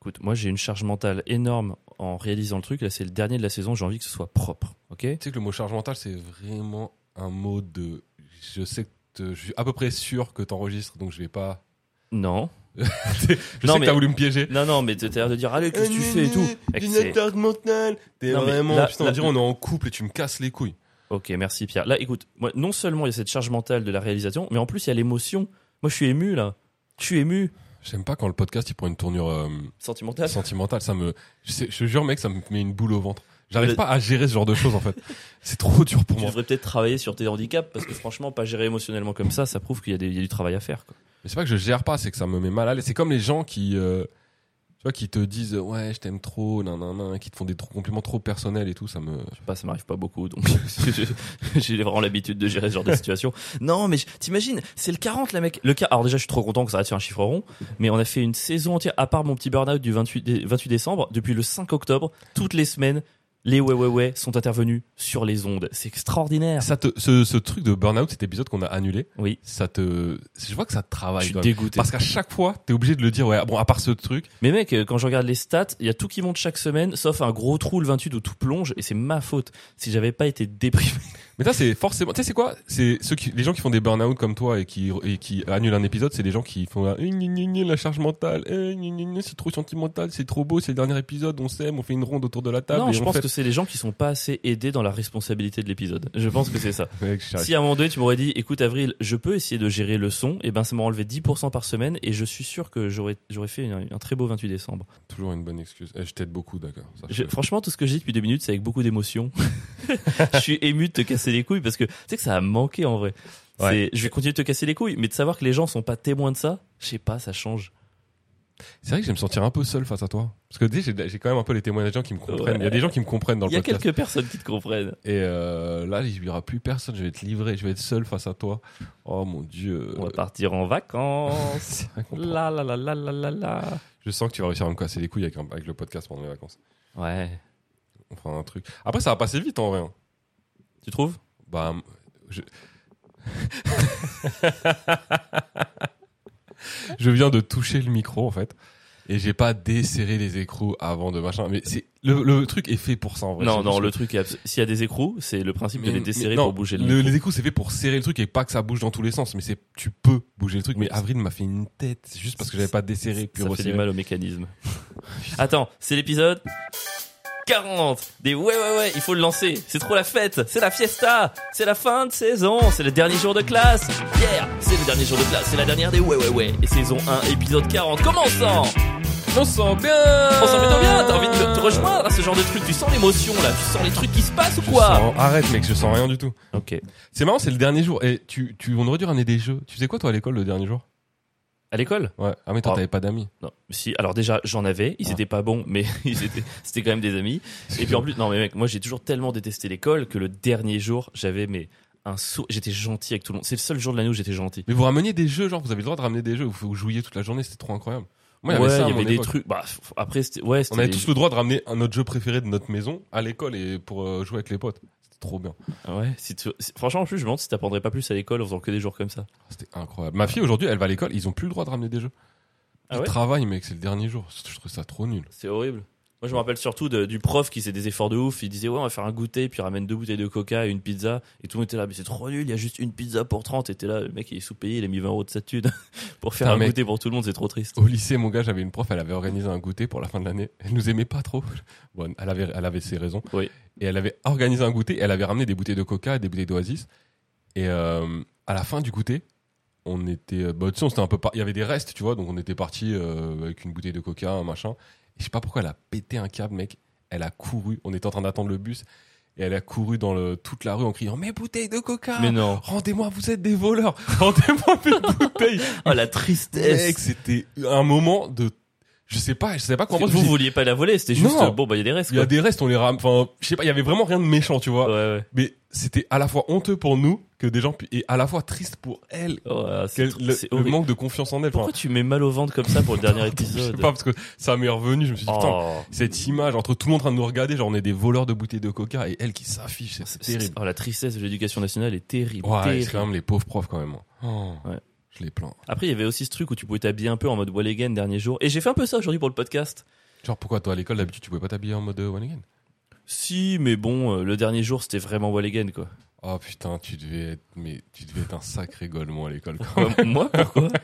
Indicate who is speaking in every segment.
Speaker 1: écoute, moi j'ai une charge mentale énorme en réalisant le truc. Là, c'est le dernier de la saison. J'ai envie que ce soit propre. Ok
Speaker 2: Tu sais que le mot charge mentale, c'est vraiment un mot de. Je sais que te- je suis à peu près sûr que t'enregistres, donc je vais pas.
Speaker 1: Non.
Speaker 2: Je
Speaker 1: Non,
Speaker 2: sais que
Speaker 1: mais-
Speaker 2: t'as voulu me piéger.
Speaker 1: Non, non, mais t'as l'air de dire, allez, qu'est-ce que tu fais et tout.
Speaker 2: Eh,
Speaker 1: Mec, c'est-
Speaker 2: Euh, charge mentale. T'es
Speaker 1: Non, mais
Speaker 2: vraiment.
Speaker 1: là-
Speaker 2: putain,
Speaker 1: là-
Speaker 2: on dirait on est en couple et tu me casses les couilles.
Speaker 1: Ok, merci Pierre. Là, écoute, moi, non seulement il y a cette charge mentale de la réalisation, mais en plus il y a l'émotion. Moi, je suis ému là. Je suis ému.
Speaker 2: J'aime pas quand le podcast il prend une tournure euh,
Speaker 1: Sentimental.
Speaker 2: sentimentale. Ça me. Je, sais- je te jure, mec, ça me met une boule au ventre. J'arrive
Speaker 1: Le-
Speaker 2: pas à gérer ce genre de choses en fait. C'est trop dur pour
Speaker 1: Tu
Speaker 2: moi.
Speaker 1: devrais peut-être travailler sur tes handicaps parce que franchement, pas gérer émotionnellement comme ça, ça prouve qu'il y, a des- il y a du travail à faire. quoi.
Speaker 2: Mais c'est pas que je gère pas, c'est que ça me met mal à l'aise. C'est comme les gens qui, euh, tu vois, qui te disent ouais, je t'aime trop, nan, nan, nan, qui te font des tro- compliments trop personnels et tout. Ça me.
Speaker 1: Je sais pas, Bah, ça m'arrive pas beaucoup, donc je- j'ai vraiment l'habitude de gérer ce genre de situation. Non, mais je- t'imagines, c'est le 40 là, mec. Le cas. Alors déjà, je suis trop content que ça reste sur un chiffre rond, mais on a fait une saison entière, à part mon petit burn-out du 28, dé- 28 décembre, depuis le 5 octobre, toutes les semaines. Les ouais ouais ouais sont intervenus sur les ondes. C'est extraordinaire.
Speaker 2: Ça te, ce, ce truc de burn-out, cet épisode qu'on a annulé,
Speaker 1: Ah. Oui.
Speaker 2: ça te, je vois que ça te travaille.
Speaker 1: Je suis
Speaker 2: quand même.
Speaker 1: dégoûté.
Speaker 2: Parce qu'à chaque fois, t'es obligé de le dire. Ouais, bon, à part ce truc,
Speaker 1: Mais mec, euh, quand je regarde les stats, il y a tout qui monte chaque semaine, sauf un gros trou le 28 où tout plonge, et c'est ma faute. Si j'avais pas été déprimé.
Speaker 2: Mais ça, c'est forcément. Tu sais, c'est quoi C'est ceux qui, les gens qui font des burn-out comme toi et qui et qui annulent un épisode, c'est des gens qui font la, Gni, gni, gni, la charge mentale. eh, gni, gni, gni, c'est trop sentimental, c'est trop beau, c'est le dernier épisode. On s'aime, on fait une ronde autour de la table.
Speaker 1: non,
Speaker 2: et
Speaker 1: je
Speaker 2: on
Speaker 1: pense
Speaker 2: Ah, fait-
Speaker 1: que c'est les gens qui sont pas assez aidés dans la responsabilité de l'épisode. Je pense que c'est ça.
Speaker 2: Mec, je suis arrivé.
Speaker 1: si à un moment donné tu m'aurais dit, écoute Avril, je peux essayer de gérer le son, et ben ça m'aurait enlevé 10% par semaine, et je suis sûr que j'aurais j'aurais fait un, un très beau 28 décembre.
Speaker 2: toujours une bonne excuse. Eh, je t'aide beaucoup, d'accord. ça, je
Speaker 1: Je-
Speaker 2: sais.
Speaker 1: franchement, tout ce que j'ai dit depuis deux minutes, c'est avec beaucoup d'émotion. je suis ému de te casser les couilles parce que tu sais que ça a manqué en vrai.
Speaker 2: Ouais.
Speaker 1: C'est- Je vais continuer de te casser les couilles, mais de savoir que les gens sont pas témoins de ça, je sais pas, ça change.
Speaker 2: C'est vrai que je vais me sentir un peu seul face à toi. Parce que tu sais, j'ai j'ai quand même un peu les témoignages de gens qui me comprennent. Il y a
Speaker 1: Ouais.
Speaker 2: des gens qui me comprennent dans le
Speaker 1: Il y a
Speaker 2: podcast.
Speaker 1: quelques personnes qui te comprennent.
Speaker 2: Et euh, là, il y aura plus personne. Je vais être livré. Je vais être seul face à toi. Oh mon dieu.
Speaker 1: On va partir en vacances.
Speaker 2: C'est incompréhensible.
Speaker 1: la la la la la la la.
Speaker 2: Je sens que tu vas réussir à me casser les couilles avec, un- avec le podcast pendant les vacances.
Speaker 1: Ouais.
Speaker 2: on fera un truc. Après, ça va passer vite en vrai. hein.
Speaker 1: Tu trouves
Speaker 2: Bah, m- je... je viens de toucher le micro en fait, et j'ai pas desserré les écrous avant de machin. Mais c'est le, le truc est fait pour ça en vrai.
Speaker 1: Non,
Speaker 2: C'est
Speaker 1: non,
Speaker 2: juste
Speaker 1: le
Speaker 2: que-
Speaker 1: truc est abs- S'il y a des écrous, c'est le principe
Speaker 2: Mais-
Speaker 1: de les
Speaker 2: mais
Speaker 1: desserrer
Speaker 2: non,
Speaker 1: pour bouger le
Speaker 2: le-
Speaker 1: micro.
Speaker 2: les écrous, c'est fait pour serrer le truc et pas que ça bouge dans tous les sens. Mais c'est tu peux bouger le truc. Mais Avril m'a fait une tête c'est juste parce que j'avais pas desserré puis
Speaker 1: Ça fait du
Speaker 2: resserré.
Speaker 1: mal au mécanisme. Attends, c'est l'épisode 40 des ouais ouais ouais, il faut le lancer. C'est trop la fête, c'est la fiesta, c'est la fin de saison, c'est le dernier jour de classe. Hier, c'est le dernier jour de classe, c'est la dernière des ouais ouais ouais. Et saison 1, épisode 40, comment on sent
Speaker 2: On sent bien.
Speaker 1: On sent plutôt bien, t'as envie de te- te rejoindre à ce genre de truc, tu sens l'émotion là, tu sens les trucs qui se passent ou
Speaker 2: Je
Speaker 1: quoi
Speaker 2: sens- Arrête mec, je sens rien du tout.
Speaker 1: Ok.
Speaker 2: C'est marrant, c'est le dernier jour. Et tu, tu, on aurait dû ramener des jeux. Tu faisais quoi toi à l'école le dernier jour
Speaker 1: À l'école
Speaker 2: Ouais. Ah mais toi
Speaker 1: Ah.
Speaker 2: t'avais pas d'amis.
Speaker 1: Non, si. Alors déjà, j'en avais. Ils
Speaker 2: Ah.
Speaker 1: étaient pas bons, mais ils étaient. C'était quand même des amis. Et puis en plus, non mais mec, moi j'ai toujours tellement détesté l'école que le dernier jour, j'avais mais un sou. J'étais gentil avec tout le monde. C'est le seul jour de l'année où j'étais gentil.
Speaker 2: Mais vous rameniez des jeux, genre vous avez le droit de ramener des jeux. Vous vous jouiez toute la journée, c'était trop incroyable. Moi, il y
Speaker 1: ouais,
Speaker 2: avait, ça à
Speaker 1: il y
Speaker 2: mon
Speaker 1: avait des
Speaker 2: époque.
Speaker 1: trucs. Bah f- après, c'était- ouais,
Speaker 2: On
Speaker 1: c'était
Speaker 2: avait
Speaker 1: des-
Speaker 2: tous le droit de ramener un autre jeu préféré de notre maison à l'école et pour euh, jouer avec les potes. C'était trop bien.
Speaker 1: ouais. si tu- si- Franchement, en plus, je me demande si t'apprendrais pas plus à l'école en faisant que des jours comme ça.
Speaker 2: C'était incroyable. Ma fille aujourd'hui, elle va à l'école, ils ont plus le droit de ramener des jeux.
Speaker 1: Ah
Speaker 2: ils
Speaker 1: ouais
Speaker 2: travaillent, mec, c'est le dernier jour. Je trouve ça trop nul.
Speaker 1: C'est horrible. Moi, je me rappelle surtout de- du prof qui faisait des efforts de ouf. Il disait, ouais, on va faire un goûter, puis il ramène deux bouteilles de coca et une pizza. Et tout le monde était là, mais c'est trop nul, il y a juste une pizza pour 30. Et t'es là, le mec, il est sous-payé, il a mis 20 euros de statut pour faire
Speaker 2: Putain,
Speaker 1: un
Speaker 2: mec.
Speaker 1: goûter pour tout le monde, c'est trop triste.
Speaker 2: Au lycée, mon gars, j'avais une prof, elle avait organisé un goûter pour la fin de l'année. Elle nous aimait pas trop. Bon, elle avait, elle avait ses raisons.
Speaker 1: Oui.
Speaker 2: Et elle avait organisé un goûter, et elle avait ramené des bouteilles de coca et des bouteilles d'oasis. Et euh, à la fin du goûter, on était, bah, tu sais, on s'était un peu, par- il y avait des restes, tu vois, donc on était parti avec une bouteille de coca, un machin. Et je sais pas pourquoi elle a pété un câble, mec. Elle a couru. On était en train d'attendre le bus. Et elle a couru dans le, toute la rue en criant, mes bouteilles de coca!
Speaker 1: Mais non.
Speaker 2: Rendez-moi, vous êtes des voleurs! Rendez-moi mes bouteilles!
Speaker 1: Oh, la
Speaker 2: Eh, Mec,
Speaker 1: tristesse.
Speaker 2: c'était un moment de. Je sais pas, je sais pas
Speaker 1: Parce
Speaker 2: comment.
Speaker 1: que vous vouliez pas la voler, c'était juste,
Speaker 2: Non.
Speaker 1: euh, bon, bah, il y a des restes,
Speaker 2: Il y a
Speaker 1: quoi.
Speaker 2: des restes, on les rame. Enfin, je sais pas, il y avait vraiment rien de méchant, tu vois.
Speaker 1: Ouais, ouais.
Speaker 2: Mais c'était à la fois honteux pour nous que des gens pu- et à la fois triste pour elle.
Speaker 1: Oh, là, c'est
Speaker 2: Quel-
Speaker 1: tr-
Speaker 2: le,
Speaker 1: c'est
Speaker 2: le
Speaker 1: horrible.
Speaker 2: manque de confiance en elle.
Speaker 1: Pourquoi
Speaker 2: Enfin,
Speaker 1: tu mets mal au ventre comme ça pour le dernier
Speaker 2: je sais
Speaker 1: épisode?
Speaker 2: pas parce que ça m'est revenu. Je me suis dit putain,
Speaker 1: Oh.
Speaker 2: cette image entre tout le monde en train de nous regarder, genre on est des voleurs de bouteilles de coca et elle qui s'affiche, c'est
Speaker 1: C'est-
Speaker 2: terrible.
Speaker 1: Oh, la tristesse de l'éducation nationale est terrible.
Speaker 2: Ouais,
Speaker 1: terrible.
Speaker 2: c'est quand même les pauvres profs quand même. Oh,
Speaker 1: Ouais.
Speaker 2: Je les plains.
Speaker 1: Après, il y avait aussi ce truc où tu pouvais t'habiller un peu en mode Walligan dernier jour. Et j'ai fait un peu ça aujourd'hui pour le podcast.
Speaker 2: Genre, pourquoi toi à l'école d'habitude tu pouvais pas t'habiller en mode euh, One Again
Speaker 1: Si, mais bon, euh, le dernier jour, c'était vraiment Wall Again, quoi.
Speaker 2: Oh putain, tu devais être, mais tu devais être un sacré golemon à l'école. quand
Speaker 1: Quoi, Moi, pourquoi
Speaker 2: même.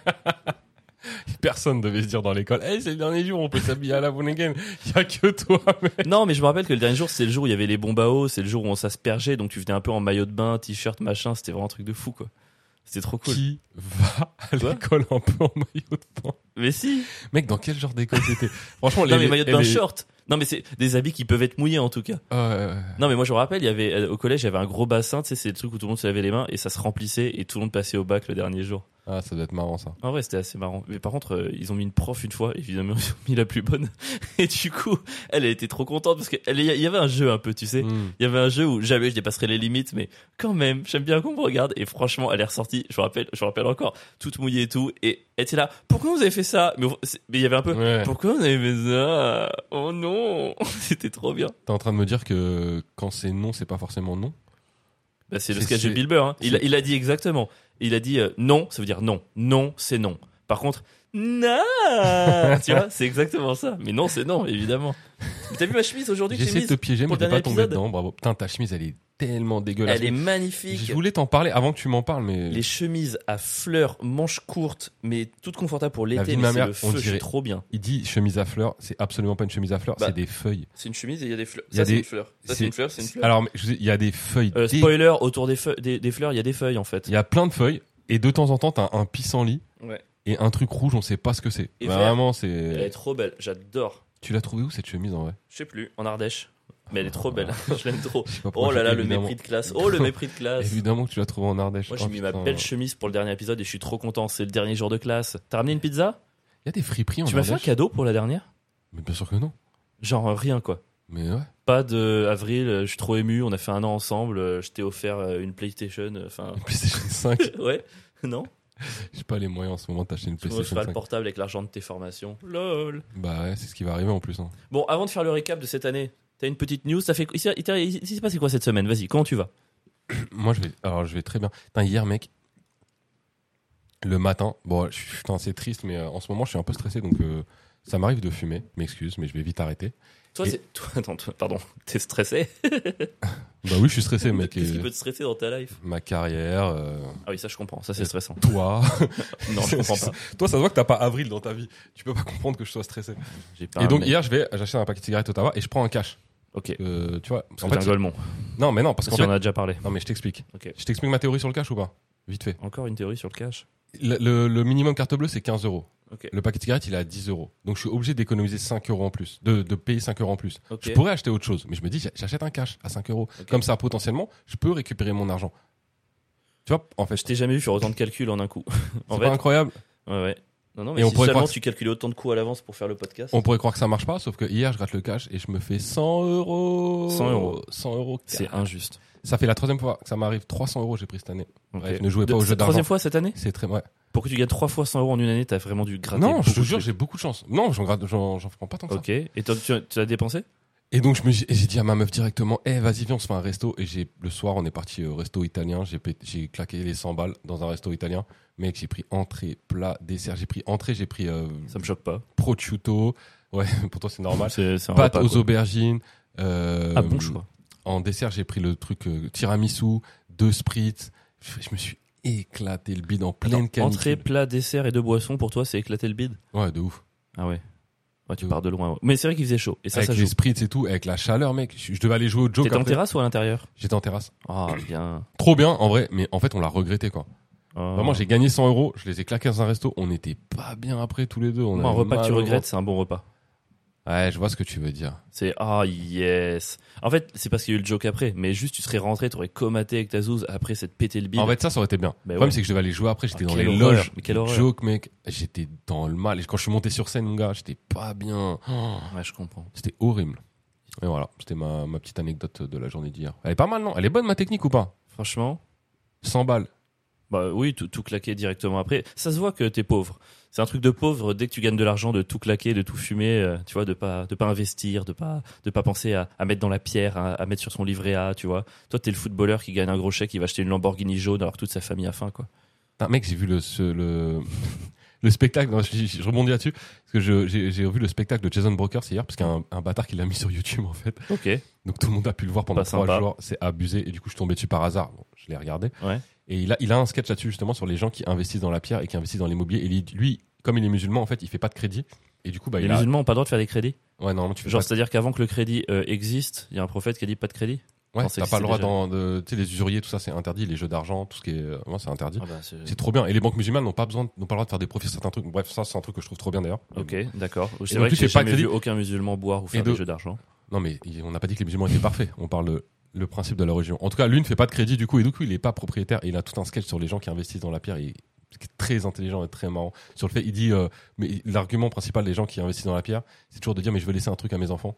Speaker 2: Personne devait se dire dans l'école, hey, c'est le dernier jour, on peut s'habiller à la One Again. Y a que toi, mec.
Speaker 1: Non, mais je me rappelle que le dernier jour, c'est le jour où il y avait les bombes à eau, c'est le jour où on s'aspergeait, donc tu venais un peu en maillot de bain, t-shirt, machin, c'était vraiment un truc de fou, quoi. C'était trop cool.
Speaker 2: Qui va à
Speaker 1: Toi
Speaker 2: l'école un peu en maillot de bain
Speaker 1: Mais si
Speaker 2: Mec, dans quel genre d'école t'étais Franchement,
Speaker 1: Non,
Speaker 2: les
Speaker 1: mais maillot de
Speaker 2: les- Ah,
Speaker 1: bain short Non, mais c'est des habits qui peuvent être mouillés, en tout cas.
Speaker 2: Ouais, ouais.
Speaker 1: Non, mais moi, je me rappelle, il y avait, euh, au collège, il y avait un gros bassin, tu sais, c'est le truc où tout le monde se lavait les mains, et ça se remplissait, et tout le monde passait au bac le dernier jour.
Speaker 2: Ah, ça doit être marrant ça.
Speaker 1: En vrai, c'était assez marrant. Mais par contre, euh, ils ont mis une prof une fois, évidemment, ils ont mis la plus bonne. Et du coup, elle a été trop contente parce qu'il y avait un jeu un peu, tu sais.
Speaker 2: Hmm.
Speaker 1: Il y avait un jeu où jamais je dépasserai les limites, mais quand même, j'aime bien qu'on me regarde. Et franchement, elle est ressortie, je me rappelle, je me rappelle encore, toute mouillée et tout. Et elle était là, pourquoi vous avez fait ça mais, on- c'est- mais il y avait un peu,
Speaker 2: Ouais.
Speaker 1: pourquoi vous avez fait ça Oh non C'était trop bien.
Speaker 2: T'es en train de me dire que quand c'est non, c'est pas forcément non
Speaker 1: Bah, c'est le
Speaker 2: C'est-
Speaker 1: sketch de
Speaker 2: c'est-
Speaker 1: Bill Burr. hein. Il, a-
Speaker 2: c'est-
Speaker 1: il a dit exactement. Il a dit euh, non, ça veut dire non. Non, c'est non. Par contre, non Tu vois, c'est exactement ça. Mais non, c'est non, évidemment. Mais T'as vu ma chemise aujourd'hui que j'ai
Speaker 2: J'essaie
Speaker 1: mise
Speaker 2: de te piéger, mais
Speaker 1: pour
Speaker 2: t'es
Speaker 1: le
Speaker 2: pas
Speaker 1: dernier
Speaker 2: tombé
Speaker 1: épisode.
Speaker 2: dedans. Bravo. Putain, ta chemise, elle est tellement dégueulasse.
Speaker 1: Elle est
Speaker 2: Je
Speaker 1: magnifique.
Speaker 2: voulais t'en parler avant que tu m'en parles, mais
Speaker 1: Les chemises à fleurs, manches courtes, mais toutes confortables pour
Speaker 2: vie
Speaker 1: l'été.
Speaker 2: de
Speaker 1: Mais
Speaker 2: ma
Speaker 1: c'est
Speaker 2: mère,
Speaker 1: le
Speaker 2: on
Speaker 1: feu,
Speaker 2: dirait.
Speaker 1: c'est trop bien.
Speaker 2: il dit chemise à fleurs, c'est absolument pas une chemise à fleurs,
Speaker 1: Bah,
Speaker 2: c'est des feuilles.
Speaker 1: C'est une chemise et il y a des fleurs.
Speaker 2: Il y
Speaker 1: Ça,
Speaker 2: a
Speaker 1: c'est
Speaker 2: des-
Speaker 1: une fleur. Ça, c'est une fleur, c'est une fleur.
Speaker 2: Alors, mais je vous ai- il y a des feuilles.
Speaker 1: Euh,
Speaker 2: dé-
Speaker 1: spoiler, autour des, feu- des, des fleurs, il y a des feuilles en fait.
Speaker 2: Il y a plein de feuilles, et de temps en temps, t'as un pissenlit
Speaker 1: Ouais.
Speaker 2: et un truc rouge, on sait pas ce que c'est. Bah,
Speaker 1: Et vert.
Speaker 2: Vraiment,
Speaker 1: Elle est
Speaker 2: c'est.
Speaker 1: trop belle, j'adore.
Speaker 2: Tu l'as trouvé où cette chemise en vrai
Speaker 1: Je sais plus, en Ardèche. Mais elle est trop belle, je l'aime trop.
Speaker 2: Ah. Je sais pas pourquoi
Speaker 1: Oh là
Speaker 2: j'ai-
Speaker 1: là, le
Speaker 2: évidemment-
Speaker 1: mépris de classe. Oh, le mépris de classe.
Speaker 2: Évidemment que tu l'as trouvé en Ardèche.
Speaker 1: Moi, j'ai
Speaker 2: Oh,
Speaker 1: mis ma
Speaker 2: putain.
Speaker 1: belle chemise pour le dernier épisode et je suis trop content. C'est le dernier jour de classe. T'as ramené une pizza
Speaker 2: Il y a des friperies en
Speaker 1: Tu m'as fait un
Speaker 2: Ardèche
Speaker 1: cadeau pour la dernière
Speaker 2: Mais bien sûr que non.
Speaker 1: Genre euh, rien, quoi.
Speaker 2: Mais ouais.
Speaker 1: Pas de avril, euh, je suis trop ému, on a fait un an ensemble, euh, je t'ai offert euh, une PlayStation, euh, enfin...
Speaker 2: Une PlayStation 5.
Speaker 1: ouais Non
Speaker 2: J'ai pas les moyens en ce moment d'acheter une
Speaker 1: Tu m'offres
Speaker 2: PlayStation
Speaker 1: pas le
Speaker 2: 5.
Speaker 1: portable avec l'argent de tes formations. LOL
Speaker 2: Bah ouais, c'est ce qui va arriver en plus. hein.
Speaker 1: Bon, avant de faire le récap de cette année, t'as une petite news, ça fait... Il s'est- il t'est- il s'est passé quoi cette semaine Vas-y, comment tu vas
Speaker 2: Moi, je vais, alors, je vais très bien. Putain, hier, mec, le matin, bon, je suis- putain, c'est triste, mais euh, en ce moment, je suis un peu stressé, donc euh, ça m'arrive de fumer. M'excuse, mais je vais vite arrêter.
Speaker 1: Toi,
Speaker 2: Et-
Speaker 1: c'est... Toi, attends, toi, pardon, t'es stressé
Speaker 2: Bah oui, je suis stressé, mec.
Speaker 1: Qu'est-ce qui
Speaker 2: euh,
Speaker 1: peut te stresser dans ta life
Speaker 2: Ma carrière, euh,
Speaker 1: Ah oui, ça je comprends, ça c'est stressant.
Speaker 2: toi.
Speaker 1: Non, je comprends pas.
Speaker 2: toi, ça se voit que t'as pas avril dans ta vie. Tu peux pas comprendre que je sois stressé.
Speaker 1: J'ai pas
Speaker 2: et
Speaker 1: un
Speaker 2: donc,
Speaker 1: mec.
Speaker 2: hier, je vais, j'achète un paquet de cigarettes au tabac et je prends un cash.
Speaker 1: Ok.
Speaker 2: Euh, tu vois,
Speaker 1: Parce
Speaker 2: en
Speaker 1: que
Speaker 2: fait,
Speaker 1: t'es un golemon.
Speaker 2: non, mais non, parce qu'en
Speaker 1: Si,
Speaker 2: fait,
Speaker 1: on en a déjà parlé.
Speaker 2: non, mais je t'explique.
Speaker 1: Ok.
Speaker 2: Je t'explique ma théorie sur le cash ou pas? Vite fait.
Speaker 1: Encore une théorie sur le cash.
Speaker 2: Le, le- le minimum carte bleue, c'est 15 euros.
Speaker 1: Ok.
Speaker 2: Le paquet de cigarettes, il est à 10 euros. Donc, je suis obligé d'économiser 5 euros en plus, de, de payer 5 euros en plus.
Speaker 1: Ok.
Speaker 2: Je pourrais acheter autre chose, mais je me dis, j'a- j'achète un cash à 5 euros.
Speaker 1: Ok.
Speaker 2: Comme ça, potentiellement, je peux récupérer mon argent. Tu vois, en fait,
Speaker 1: Je t'ai jamais vu faire autant de calculs en un coup. en
Speaker 2: c'est
Speaker 1: vrai.
Speaker 2: pas incroyable.
Speaker 1: Ouais, ouais. Non, non,
Speaker 2: Et
Speaker 1: mais
Speaker 2: on
Speaker 1: si
Speaker 2: pourrait
Speaker 1: seulement
Speaker 2: croire que-
Speaker 1: tu calculais autant de coups à l'avance pour faire le podcast.
Speaker 2: On pourrait croire que ça marche pas, sauf que hier, je rate le cash et je me fais 100 euros.
Speaker 1: 100 euros.
Speaker 2: 100 euros.
Speaker 1: C'est injuste.
Speaker 2: Ça fait la troisième fois que ça m'arrive. 300 euros, j'ai pris cette année.
Speaker 1: Ok.
Speaker 2: Bref, ne jouez pas
Speaker 1: De-
Speaker 2: au
Speaker 1: c'est
Speaker 2: jeu
Speaker 1: la troisième
Speaker 2: d'argent.
Speaker 1: fois cette année
Speaker 2: C'est très, ouais.
Speaker 1: Pour que tu gagnes trois fois 100 euros en une année, t'as vraiment dû gratter.
Speaker 2: Non, je
Speaker 1: beaucoup
Speaker 2: te
Speaker 1: de
Speaker 2: jure,
Speaker 1: trucs.
Speaker 2: j'ai beaucoup de chance. Non, j'en gratte- j'en j'en prends pas tant que ça.
Speaker 1: Ok. Et toi, tu, tu as dépensé
Speaker 2: Et donc je me- j'ai j'ai dit à ma meuf directement, eh vas-y viens on se fait un resto. Et j'ai le soir on est parti au resto italien, j'ai pét- j'ai claqué les 100 balles dans un resto italien. Mec j'ai pris entrée, plat, dessert, j'ai pris entrée, j'ai pris euh,
Speaker 1: Ça me choque pas.
Speaker 2: prosciutto, ouais pour toi c'est normal,
Speaker 1: C'est c'est un
Speaker 2: pâte
Speaker 1: repas,
Speaker 2: aux
Speaker 1: quoi.
Speaker 2: aubergines. euh,
Speaker 1: Ah, bon choix.
Speaker 2: En dessert j'ai pris le truc euh, tiramisu, deux sprites. Je, je me suis éclaté le bide en pleine
Speaker 1: Attends, Entrée,
Speaker 2: canicule.
Speaker 1: plat, dessert et deux boissons pour toi, c'est éclater le bide
Speaker 2: Ouais de ouf.
Speaker 1: Ah ouais. Ouais, tu
Speaker 2: De
Speaker 1: pars de loin. ouais. Mais c'est vrai qu'il faisait chaud. Et ça,
Speaker 2: avec
Speaker 1: ça
Speaker 2: les
Speaker 1: joue.
Speaker 2: sprites et tout, avec la chaleur mec. Je, je devais aller jouer au joke.
Speaker 1: T'étais en
Speaker 2: après.
Speaker 1: terrasse ou à l'intérieur
Speaker 2: J'étais en terrasse.
Speaker 1: Ah, bien.
Speaker 2: Trop bien en vrai, mais en fait on l'a regretté quoi.
Speaker 1: Ah.
Speaker 2: Vraiment, Bah, j'ai gagné 100 euros, je les ai claqués dans un resto, on n'était pas bien après tous les deux. On
Speaker 1: Moi, un
Speaker 2: avait
Speaker 1: repas que
Speaker 2: mal
Speaker 1: tu
Speaker 2: au
Speaker 1: regrettes, c'est un bon repas.
Speaker 2: ventre. Ouais, je vois ce que tu veux dire.
Speaker 1: C'est ah yes. En fait, c'est parce qu'il y a eu le joke après, mais juste tu serais rentré, t'aurais comaté avec ta zouze après cette pété le bide.
Speaker 2: En fait, ça, ça aurait été bien. le problème,
Speaker 1: Ben ouais.
Speaker 2: c'est que je devais aller jouer après, j'étais
Speaker 1: Ah,
Speaker 2: dans les
Speaker 1: quelle horreur,
Speaker 2: loges.
Speaker 1: mais quelle
Speaker 2: du
Speaker 1: horreur.
Speaker 2: Joke, mec. J'étais dans le mal. Et quand je suis monté sur scène, mon gars, j'étais pas bien. Oh,
Speaker 1: ouais, je comprends.
Speaker 2: c'était horrible. Et voilà, c'était ma, ma petite anecdote de la journée d'hier. Elle est pas mal, non Elle est bonne, ma technique ou pas
Speaker 1: Franchement,
Speaker 2: 100 balles.
Speaker 1: bah oui, tout, tout claquer directement après, ça se voit que t'es pauvre. C'est un truc de pauvre dès que tu gagnes de l'argent, de tout claquer, de tout fumer, euh, tu vois, de pas de pas investir, de pas de pas penser à, à mettre dans la pierre, à, à mettre sur son livret A, tu vois. Toi, t'es le footballeur qui gagne un gros chèque, qui va acheter une Lamborghini jaune alors que toute sa famille a faim, quoi.
Speaker 2: Putain, mec, j'ai vu le, ce- le, le spectacle, non, je, je- je rebondis là-dessus, parce que je- j'ai j'ai vu le spectacle de Jason Brokers hier, parce qu'il y a un, un bâtard qui l'a mis sur YouTube en fait.
Speaker 1: Ok.
Speaker 2: Donc tout le monde a pu le voir pendant
Speaker 1: Pas
Speaker 2: trois
Speaker 1: sympa.
Speaker 2: jours, c'est abusé, et du coup je suis tombé dessus par hasard, Bon, je l'ai regardé.
Speaker 1: Ouais.
Speaker 2: Et il a, il a un sketch là-dessus justement sur les gens qui investissent dans la pierre et qui investissent dans l'immobilier. Et lui- lui, comme il est musulman en fait, il fait pas de crédit. Et du coup, bah,
Speaker 1: les
Speaker 2: il a...
Speaker 1: musulmans ont pas le droit de faire des crédits.
Speaker 2: Ouais, normalement tu fais
Speaker 1: Genre,
Speaker 2: pas...
Speaker 1: c'est-à-dire qu'avant que le crédit euh, existe, il y a un prophète qui a dit pas de crédit.
Speaker 2: Ouais,
Speaker 1: non, ça
Speaker 2: t'as
Speaker 1: existait
Speaker 2: pas le droit
Speaker 1: déjà.
Speaker 2: dans... de- Tu sais, les usuriers, tout ça c'est interdit, les jeux d'argent, tout ce qui est... euh, Ouais, c'est interdit.
Speaker 1: Ah bah, c'est-
Speaker 2: C'est trop bien. Et les banques musulmanes n'ont pas besoin, de- n'ont pas le droit de faire des profits sur certains trucs. Bref, ça, c'est un truc que je trouve trop bien d'ailleurs.
Speaker 1: Ok, d'accord.
Speaker 2: Et
Speaker 1: C'est
Speaker 2: donc,
Speaker 1: vrai
Speaker 2: tu
Speaker 1: que j'ai
Speaker 2: fais pas de
Speaker 1: jamais
Speaker 2: crédit.
Speaker 1: vu aucun musulman boire ou faire
Speaker 2: de-
Speaker 1: des jeux d'argent.
Speaker 2: Non, mais il- on n'a pas dit que les musulmans étaient parfaits. On parle le, le principe de la religion. En tout cas, lui ne fait pas de crédit du coup, et du coup, il n'est pas propriétaire. Et il a tout un sketch sur les gens qui investissent dans la pierre. Et, ce qui est très intelligent et très marrant sur le fait il dit euh, mais l'argument principal des gens qui investissent dans la pierre c'est toujours de dire mais je vais laisser un truc à mes enfants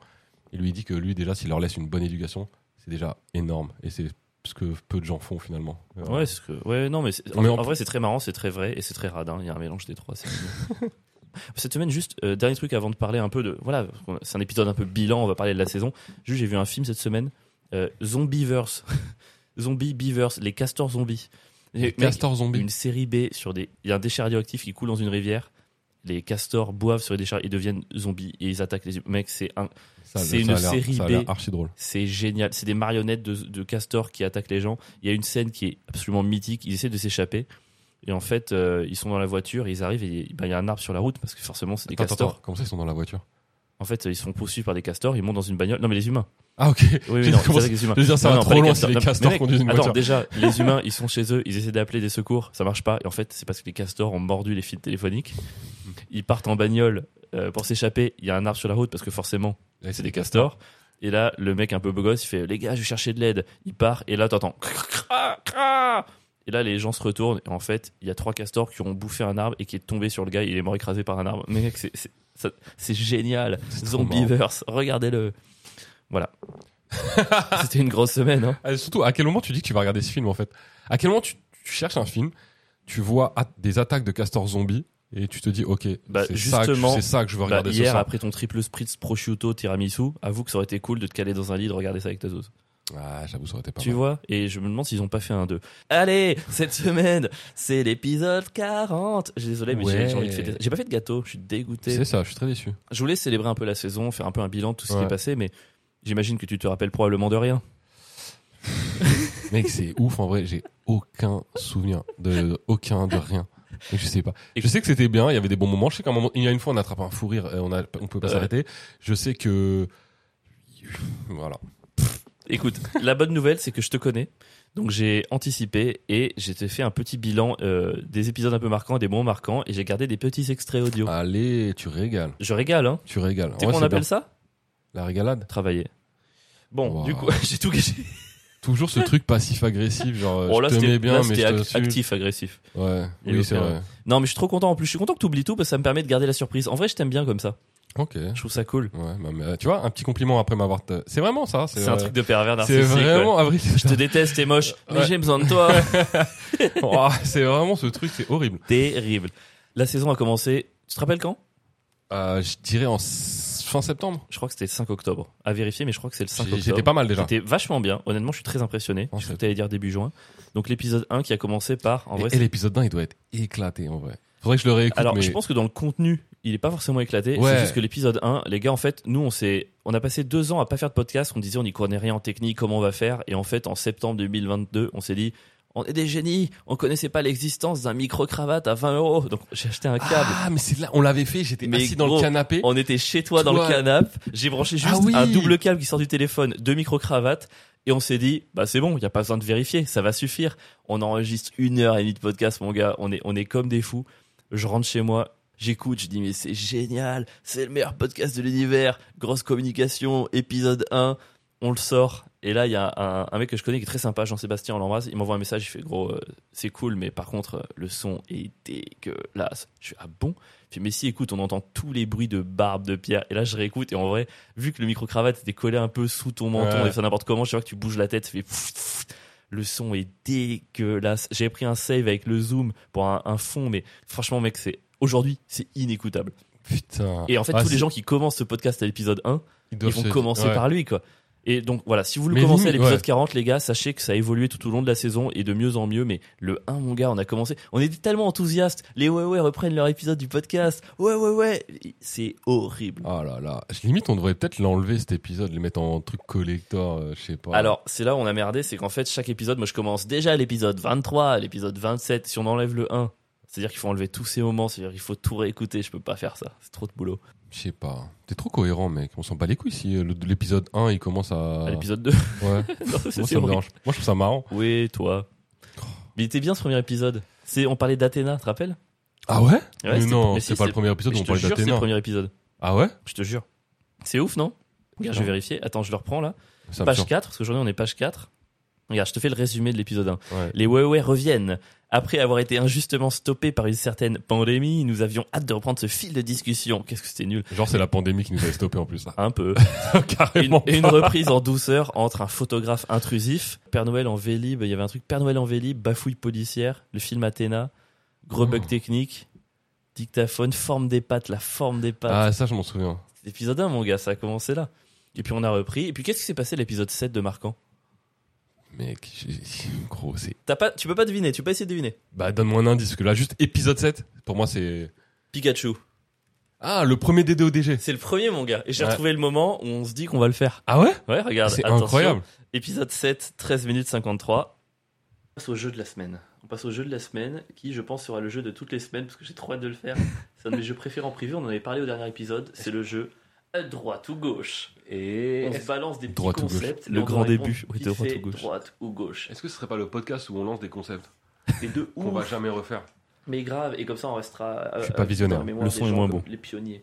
Speaker 2: et lui il dit que lui déjà s'il leur laisse une bonne éducation c'est déjà énorme et c'est ce que peu de gens font finalement Euh,
Speaker 1: Ouais, c'est ce que... ouais, non, mais, c'est- en,
Speaker 2: Mais on-
Speaker 1: en vrai, c'est très marrant, c'est très vrai et c'est très radin. Il y a un mélange des trois. c'est mignon. Cette semaine, juste euh, dernier truc avant de parler un peu de voilà, parce qu'on- c'est un épisode un peu bilan. On va parler de la saison. Juste, j'ai vu un film cette semaine, euh, Zombievers, Zombie Beavers, les castors zombies.
Speaker 2: les
Speaker 1: Mec,
Speaker 2: castors zombies
Speaker 1: Une série B sur des, il y a un déchet radioactif qui coule dans une rivière. Les castors boivent sur les déchets, ils deviennent zombies et ils attaquent les humains. Mec, c'est un,
Speaker 2: Ça,
Speaker 1: c'est
Speaker 2: ça a
Speaker 1: une
Speaker 2: l'air-
Speaker 1: série
Speaker 2: ça a l'air
Speaker 1: B.
Speaker 2: archi drôle
Speaker 1: c'est génial. C'est des marionnettes de, de castors qui attaquent les gens. Il y a une scène qui est absolument mythique. Ils essaient de s'échapper. Et en fait, euh, ils sont dans la voiture, ils arrivent et ben, il y a un arbre sur la route parce que forcément, c'est des
Speaker 2: Attends,
Speaker 1: castors.
Speaker 2: attends, comment ça ils sont dans la voiture
Speaker 1: En fait, ils sont poursuivis par des castors, ils montent dans une bagnole. Non, mais les humains.
Speaker 2: ah ok
Speaker 1: Oui,
Speaker 2: J'ai
Speaker 1: oui, non,
Speaker 2: dit comment
Speaker 1: c'est avec les humains.
Speaker 2: Je veux dire, ça
Speaker 1: Non,
Speaker 2: va
Speaker 1: non, pas
Speaker 2: trop loin si
Speaker 1: castors.
Speaker 2: les
Speaker 1: Non, mais
Speaker 2: castors
Speaker 1: mec,
Speaker 2: conduisent une
Speaker 1: Attends,
Speaker 2: voiture.
Speaker 1: déjà, les humains, ils sont chez eux, ils essaient d'appeler des secours, ça marche pas. Et en fait, c'est parce que les castors ont mordu les fils téléphoniques.
Speaker 2: Hmm.
Speaker 1: Ils partent en bagnole euh, pour s'échapper. Il y a un arbre sur la route parce que forcément,
Speaker 2: Ouais,
Speaker 1: c'est des castors. Et là, le mec un peu beau gosse, il fait Les gars, je vais chercher de l'aide. Il part, et là, t'entends Cra, cra ah, Et là, les gens se retournent, et en fait, il y a trois castors qui ont bouffé un arbre et qui est tombé sur le gars, il est mort écrasé par un arbre. Mais mec, c'est- c'est ça- c'est génial.
Speaker 2: C'est trop
Speaker 1: Zombievers, regardez-le. Voilà. C'était une grosse semaine. Hein.
Speaker 2: Ah, surtout, à quel moment tu dis que tu vas regarder ce film en fait À quel moment tu, tu cherches un film, tu vois at- des attaques de castors zombies et tu te dis ok,
Speaker 1: Bah,
Speaker 2: c'est ça, que je-
Speaker 1: justement,
Speaker 2: c'est ça que je veux
Speaker 1: Bah,
Speaker 2: regarder ce
Speaker 1: hier,
Speaker 2: soir.
Speaker 1: après ton triple spritz prosciutto tiramisu, avoue que ça aurait été cool de te caler dans un lit de regarder ça avec ta sauce.
Speaker 2: Ah, j'avoue, ça aurait été pas
Speaker 1: Tu
Speaker 2: mal.
Speaker 1: vois Et je me demande s'ils ont pas fait un 2. Allez, cette semaine, c'est l'épisode 40. J'ai désolé, mais j'ai-
Speaker 2: Ouais.
Speaker 1: j'ai envie de fêter. J'ai pas fait de gâteau, je suis dégoûté.
Speaker 2: C'est ça, je suis très déçu.
Speaker 1: Je voulais célébrer un peu la saison, faire un peu un bilan de tout ce qui
Speaker 2: Ouais.
Speaker 1: est passé, mais j'imagine que tu te rappelles probablement de rien.
Speaker 2: Mec, c'est ouf en vrai, j'ai aucun souvenir de aucun de rien. Et je sais pas. Je sais que c'était bien, il y avait des bons moments. Je sais qu'à un moment, il y a une fois, on attrape un fou rire, et on a, on pouvait pas
Speaker 1: Ouais.
Speaker 2: s'arrêter. Je sais que voilà.
Speaker 1: Écoute, la bonne nouvelle, c'est que je te connais. Donc j'ai anticipé et j'ai te fait un petit bilan euh, des épisodes un peu marquants, des moments marquants, et j'ai gardé des petits extraits audio.
Speaker 2: Allez, tu régales,
Speaker 1: Je régale, hein
Speaker 2: tu régales.
Speaker 1: Tu sais
Speaker 2: Ouais,
Speaker 1: qu'on
Speaker 2: Ah. c'est
Speaker 1: appelle
Speaker 2: bien.
Speaker 1: ça
Speaker 2: la régalade.
Speaker 1: Travailler. Bon,
Speaker 2: Wow.
Speaker 1: du coup, j'ai tout gâché.
Speaker 2: Toujours ce truc passif-agressif, genre euh,
Speaker 1: Oh, là,
Speaker 2: je te
Speaker 1: c'était
Speaker 2: mets
Speaker 1: là,
Speaker 2: bien, mais
Speaker 1: c'était
Speaker 2: je te
Speaker 1: ac-
Speaker 2: tue.
Speaker 1: actif, agressif.
Speaker 2: Ouais,
Speaker 1: Et euh,
Speaker 2: oui, c'est
Speaker 1: aucun.
Speaker 2: vrai.
Speaker 1: Non, mais je suis trop content en plus. Je suis content que tu oublies tout parce que ça me permet de garder la surprise. En vrai, je t'aime bien comme ça.
Speaker 2: Ok.
Speaker 1: Je trouve ça cool.
Speaker 2: Ouais, bah, mais, euh, tu vois, un petit compliment après m'avoir. te- C'est vraiment ça.
Speaker 1: C'est un
Speaker 2: euh,
Speaker 1: truc de pervers
Speaker 2: C'est
Speaker 1: narcissique.
Speaker 2: vraiment Avril.
Speaker 1: ouais. Je te déteste, t'es moche, mais
Speaker 2: Ouais.
Speaker 1: j'ai besoin de toi.
Speaker 2: Oh, c'est vraiment ce truc, c'est horrible.
Speaker 1: Terrible. La saison a commencé. Tu te rappelles quand
Speaker 2: Euh, je dirais en s- fin septembre.
Speaker 1: Je crois que c'était le 5 octobre. À vérifier, mais je crois que c'est le 5
Speaker 2: J'ai-
Speaker 1: octobre.
Speaker 2: J'étais pas mal déjà.
Speaker 1: C'était vachement bien. Honnêtement, je suis très impressionné.
Speaker 2: En
Speaker 1: je crois
Speaker 2: fait.
Speaker 1: que t'allais dire début juin. Donc l'épisode 1 qui a commencé par. En vrai,
Speaker 2: et et
Speaker 1: c'est-
Speaker 2: l'épisode 1, il doit être éclaté en vrai. Faudrait que je le réécoute.
Speaker 1: Alors,
Speaker 2: mais...
Speaker 1: je pense que dans le contenu, il est pas forcément éclaté.
Speaker 2: Ouais.
Speaker 1: C'est juste que l'épisode 1, les gars, en fait, nous, on s'est, on a passé deux ans à pas faire de podcast. On disait, on n'y connaît rien en technique, comment on va faire. Et en fait, en septembre 2022, on s'est dit, on est des génies. On connaissait pas l'existence d'un micro-cravate à 20 euros. Donc, j'ai acheté un câble.
Speaker 2: Ah, mais c'est là, on l'avait fait, j'étais
Speaker 1: Mais
Speaker 2: assis dans le
Speaker 1: gros,
Speaker 2: canapé.
Speaker 1: On était chez toi, dans
Speaker 2: Toi.
Speaker 1: le canapé. J'ai branché juste
Speaker 2: Ah oui.
Speaker 1: un double câble qui sort du téléphone, deux micro-cravates. Et on s'est dit, bah c'est bon, il n'y a pas besoin de vérifier, ça va suffire. On enregistre une heure et demie de podcast, mon gars. On est, on est comme des fous. Je rentre chez moi, j'écoute, je dis, mais c'est génial, c'est le meilleur podcast de l'univers. Grosse communication, épisode 1. On le sort. Et là, il y a un, un mec que je connais qui est très sympa, Jean-Sébastien, on l'embrasse. Il m'envoie un message, il fait, gros, euh, c'est cool, mais par contre, euh, le son est dégueulasse. Je suis ah bon je fais, mais si, écoute, on entend tous les bruits de barbe, de pierre. Et là, je réécoute. Et en vrai, vu que le micro-cravate était collé un peu sous ton menton
Speaker 2: Ouais.
Speaker 1: et ça n'importe comment, je vois que tu bouges la tête, ça fait pfff, pfff. le son est dégueulasse. J'ai pris un save avec le zoom pour un, un fond, mais franchement, mec, c'est aujourd'hui, c'est inécoutable.
Speaker 2: Putain.
Speaker 1: Et en fait,
Speaker 2: Ah,
Speaker 1: tous les
Speaker 2: c'est-
Speaker 1: gens qui commencent ce podcast à l'épisode 1,
Speaker 2: ils
Speaker 1: ils
Speaker 2: doivent
Speaker 1: vont
Speaker 2: se-
Speaker 1: commencer
Speaker 2: ouais.
Speaker 1: par lui, quoi. Et donc voilà, si vous le
Speaker 2: Mais
Speaker 1: commencez à
Speaker 2: limite,
Speaker 1: l'épisode
Speaker 2: ouais.
Speaker 1: 40, les gars, sachez que ça a évolué tout au long de la saison et de mieux en mieux. Mais le 1, mon gars, on a commencé, on était tellement enthousiastes. Les ouais ouais reprennent leur épisode du podcast. Ouais ouais ouais, c'est horrible.
Speaker 2: Ah là là. Limite, on devrait peut-être l'enlever cet épisode, le mettre en truc collector, euh, je sais pas.
Speaker 1: Alors c'est là où on a merdé, c'est qu'en fait chaque épisode, moi je commence déjà à l'épisode 23, à l'épisode 27. Si on enlève le 1, c'est-à-dire qu'il faut enlever tous ces moments, c'est-à-dire qu'il faut tout réécouter. Je peux pas faire ça, c'est trop de boulot.
Speaker 2: Je sais pas. T'es trop cohérent, mec. On s'en bat les couilles si euh, le- l'épisode 1 il commence à.
Speaker 1: À Ah, l'épisode 2,
Speaker 2: Ouais.
Speaker 1: non, c'est
Speaker 2: Ah. Moi,
Speaker 1: c'est
Speaker 2: ça me
Speaker 1: horrible.
Speaker 2: dérange. Oh. Moi, je trouve ça marrant.
Speaker 1: Oui, toi. Mais il était bien ce premier épisode. C'est, on parlait d'Athéna, tu te rappelles
Speaker 2: Ah ouais,
Speaker 1: Ouais,
Speaker 2: Mais
Speaker 1: c'était-
Speaker 2: non,
Speaker 1: mais
Speaker 2: c'est
Speaker 1: si,
Speaker 2: pas
Speaker 1: c'est-
Speaker 2: le premier épisode où
Speaker 1: Je
Speaker 2: on
Speaker 1: te
Speaker 2: parlait
Speaker 1: jure, c'est
Speaker 2: d'Athéna.
Speaker 1: le premier épisode.
Speaker 2: Ah ouais
Speaker 1: Je te jure. C'est ouf, non Regarde, je vais vérifier. Attends, je le reprends là.
Speaker 2: Ça me
Speaker 1: page
Speaker 2: surprend.
Speaker 1: 4, parce qu'aujourd'hui on est page 4. Regarde, je te fais le résumé de l'épisode 1.
Speaker 2: Ouais.
Speaker 1: Les Huawei reviennent. Après avoir été injustement stoppés par une certaine pandémie, nous avions hâte de reprendre ce fil de discussion. Qu'est-ce que c'était nul
Speaker 2: Genre, c'est la pandémie qui nous a stoppé en plus. Ah,
Speaker 1: Un peu. Une,
Speaker 2: Carrément.
Speaker 1: une reprise en douceur entre un photographe intrusif, Père Noël en Vélib, il y avait un truc Père Noël en Vélib, bafouille policière, le film Athéna, gros bug
Speaker 2: Oh.
Speaker 1: technique, dictaphone, forme des pattes, la forme des pattes.
Speaker 2: Ah, ça, je m'en souviens.
Speaker 1: L'épisode 1, mon gars, ça a commencé là. Et puis on a repris. Et puis qu'est-ce qui s'est passé à l'épisode 7 de Marquant
Speaker 2: Mec, j'ai- gros, c'est.
Speaker 1: T'as pas, Tu peux pas deviner, tu peux pas essayer de deviner.
Speaker 2: Bah, donne-moi un indice, parce que là, juste épisode 7, pour moi, c'est.
Speaker 1: Pikachu.
Speaker 2: Ah, le premier DDODG.
Speaker 1: C'est le premier, mon gars. Et j'ai
Speaker 2: Ouais.
Speaker 1: retrouvé le moment où on se dit qu'on va le faire.
Speaker 2: Ah ouais
Speaker 1: Ouais, regarde.
Speaker 2: C'est
Speaker 1: bah, attention.
Speaker 2: incroyable.
Speaker 1: Épisode 7, 13 minutes 53. On passe au jeu de la semaine. On passe au jeu de la semaine, qui je pense sera le jeu de toutes les semaines, parce que j'ai trop hâte de le faire. C'est un de mes jeux préférés en privé, on en avait parlé au dernier épisode. C'est le jeu à droite ou gauche.
Speaker 2: Et.
Speaker 1: On se balance des petits
Speaker 2: Droite ou gauche.
Speaker 1: concepts. Le et on doit grand répondre début, oui, qui droite fait ou gauche.
Speaker 3: droite ou gauche.
Speaker 2: Est-ce que ce serait pas le podcast où on lance des concepts
Speaker 3: Et de
Speaker 2: qu'on
Speaker 3: ouf,
Speaker 2: va jamais refaire
Speaker 3: mais grave, et comme ça on restera. euh,
Speaker 2: Je suis
Speaker 3: euh,
Speaker 2: pas visionnaire.
Speaker 3: dans la mémoire
Speaker 1: Le
Speaker 3: des
Speaker 1: son est
Speaker 3: gens
Speaker 1: moins
Speaker 3: comme
Speaker 1: bon.
Speaker 3: Les pionniers.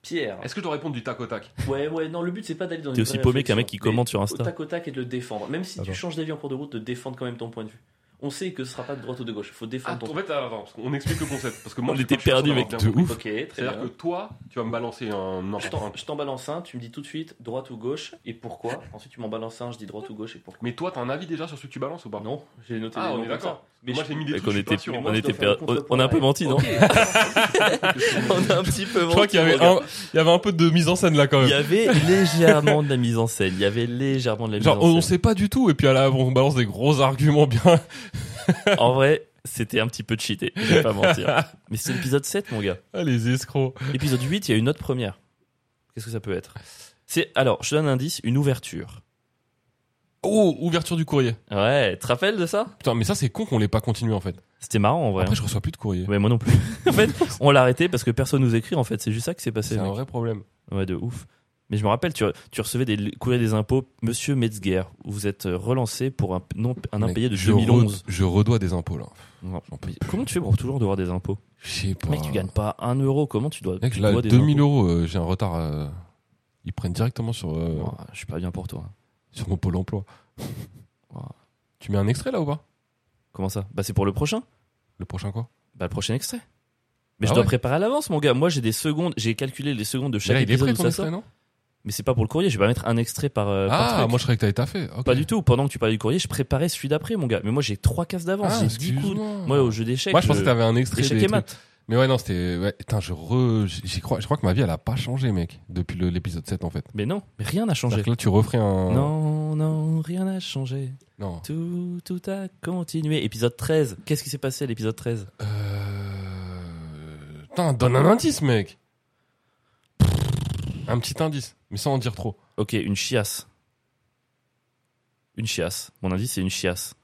Speaker 3: Pierre.
Speaker 2: Est-ce que je dois répondre du tac au tac
Speaker 3: Ouais, ouais, non, le but c'est pas d'aller dans
Speaker 1: T'es
Speaker 3: une
Speaker 1: aussi
Speaker 3: vraie
Speaker 1: paumé qu'un mec qui
Speaker 3: réflexion,
Speaker 1: commente sur
Speaker 3: mais Au
Speaker 1: Insta.
Speaker 3: tac au tac et de le défendre. Même si
Speaker 2: Attends.
Speaker 3: tu changes d'avis en cours de route, de défendre quand même ton point de vue. On sait que ce sera pas de droite ou de gauche, faut défendre
Speaker 2: Attends,
Speaker 3: ton
Speaker 2: Ah, en fait, attends, parce qu'on explique le concept. Parce que moi,
Speaker 1: On
Speaker 2: je suis
Speaker 1: était
Speaker 2: pas sûr
Speaker 1: perdus,
Speaker 2: d'avoir
Speaker 1: mec,
Speaker 2: bien
Speaker 1: de
Speaker 2: compris.
Speaker 1: ouf.
Speaker 3: Ok, très
Speaker 2: C'est-à-dire
Speaker 3: bien.
Speaker 2: que toi, tu vas me balancer un
Speaker 3: Je
Speaker 2: n'importe
Speaker 3: t'en-
Speaker 2: un.
Speaker 3: Je t'en balance un, tu me dis tout de suite droite ou gauche et pourquoi. Ensuite tu m'en balances un, je dis droite ou gauche et pourquoi.
Speaker 2: Mais toi, t'as un avis déjà sur celui que tu balances ou pas
Speaker 3: Non, j'ai noté
Speaker 2: Ah,
Speaker 3: des
Speaker 2: on
Speaker 3: noms
Speaker 2: est
Speaker 3: comme ça.
Speaker 2: d'accord.
Speaker 3: Mais
Speaker 2: Moi,
Speaker 3: je-
Speaker 2: j'ai mis des
Speaker 1: Mec,
Speaker 2: trucs,
Speaker 1: on
Speaker 2: je suis
Speaker 1: était,
Speaker 2: pas sûr.
Speaker 1: on
Speaker 3: moi, je
Speaker 1: était
Speaker 3: dois faire
Speaker 1: per-
Speaker 3: le
Speaker 1: on,
Speaker 3: contre-point.
Speaker 1: on a un peu menti, non
Speaker 3: Ok.
Speaker 1: On a un petit peu menti.
Speaker 2: Je crois qu'il y avait
Speaker 1: mon gars.
Speaker 2: un, il y avait un peu de mise en scène là quand
Speaker 1: Il y
Speaker 2: même.
Speaker 1: avait légèrement de la mise en scène. Il y avait légèrement de la mise
Speaker 2: Genre, on,
Speaker 1: en
Speaker 2: on
Speaker 1: scène.
Speaker 2: sait pas du tout, et puis à la, on balance des gros arguments bien.
Speaker 1: En vrai, c'était un petit peu cheaté. Je vais pas mentir. Mais c'est l'épisode 7, mon gars.
Speaker 2: Ah, les escrocs.
Speaker 1: Épisode 8, il y a une autre première. Qu'est-ce que ça peut être C'est alors, je te donne un indice, une ouverture.
Speaker 2: Oh, ouverture du courrier.
Speaker 1: Ouais, tu te rappelles de ça
Speaker 2: Putain, mais ça, c'est con qu'on l'ait pas continué en fait.
Speaker 1: C'était marrant en vrai.
Speaker 2: Après, je reçois plus de courrier.
Speaker 1: Ouais, moi non plus. en fait, on l'a arrêté parce que personne nous écrit. En fait, c'est juste ça qui s'est passé.
Speaker 2: C'est un
Speaker 1: mec.
Speaker 2: vrai problème.
Speaker 1: Ouais, de ouf. Mais je me rappelle, tu, tu recevais des courriers des impôts, Monsieur Metzger. Vous êtes euh, relancé pour un, non, un
Speaker 2: Mec,
Speaker 1: impayé de
Speaker 2: je
Speaker 1: 2011.
Speaker 2: re- je redois des impôts là.
Speaker 1: Non.
Speaker 2: J'en peux
Speaker 1: Comment tu fais pour toujours devoir des impôts
Speaker 2: Je sais pas.
Speaker 1: Mec, tu gagnes pas un euro. Comment tu dois,
Speaker 2: Bah, Mec,
Speaker 1: tu
Speaker 2: là,
Speaker 1: dois des
Speaker 2: 2000
Speaker 1: impôts
Speaker 2: euros, euh, j'ai un retard. euh, ils prennent directement sur, euh,
Speaker 1: Ouais, Oh, Je suis pas bien pour toi.
Speaker 2: sur mon pôle emploi.
Speaker 1: Ouais.
Speaker 2: Tu mets un extrait là ou pas
Speaker 1: Comment ça Bah, c'est pour le prochain.
Speaker 2: Le prochain quoi
Speaker 1: Bah, le prochain extrait. Mais
Speaker 2: Ah
Speaker 1: je dois
Speaker 2: ouais
Speaker 1: préparer à l'avance, mon gars. Moi, j'ai des secondes. J'ai calculé les secondes de
Speaker 2: Mais
Speaker 1: chaque
Speaker 2: là, il est
Speaker 1: épisode
Speaker 2: prêt
Speaker 1: où
Speaker 2: ton
Speaker 1: ça
Speaker 2: extrait,
Speaker 1: sort.
Speaker 2: non
Speaker 1: Mais c'est pas pour le courrier. Je vais pas mettre un extrait par. euh, par
Speaker 2: Ah,
Speaker 1: truc.
Speaker 2: moi je croyais que t'avais taffé. fait.
Speaker 1: Pas du tout. Pendant que tu parlais du courrier, je préparais celui d'après, mon gars. Mais moi, j'ai trois cases d'avance.
Speaker 2: Ah,
Speaker 1: j'ai dix coups.
Speaker 2: excuse-moi.
Speaker 1: Moi, au jeu d'échecs.
Speaker 2: Moi, je pensais que t'avais un extrait.
Speaker 1: Échec
Speaker 2: des
Speaker 1: et
Speaker 2: trucs.
Speaker 1: maths.
Speaker 2: Mais ouais, non, c'était. Ouais, putain, je re- j'y crois, je crois que ma vie, elle a pas changé, mec, depuis le- l'épisode 7, en fait.
Speaker 1: Mais non, mais rien n'a changé.
Speaker 2: C'est-à-dire que là, tu referais un.
Speaker 1: Non, non, rien n'a changé.
Speaker 2: Non.
Speaker 1: Tout, tout a continué. Épisode 13. Qu'est-ce qui s'est passé à l'épisode 13
Speaker 2: Euh... Putain, donne un indice, mec. Un petit indice, mais sans en dire trop.
Speaker 1: Ok, une chiasse. Une chiasse. Mon indice, c'est une chiasse.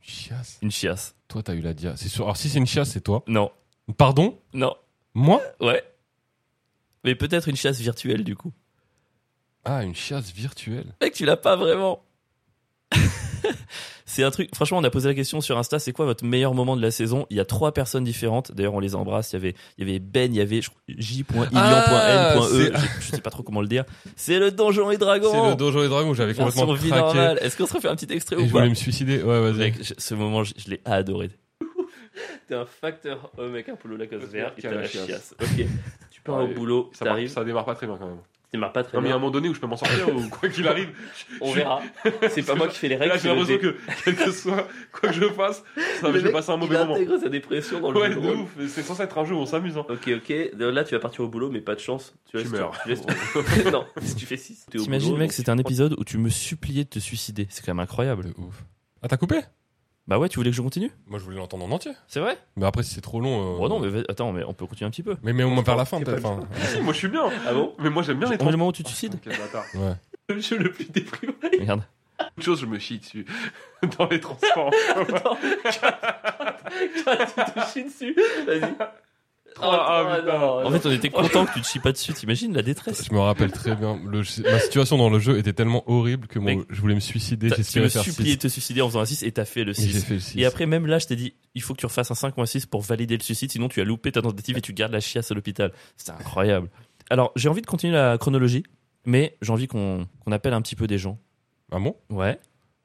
Speaker 2: Chiasse.
Speaker 1: Une chiasse.
Speaker 2: Toi, t'as eu la dia. C'est sûr. Alors, si c'est une chiasse, c'est toi.
Speaker 1: Non,
Speaker 2: Pardon
Speaker 1: non,
Speaker 2: Moi
Speaker 1: ouais. Mais peut-être une chiasse virtuelle, du coup.
Speaker 2: Ah, une chiasse virtuelle.
Speaker 1: Mec, tu l'as pas vraiment. c'est un truc. Franchement, on a posé la question sur Insta. C'est quoi votre meilleur moment de la saison Il y a trois personnes différentes. D'ailleurs, on les embrasse. Il y avait, il y avait Ben, il y avait je crois,
Speaker 2: Ah,
Speaker 1: j.ilian.n.e. je, je sais pas trop comment le dire. C'est le donjon et dragon.
Speaker 2: C'est le Dojo et Dragon, j'avais
Speaker 1: version
Speaker 2: complètement
Speaker 1: vie
Speaker 2: craqué.
Speaker 1: normale. Est-ce qu'on se refait un petit extrait
Speaker 2: Et
Speaker 1: ou
Speaker 2: je
Speaker 1: pas
Speaker 2: voulais me suicider. Ouais, vas-y.
Speaker 1: Mec, je- ce moment, je, je l'ai adoré.
Speaker 3: T'es un facteur homme avec un polo Lacoste
Speaker 2: vert
Speaker 3: vert
Speaker 2: et
Speaker 3: et
Speaker 2: t'as
Speaker 3: t'as
Speaker 2: la
Speaker 3: la
Speaker 2: chiasse.
Speaker 3: chiasse. Ok. Tu pars au
Speaker 2: Ouais,
Speaker 3: boulot,
Speaker 2: Ça, marche-
Speaker 3: t'arrives.
Speaker 2: ça démarre pas très bien quand même.
Speaker 3: C'était ma pas très
Speaker 2: Non, mais à un
Speaker 3: bien.
Speaker 2: moment donné où je peux m'en sortir ou quoi qu'il arrive.
Speaker 3: On
Speaker 2: je-
Speaker 3: verra. C'est pas moi qui fais les
Speaker 2: Et
Speaker 3: règles.
Speaker 2: Là, j'ai
Speaker 3: c'est le
Speaker 2: l'impression
Speaker 3: dé-
Speaker 2: que, quel que soit, quoi que je fasse, ça,
Speaker 3: Le
Speaker 2: je vais
Speaker 3: mec,
Speaker 2: passer un
Speaker 3: il
Speaker 2: mauvais moment.
Speaker 3: intègre sa dépression dans le
Speaker 2: Ouais,
Speaker 3: jeu
Speaker 2: de
Speaker 3: de rôle.
Speaker 2: ouf, mais c'est censé être un jeu où on s'amuse. Hein.
Speaker 3: Ok, ok. De- Là, tu vas partir au boulot, mais pas de chance. Tu,
Speaker 2: Tu
Speaker 3: laisses-
Speaker 2: meurs.
Speaker 3: tu laisses ton- non, si tu fais 6, t'es au boulot.
Speaker 1: T'imagines, mec,
Speaker 3: donc-
Speaker 1: c'était un épisode où tu me suppliais de te suicider. C'est quand même incroyable.
Speaker 2: De ouf. Ah, t'as coupé
Speaker 1: Bah ouais, tu voulais que je continue
Speaker 2: Moi, je voulais l'entendre en entier.
Speaker 1: C'est vrai
Speaker 2: Mais après, si c'est trop long.
Speaker 1: Bon, non, mais vas- attends, mais on peut continuer un petit peu.
Speaker 2: Mais, mais au moins vers la fin,
Speaker 1: c'est pas
Speaker 2: peut-être. enfin.
Speaker 3: Moi, je suis bien. Ah bon
Speaker 2: Mais moi, j'aime bien les
Speaker 1: On est
Speaker 2: trois.
Speaker 1: le moment où tu te suicides
Speaker 2: Quel bâtard.
Speaker 3: Le jeu le plus déprimant.
Speaker 1: Regarde.
Speaker 2: Autre chose, je me chie dessus. Dans les transports. Ah,
Speaker 3: Quand tu te chies dessus. Vas-y. Oh,
Speaker 2: ah, putain.
Speaker 1: En fait, on était content que tu te chies pas dessus. T'imagines la détresse
Speaker 4: Je me rappelle très bien. Le- ma situation dans le jeu était tellement horrible que mon-
Speaker 1: Mec,
Speaker 4: je voulais me suicider.
Speaker 1: T'as- Tu
Speaker 4: J'espérais
Speaker 1: me
Speaker 4: faire
Speaker 1: suppliais
Speaker 4: 6.
Speaker 1: de te suicider en faisant un 6 et t'as fait le
Speaker 4: Et j'ai
Speaker 1: 6.
Speaker 4: fait le 6.
Speaker 1: Et après, même là, je t'ai dit, il faut que tu refasses un 5 ou un 6 pour valider le suicide, sinon tu as loupé ta tentative et tu gardes la chiasse à l'hôpital. C'est incroyable. Alors, j'ai envie de continuer la chronologie, mais j'ai envie qu'on qu'on appelle un petit peu des gens.
Speaker 4: Ah bon
Speaker 1: Ouais,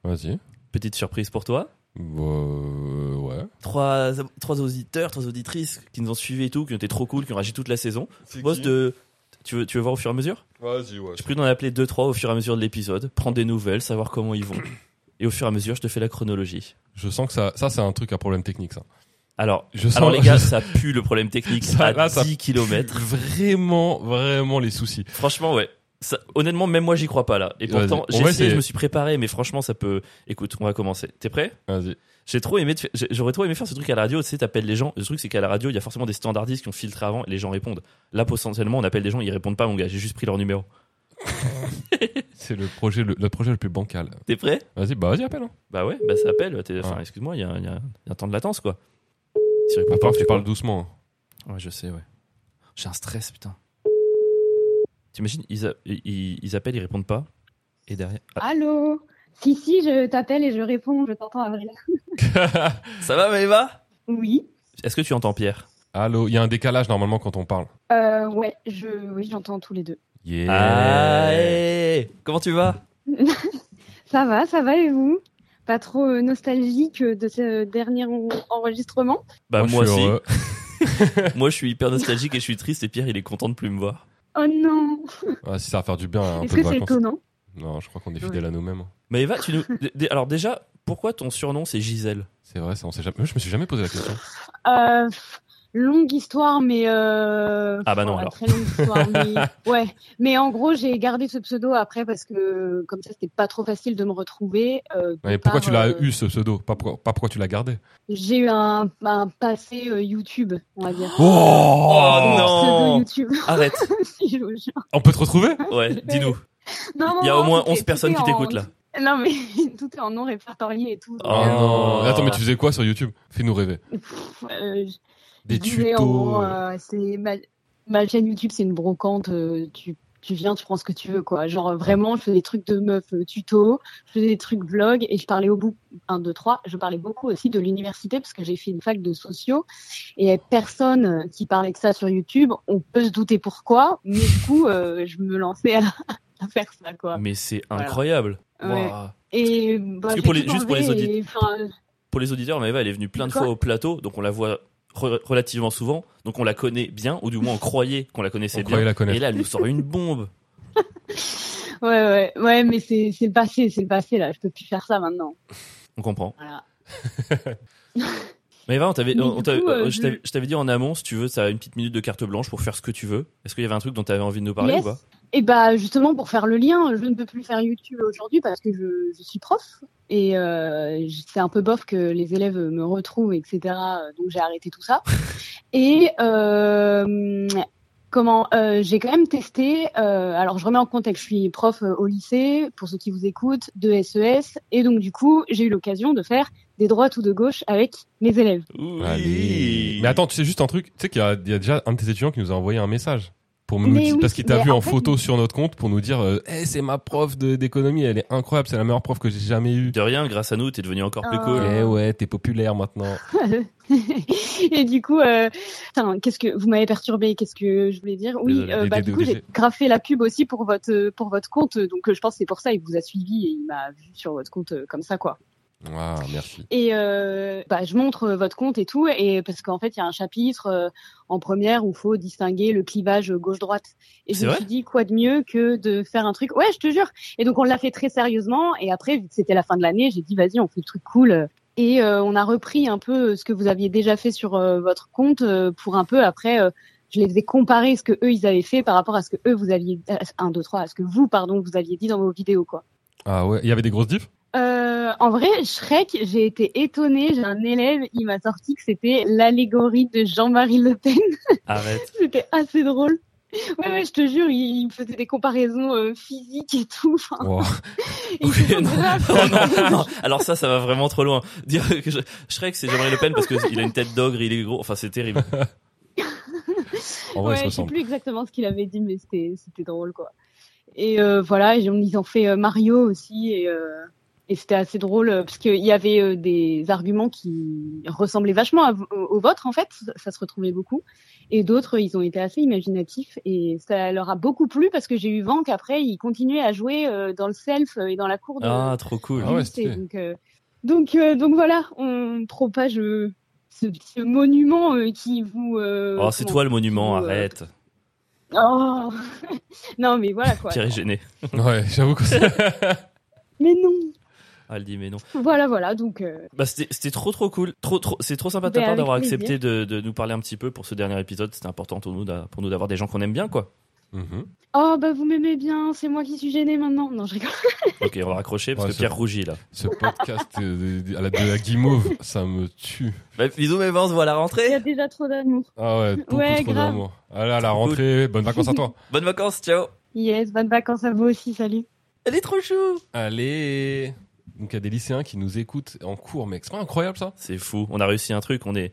Speaker 4: Vas-y.
Speaker 1: petite surprise pour toi.
Speaker 4: Bah, euh, ouais.
Speaker 1: Trois, trois auditeurs, trois auditrices qui nous ont suivis et tout, qui ont été trop cool, qui ont réagi toute la saison. Je propose de. Tu veux, tu veux voir au fur et à mesure
Speaker 4: Vas-y, ouais.
Speaker 1: Je prie d'en appeler 2-3 au fur et à mesure de l'épisode, prendre des nouvelles, savoir comment ils vont. Et au fur et à mesure, je te fais la chronologie.
Speaker 4: Je sens que ça, ça c'est un truc à problème technique, ça.
Speaker 1: Alors,
Speaker 4: Je sens
Speaker 1: alors les gars, ça pue le problème technique
Speaker 4: Ça,
Speaker 1: à
Speaker 4: là, ça
Speaker 1: 10 km.
Speaker 4: vraiment, vraiment les soucis.
Speaker 1: Franchement, ouais. Ça- honnêtement, même moi, j'y crois pas là. Et pourtant,
Speaker 4: Vas-y, on
Speaker 1: j'ai essayé,
Speaker 4: va essayer.
Speaker 1: je me suis préparé, mais franchement, ça peut. Écoute, on va commencer. T'es prêt
Speaker 4: Vas-y.
Speaker 1: J'ai trop aimé. de fa- j'ai- J'aurais trop aimé faire ce truc à la radio. Tu sais, t'appelles les gens. Le truc, c'est qu'à la radio, il y a forcément des standardistes qui ont filtré avant et les gens répondent. Là, potentiellement, on appelle des gens, ils répondent pas, mon gars. J'ai juste pris leur numéro.
Speaker 4: C'est le projet, le, le projet le plus bancal.
Speaker 1: T'es prêt
Speaker 4: Vas-y, bah vas-y, appelle. Hein.
Speaker 1: Bah ouais, bah ça appelle. T'es- Enfin,
Speaker 4: Ah.
Speaker 1: excuse-moi, il y, a un- il y a un il y a un temps de latence, quoi. Tu réponds
Speaker 4: À
Speaker 1: pas,
Speaker 4: part
Speaker 1: on
Speaker 4: que
Speaker 1: fait
Speaker 4: tu
Speaker 1: quoi
Speaker 4: parles doucement. hein.
Speaker 1: Ouais, je sais, ouais. J'ai un stress, putain. T'imagines, ils, a- ils, ils appellent, ils répondent pas. Et derrière. Ah,
Speaker 5: Allô Si, si, je t'appelle et je réponds, je t'entends, Avril.
Speaker 1: Ça va, Maëva
Speaker 5: Oui,
Speaker 1: Est-ce que tu entends Pierre
Speaker 4: Allô, il y a un décalage normalement quand on parle.
Speaker 5: euh, ouais, je, oui, j'entends tous les deux.
Speaker 4: Yeah.
Speaker 1: Ah, hey Comment tu vas
Speaker 5: Ça va, ça va, et vous Pas trop euh, nostalgique euh, de ce dernier en- enregistrement
Speaker 1: Bah,
Speaker 4: je
Speaker 1: moi,
Speaker 4: suis
Speaker 1: aussi.
Speaker 4: heureux.
Speaker 1: Moi, je suis hyper nostalgique et je suis triste. Et Pierre, il est content de plus me voir.
Speaker 5: Oh non
Speaker 4: Ah, si ça va faire du bien, un
Speaker 5: Est-ce
Speaker 4: peu de
Speaker 5: que c'est
Speaker 4: vacances.
Speaker 5: étonnant
Speaker 4: Non, je crois qu'on est fidèle à nous-mêmes. hein.
Speaker 1: Maëva, tu nous. d- d- Alors, déjà, pourquoi ton surnom, c'est Gisèle
Speaker 4: C'est vrai, ça, on sait jamais. Je me suis jamais posé la question.
Speaker 5: euh, pff, Longue histoire, mais... Euh,
Speaker 1: Ah bah non,
Speaker 5: voilà,
Speaker 1: alors.
Speaker 5: Très longue histoire, mais... Ouais, mais en gros, j'ai gardé ce pseudo après parce que comme ça, c'était pas trop facile de me retrouver. euh, de
Speaker 4: Non, mais pourquoi
Speaker 5: par,
Speaker 4: tu l'as
Speaker 5: euh,
Speaker 4: eu ce pseudo pas pourquoi, pas pourquoi tu l'as gardé
Speaker 5: J'ai eu un, un passé euh, YouTube, on va dire.
Speaker 1: Oh,
Speaker 5: Pseudo
Speaker 1: non
Speaker 5: YouTube.
Speaker 1: Arrête
Speaker 5: Si, je vous jure.
Speaker 4: On peut te retrouver
Speaker 1: Ouais, dis-nous.
Speaker 5: Non, non,
Speaker 1: Il y a
Speaker 5: non,
Speaker 1: au moins
Speaker 5: tout est-
Speaker 1: 11
Speaker 5: tout
Speaker 1: personnes
Speaker 5: est
Speaker 1: qui
Speaker 5: en-
Speaker 1: t'écoutent là.
Speaker 5: Non, mais tout est en non répertorié et tout.
Speaker 1: Oh,
Speaker 5: Euh,
Speaker 1: non.
Speaker 4: Attends, mais tu faisais quoi sur YouTube Fais-nous rêver.
Speaker 5: pff, euh, je
Speaker 4: Des
Speaker 5: disais, en
Speaker 4: tutos.
Speaker 5: gros, euh, c'est ma, ma chaîne YouTube, c'est une brocante. euh, tu, tu viens, tu prends ce que tu veux, quoi. Genre, euh, vraiment, je fais des trucs de meuf euh, tuto, je fais des trucs vlog et je parlais au bout 1, 2, 3. Je parlais beaucoup aussi de l'université parce que j'ai fait une fac de sociaux et personne euh, qui parlait que ça sur YouTube. On peut se douter pourquoi, mais du coup, euh, je me lançais à, à faire ça, quoi.
Speaker 1: Mais c'est
Speaker 5: Voilà.
Speaker 1: incroyable.
Speaker 5: Ouais.
Speaker 1: Waouh.
Speaker 5: Et bah,
Speaker 1: Parce que
Speaker 5: j'ai
Speaker 1: pour les-
Speaker 5: tout
Speaker 1: juste pour les
Speaker 5: enlevé
Speaker 1: audit-
Speaker 5: et, enfin,
Speaker 1: Pour les auditeurs, Maëva, elle est venue plein de
Speaker 5: Quoi
Speaker 1: fois au plateau, donc on la voit re- relativement souvent, donc on la connaît bien, ou du moins on croyait qu'on la connaissait
Speaker 4: On
Speaker 1: bien.
Speaker 4: croyait la
Speaker 1: Et
Speaker 4: connaître.
Speaker 1: là, elle nous sort une bombe.
Speaker 5: Ouais, ouais, ouais, mais c'est c'est le passé, c'est le passé là. Je peux plus faire ça maintenant.
Speaker 1: On comprend.
Speaker 5: Voilà.
Speaker 1: Maëva, on t'avait,
Speaker 5: Mais
Speaker 1: on
Speaker 5: du
Speaker 1: t'avait-
Speaker 5: coup, euh,
Speaker 1: euh, je
Speaker 5: je-
Speaker 1: t'avais- je t'avais dit en amont, si tu veux, ça a une petite minute de carte blanche pour faire ce que tu veux. Est-ce qu'il y avait un truc dont tu avais envie de nous parler
Speaker 5: Yes.
Speaker 1: ou pas
Speaker 5: Et bah justement pour faire le lien, je ne peux plus faire YouTube aujourd'hui parce que je, je suis prof et euh, j- c'est un peu bof que les élèves me retrouvent, etc. Donc j'ai arrêté tout ça. Et euh, comment euh, j'ai quand même testé. euh, alors je remets en contexte, je suis prof euh, au lycée pour ceux qui vous écoutent de SES et donc du coup j'ai eu l'occasion de faire des droites ou de gauche avec mes élèves.
Speaker 4: Allez. Mais attends, tu sais juste un truc. Tu sais qu'il y, a- il y a déjà un de tes étudiants qui nous a envoyé un message. Pour nous
Speaker 5: Mais
Speaker 4: dire-
Speaker 5: oui,
Speaker 4: parce qu'il t'a
Speaker 5: mais
Speaker 4: vu en
Speaker 5: en fait-
Speaker 4: photo sur notre compte pour nous dire euh, Eh, c'est ma prof de- d'économie, elle est incroyable, c'est la meilleure prof que j'ai jamais eue.
Speaker 1: De rien, grâce à nous, t'es devenu encore plus
Speaker 5: Ah.
Speaker 1: cool.
Speaker 4: Eh ouais, t'es populaire maintenant.
Speaker 5: et du coup, euh, putain, qu'est-ce que vous m'avez perturbé Qu'est-ce que je voulais dire Oui,
Speaker 1: Désolé,
Speaker 5: euh, bah,
Speaker 4: désolé,
Speaker 5: du coup,
Speaker 4: désolé.
Speaker 5: j'ai graffé la pub aussi pour votre pour votre compte, donc euh, je pense que c'est pour ça il vous a suivi et il m'a vu sur votre compte euh, comme ça quoi.
Speaker 4: Ah,
Speaker 2: Waouh, merci.
Speaker 5: Et euh, bah, je montre votre compte et tout, et parce qu'en fait, il y a un chapitre euh, en première où il faut distinguer le clivage gauche-droite. Et
Speaker 1: C'est
Speaker 5: je me
Speaker 1: vrai
Speaker 5: suis dit, quoi de mieux que de faire un truc Ouais, je te jure. Et donc, on l'a fait très sérieusement. Et après, vu que c'était la fin de l'année, j'ai dit, vas-y, on fait le truc cool. Et euh, on a repris un peu euh, ce que vous aviez déjà fait sur euh, votre compte euh, pour un peu après. euh, je les ai comparés ce que eux ils avaient fait par rapport à ce que eux vous aviez euh, un deux trois à ce que vous pardon vous aviez dit dans vos vidéos quoi.
Speaker 2: Ah ouais, il y avait des grosses diffs
Speaker 5: Euh, en vrai, Shrek, j'ai été étonnée. J'ai un élève, il m'a sorti que c'était l'allégorie de Jean-Marie Le Pen.
Speaker 1: Arrête.
Speaker 5: c'était assez drôle. Ouais, ouais, je te jure, il il me faisait des comparaisons euh, physiques et tout. Enfin,
Speaker 2: Wow.
Speaker 5: il se
Speaker 1: Oui, non.
Speaker 5: grave.
Speaker 1: Oh non, non. Alors ça, ça va vraiment trop loin. Dire que je- Shrek, c'est Jean-Marie Le Pen parce qu'il a une tête d'ogre, il est gros. Enfin, c'est terrible.
Speaker 2: En vrai, ils se
Speaker 5: ouais, je sais
Speaker 2: ressemblent.
Speaker 5: plus exactement ce qu'il avait dit, mais c'était c'était drôle quoi. Et euh, voilà, ils ont- ils ont fait euh, Mario aussi et, euh, et c'était assez drôle euh, parce qu'il y avait euh, des arguments qui ressemblaient vachement à v- au au vôtre en fait, ça se retrouvait beaucoup. Et d'autres, ils ont été assez imaginatifs et ça leur a beaucoup plu parce que j'ai eu vent qu'après ils continuaient à jouer euh, dans le self et dans la cour de,
Speaker 1: Ah, trop cool.
Speaker 2: Ah ouais,
Speaker 5: lycée.
Speaker 2: stylé.
Speaker 5: donc, euh, donc, euh, donc voilà, on propage euh, ce, ce monument euh, qui vous. euh,
Speaker 1: Oh, c'est
Speaker 5: comment-
Speaker 1: toi le monument,
Speaker 5: euh,
Speaker 1: arrête.
Speaker 5: Oh non, mais voilà quoi.
Speaker 1: Pierre est gêné.
Speaker 2: Ouais, j'avoue que c'est.
Speaker 5: Mais non,
Speaker 1: Ah, elle dit mais non.
Speaker 5: voilà, voilà. Donc, euh,
Speaker 1: Bah, c'était c'était trop trop cool. Trop, trop, c'est trop sympa de ta
Speaker 5: Ben,
Speaker 1: part
Speaker 5: avec
Speaker 1: d'avoir
Speaker 5: plaisir.
Speaker 1: accepté de, de nous parler un petit peu pour ce dernier épisode. C'était important pour nous d'a- pour nous d'avoir des gens qu'on aime bien, quoi.
Speaker 2: Mhm.
Speaker 5: oh bah vous m'aimez bien, c'est moi qui suis gênée maintenant. Non, je rigole.
Speaker 1: Ok, on va raccrocher parce
Speaker 2: Ouais,
Speaker 1: que
Speaker 2: c'est-
Speaker 1: Pierre rougit là.
Speaker 2: Ce podcast euh, de, de- à la, de la guimauve, ça me tue.
Speaker 1: Bah, bisous, mes ventes, voilà
Speaker 5: Il y
Speaker 1: rentrée.
Speaker 5: a déjà trop d'amour.
Speaker 2: Ah ouais, beaucoup
Speaker 5: Ouais,
Speaker 2: trop
Speaker 5: grave.
Speaker 2: d'amour. Ah là, la
Speaker 1: Trop cool.
Speaker 2: rentrée, bonnes vacances à toi.
Speaker 1: Bonnes vacances, ciao.
Speaker 5: Yes, bonnes vacances à vous aussi, salut.
Speaker 1: Elle est trop chou.
Speaker 2: Allez Donc il y a des lycéens qui nous écoutent en cours, mec. C'est pas incroyable ça
Speaker 1: C'est fou. On a réussi un truc. On est.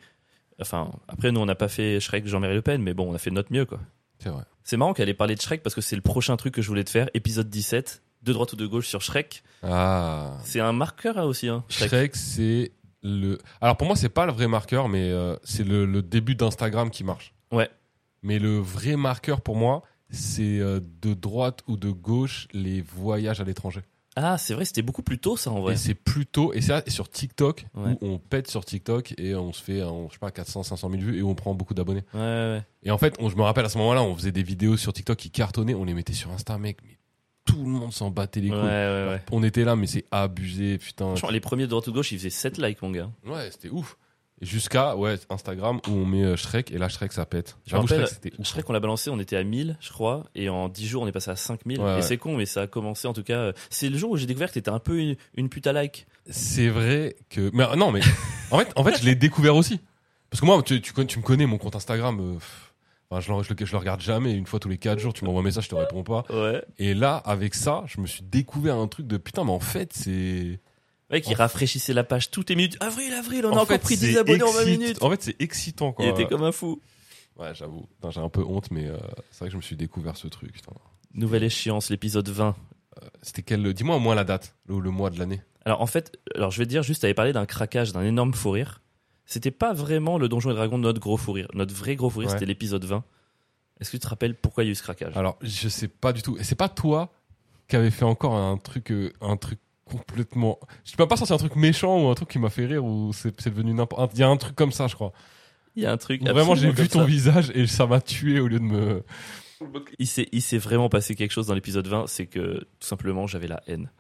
Speaker 1: Enfin, après nous, on n'a pas fait Shrek, Jean-Marie Le Pen, mais bon, on a fait de notre mieux, quoi.
Speaker 2: C'est vrai.
Speaker 1: C'est marrant qu'elle ait parlé de Shrek parce que c'est le prochain truc que je voulais te faire. Épisode 17, de droite ou de gauche sur Shrek.
Speaker 2: Ah.
Speaker 1: C'est un marqueur hein, aussi, hein. Shrek.
Speaker 2: Shrek, c'est le. Alors pour moi, c'est pas le vrai marqueur, mais euh, c'est le, le début d'Instagram qui marche.
Speaker 1: Ouais.
Speaker 2: Mais le vrai marqueur pour moi, c'est euh, de droite ou de gauche les voyages à l'étranger.
Speaker 1: Ah, c'est vrai, c'était beaucoup plus tôt, ça, en vrai.
Speaker 2: Et c'est plutôt. Et c'est sur TikTok
Speaker 1: Ouais.
Speaker 2: où on pète sur TikTok et on se fait, euh, on- je sais pas, 400, 500 000 vues et on prend beaucoup d'abonnés.
Speaker 1: Ouais, ouais, ouais.
Speaker 2: Et en fait, on- je me rappelle à ce moment-là, on faisait des vidéos sur TikTok qui cartonnaient, on les mettait sur Insta, mec, mais tout le monde s'en battait les
Speaker 1: ouais,
Speaker 2: couilles.
Speaker 1: ouais, ouais.
Speaker 2: On était là, mais c'est abusé, putain.
Speaker 1: Franchement, les premiers de droite ou de gauche, ils faisaient 7 likes, mon gars.
Speaker 2: Ouais, c'était ouf. Et Jusqu'à ouais, Instagram où on met euh, Shrek et là Shrek ça pète.
Speaker 1: Je
Speaker 2: J'avoue,
Speaker 1: rappelle- euh,
Speaker 2: Shrek c'était ouf.
Speaker 1: Shrek, on l'a balancé, on était à 1000, je crois, et en 10 jours, on est passé à 5000.
Speaker 2: Ouais,
Speaker 1: et
Speaker 2: ouais.
Speaker 1: c'est con, mais ça a commencé, en tout cas. euh, C'est le jour où j'ai découvert que t'étais un peu une, une pute à like.
Speaker 2: C'est vrai que mais euh, non mais en fait en fait je l'ai découvert aussi parce que moi tu tu, connais- tu me connais mon compte Instagram euh, pff, enfin, je, l'en- je le, je le regarde jamais une fois tous les quatre jours tu m'envoies un message je te réponds pas
Speaker 1: Ouais.
Speaker 2: et là avec ça je me suis découvert un truc de putain mais en fait c'est
Speaker 1: Ouais, qui
Speaker 2: En-
Speaker 1: rafraîchissait la page toutes les minutes. Avril, avril, on a
Speaker 2: en
Speaker 1: encore
Speaker 2: fait,
Speaker 1: pris
Speaker 2: c'est
Speaker 1: 10 abonnés en 20
Speaker 2: excit-
Speaker 1: minutes.
Speaker 2: en fait c'est excitant quoi
Speaker 1: Il était comme un fou.
Speaker 2: ouais j'avoue Putain, j'ai un peu honte mais euh, c'est vrai que je me suis découvert ce truc putain.
Speaker 1: Nouvelle échéance, l'épisode 20.
Speaker 2: c'était quel dis-moi au moins la date le, le mois de l'année
Speaker 1: Alors en fait, alors je vais te dire juste, t'avais parlé d'un craquage, d'un énorme fou rire. C'était pas vraiment le Donjon et Dragon notre gros fou rire. Notre vrai gros fou rire,
Speaker 2: Ouais.
Speaker 1: c'était l'épisode 20. Est-ce que tu te rappelles pourquoi il y a eu ce craquage
Speaker 2: Alors, je sais pas du tout. Et c'est pas toi qui avait fait encore un truc, euh, un truc complètement. Je peux pas sortir un truc méchant ou un truc qui m'a fait rire ou c'est c'est devenu n'importe. Il y a un truc comme ça, je crois.
Speaker 1: Il y a un truc.
Speaker 2: Vraiment,
Speaker 1: absolument
Speaker 2: j'ai
Speaker 1: comme
Speaker 2: vu ton
Speaker 1: ça.
Speaker 2: visage et ça m'a tué au lieu de me.
Speaker 1: Il s'est, il s'est vraiment passé quelque chose dans l'épisode 20, c'est que tout simplement j'avais la haine.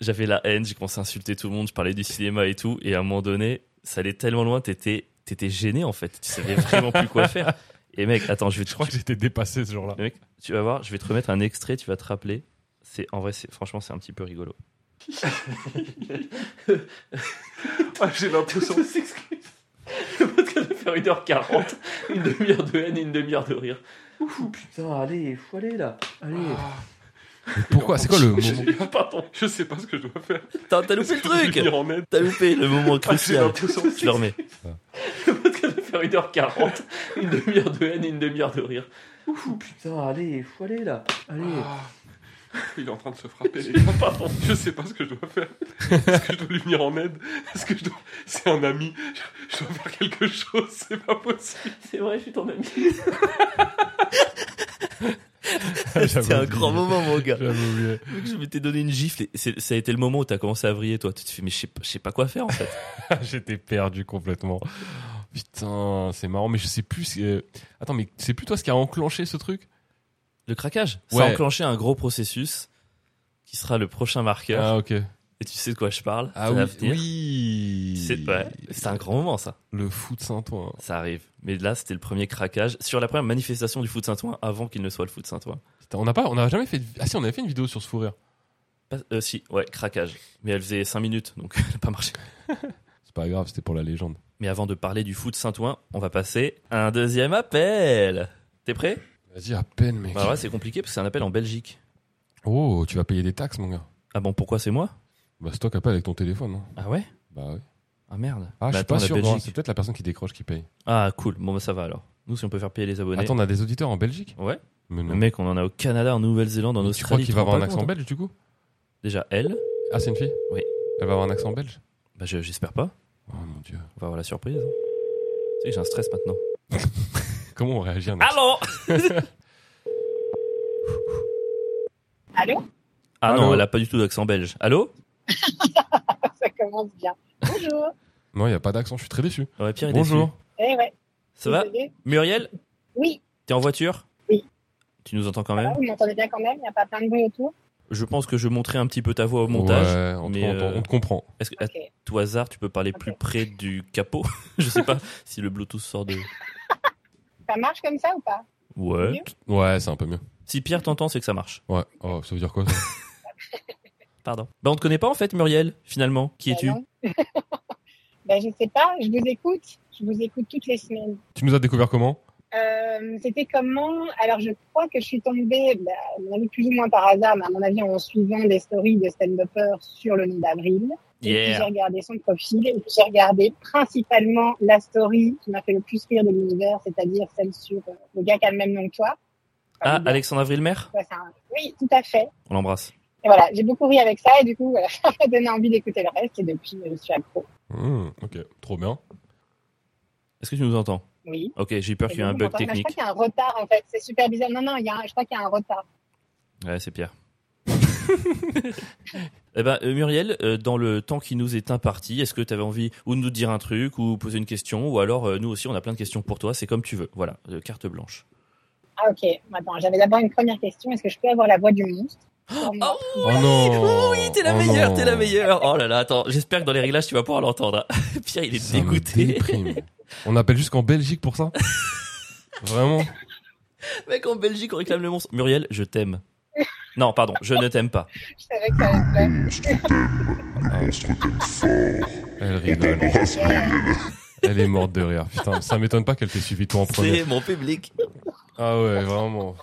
Speaker 1: J'avais la haine, j'ai commencé à insulter tout le monde, je parlais du cinéma et tout, et à un moment donné, ça allait tellement loin, t'étais, t'étais gêné en fait, tu savais vraiment plus quoi faire. Et mec, attends, je vais te
Speaker 2: Je crois que j'étais dépassé ce jour-là.
Speaker 1: Mec, tu vas voir, je vais te remettre un extrait, tu vas te rappeler. C'est en vrai, c'est franchement, c'est un petit peu rigolo.
Speaker 4: Ah,
Speaker 3: j'ai l'impression. s'excuse. Parce qu'elle va faire 1h40, une demi-heure de haine et une demi-heure de rire. Ah. Ouf, putain, allez, faut aller là. Allez.
Speaker 2: Pourquoi C'est quoi le moment
Speaker 3: Pardon,
Speaker 4: Je sais pas ce que je dois faire.
Speaker 1: T'as, t'as loupé le truc
Speaker 4: Venir en aide.
Speaker 1: T'as loupé le moment
Speaker 3: j'ai
Speaker 1: crucial.
Speaker 3: l'impression.
Speaker 1: Je le remets.
Speaker 3: Parce qu'elle va faire 1h40, une demi-heure de haine et une demi-heure de rire. Ouf, putain, allez, faut aller là. Allez.
Speaker 4: Ah. Il est en train de se frapper. les gars.
Speaker 3: Pardon.
Speaker 4: Je sais pas ce que je dois faire. Est-ce que je dois lui venir en aide Est-ce que je dois. C'est un ami. Je- Je dois faire quelque chose. C'est pas possible.
Speaker 3: C'est vrai, je suis ton ami.
Speaker 1: C'était un grand moment, mon gars.
Speaker 2: J'avais oublié.
Speaker 1: Ah, Je m'étais donné une gifle et c'est- ça a été le moment où t'as commencé à vriller, toi. Tu te fais, mais je sais, pas- je sais pas quoi faire en fait.
Speaker 2: J'étais perdu complètement. Putain, c'est marrant, mais je sais plus. si- euh, Attends, mais c'est plus toi ce qui a enclenché ce truc
Speaker 1: Le craquage, ça a
Speaker 2: Ouais.
Speaker 1: enclenché un gros processus qui sera le prochain marqueur.
Speaker 2: Ah, ok.
Speaker 1: Et tu sais de quoi je parle
Speaker 2: Ah
Speaker 1: ça va
Speaker 2: oui.
Speaker 1: venir.
Speaker 2: oui.
Speaker 1: C'est ouais, c'est un grand moment, ça.
Speaker 2: Le foot Saint-Ouen. hein.
Speaker 1: Ça arrive. Mais là, c'était le premier craquage sur la première manifestation du foot Saint-Ouen avant qu'il ne soit le foot Saint-Ouen.
Speaker 2: Putain, on n'a pas, on n'a jamais fait. de- Ah si, on avait fait une vidéo sur ce fou rire.
Speaker 1: Pas- euh, si, ouais, craquage. Mais elle faisait 5 minutes, donc elle n'a pas marché.
Speaker 2: C'est pas grave, c'était pour la légende.
Speaker 1: Mais avant de parler du foot Saint-Ouen, on va passer à un deuxième appel. T'es prêt
Speaker 2: Vas-y, à peine, mec.
Speaker 1: Bah ouais, c'est compliqué parce que c'est un appel en Belgique.
Speaker 2: Oh, tu vas payer des taxes, mon gars.
Speaker 1: Ah bon, pourquoi c'est moi
Speaker 2: Bah, c'est toi qui appelles avec ton téléphone. hein.
Speaker 1: Ah ouais
Speaker 2: Bah oui.
Speaker 1: Ah merde. Bah
Speaker 2: Ah, je suis
Speaker 1: attends,
Speaker 2: pas
Speaker 1: la
Speaker 2: sûr. non,
Speaker 1: Belgique.
Speaker 2: C'est peut-être la personne qui décroche qui paye.
Speaker 1: Ah cool, bon bah ça va alors. Nous, si on peut faire payer les abonnés.
Speaker 2: Attends, on a des auditeurs en Belgique
Speaker 1: Ouais.
Speaker 2: Mais
Speaker 1: Le
Speaker 2: non.
Speaker 1: mec, on en a au Canada, en Nouvelle-Zélande, en
Speaker 2: tu crois
Speaker 1: Australie.
Speaker 2: qu'il va
Speaker 1: te rends
Speaker 2: avoir un
Speaker 1: pas
Speaker 2: accent
Speaker 1: compte hein
Speaker 2: belge du coup
Speaker 1: Déjà, elle
Speaker 2: Ah, c'est une fille
Speaker 1: Oui.
Speaker 2: Elle va avoir un accent belge
Speaker 1: Bah je- j'espère pas.
Speaker 2: Oh mon dieu.
Speaker 1: On va avoir la surprise. hein. Tu sais que j'ai un stress maintenant.
Speaker 2: Comment on réagit à un accent
Speaker 1: Allô
Speaker 6: Allô
Speaker 1: Ah non,
Speaker 2: Allô
Speaker 1: elle a pas du tout d'accent belge. Allô
Speaker 6: Ça commence bien. Bonjour.
Speaker 2: Non, il n'y a pas d'accent, je suis très déçu.
Speaker 1: Ouais, Pierre est déçu.
Speaker 2: Bonjour.
Speaker 6: Eh ouais.
Speaker 1: Ça va
Speaker 6: désolée.
Speaker 1: Muriel,
Speaker 6: Oui.
Speaker 1: t'es en voiture
Speaker 6: Oui.
Speaker 1: Tu nous entends quand
Speaker 6: Ah,
Speaker 1: même
Speaker 6: vous m'entendez bien quand même Il n'y a pas plein de bruit autour
Speaker 1: Je pense que je montrais un petit peu ta voix au montage.
Speaker 2: Ouais, en tout
Speaker 1: mais,
Speaker 2: cas, on, t'en-
Speaker 1: euh,
Speaker 2: on te comprend.
Speaker 1: Est-ce que, à
Speaker 6: Ok.
Speaker 1: tout hasard, tu peux parler
Speaker 6: Ok.
Speaker 1: plus près du capot Je sais pas si le Bluetooth sort de.
Speaker 6: Ça marche comme ça ou pas
Speaker 1: Ouais.
Speaker 2: Ouais, c'est un peu mieux.
Speaker 1: Si Pierre t'entend, c'est que ça marche.
Speaker 2: Ouais. Oh, ça veut dire quoi ça
Speaker 1: Pardon. Bah, on te connaît pas en fait, Muriel, finalement. Qui es-tu
Speaker 6: Ben non. Ben, Je sais pas. Je vous écoute. Je vous écoute toutes les semaines.
Speaker 2: Tu nous as découvert comment
Speaker 6: Euh, c'était comment Alors, je crois que je suis tombée, bah, à mon avis, plus ou moins par hasard, mais à mon avis, en suivant des stories de stand-uppers sur le nom d'Avril. Et puis, J'ai
Speaker 1: Yeah.
Speaker 6: regardé son profil, et puis j'ai regardé principalement la story qui m'a fait le plus rire de l'univers, c'est-à-dire celle sur euh, le gars qui a le même nom que toi.
Speaker 1: Ah,
Speaker 6: Enfin,
Speaker 1: Alexandre Avril-Mer
Speaker 6: ouais, c'est un- Oui, tout à fait.
Speaker 1: On l'embrasse.
Speaker 6: Et voilà, j'ai beaucoup ri avec ça, et du coup, voilà, ça m'a donné envie d'écouter le reste, et depuis, euh, je suis accro.
Speaker 2: Mmh, Ok, trop bien.
Speaker 1: Est-ce que tu nous entends
Speaker 6: Oui.
Speaker 1: Ok, j'ai peur qu'il y ait un
Speaker 6: Vous
Speaker 1: bug
Speaker 6: m'entendez Mais Je crois
Speaker 1: technique.
Speaker 6: qu'il y a un retard, en fait. C'est super bizarre. Non, non, il y a un- je crois qu'il y a un retard.
Speaker 1: Ouais, c'est Pierre. Eh ben, euh, Muriel, euh, dans le temps qui nous est imparti, est-ce que tu avais envie ou de nous dire un truc ou poser une question ou alors euh, nous aussi on a plein de questions pour toi, c'est comme tu veux. Voilà, euh, carte blanche.
Speaker 6: Ah ok, attends, j'avais d'abord une première question. Est-ce que je peux avoir la voix du monstre Pour moi.
Speaker 2: Oh non
Speaker 1: Oui, t'es la
Speaker 2: Oh
Speaker 1: meilleure,
Speaker 2: non.
Speaker 1: t'es la meilleure. Oh là là, attends, j'espère que dans les réglages tu vas pouvoir l'entendre. hein. Pierre, il est
Speaker 2: Ça me
Speaker 1: dégoûté.
Speaker 2: déprime. On appelle jusqu'en Belgique pour ça Vraiment
Speaker 1: Mec, en Belgique on réclame le monstre. Muriel, je t'aime. Non, pardon, je ne t'aime pas.
Speaker 6: Je savais que ça allait se faire.
Speaker 2: Ah. Elle rigole. Elle est morte de rire. Putain, ça m'étonne pas qu'elle t'ait suivi toi en premier.
Speaker 1: C'est mon public.
Speaker 2: Ah ouais, vraiment.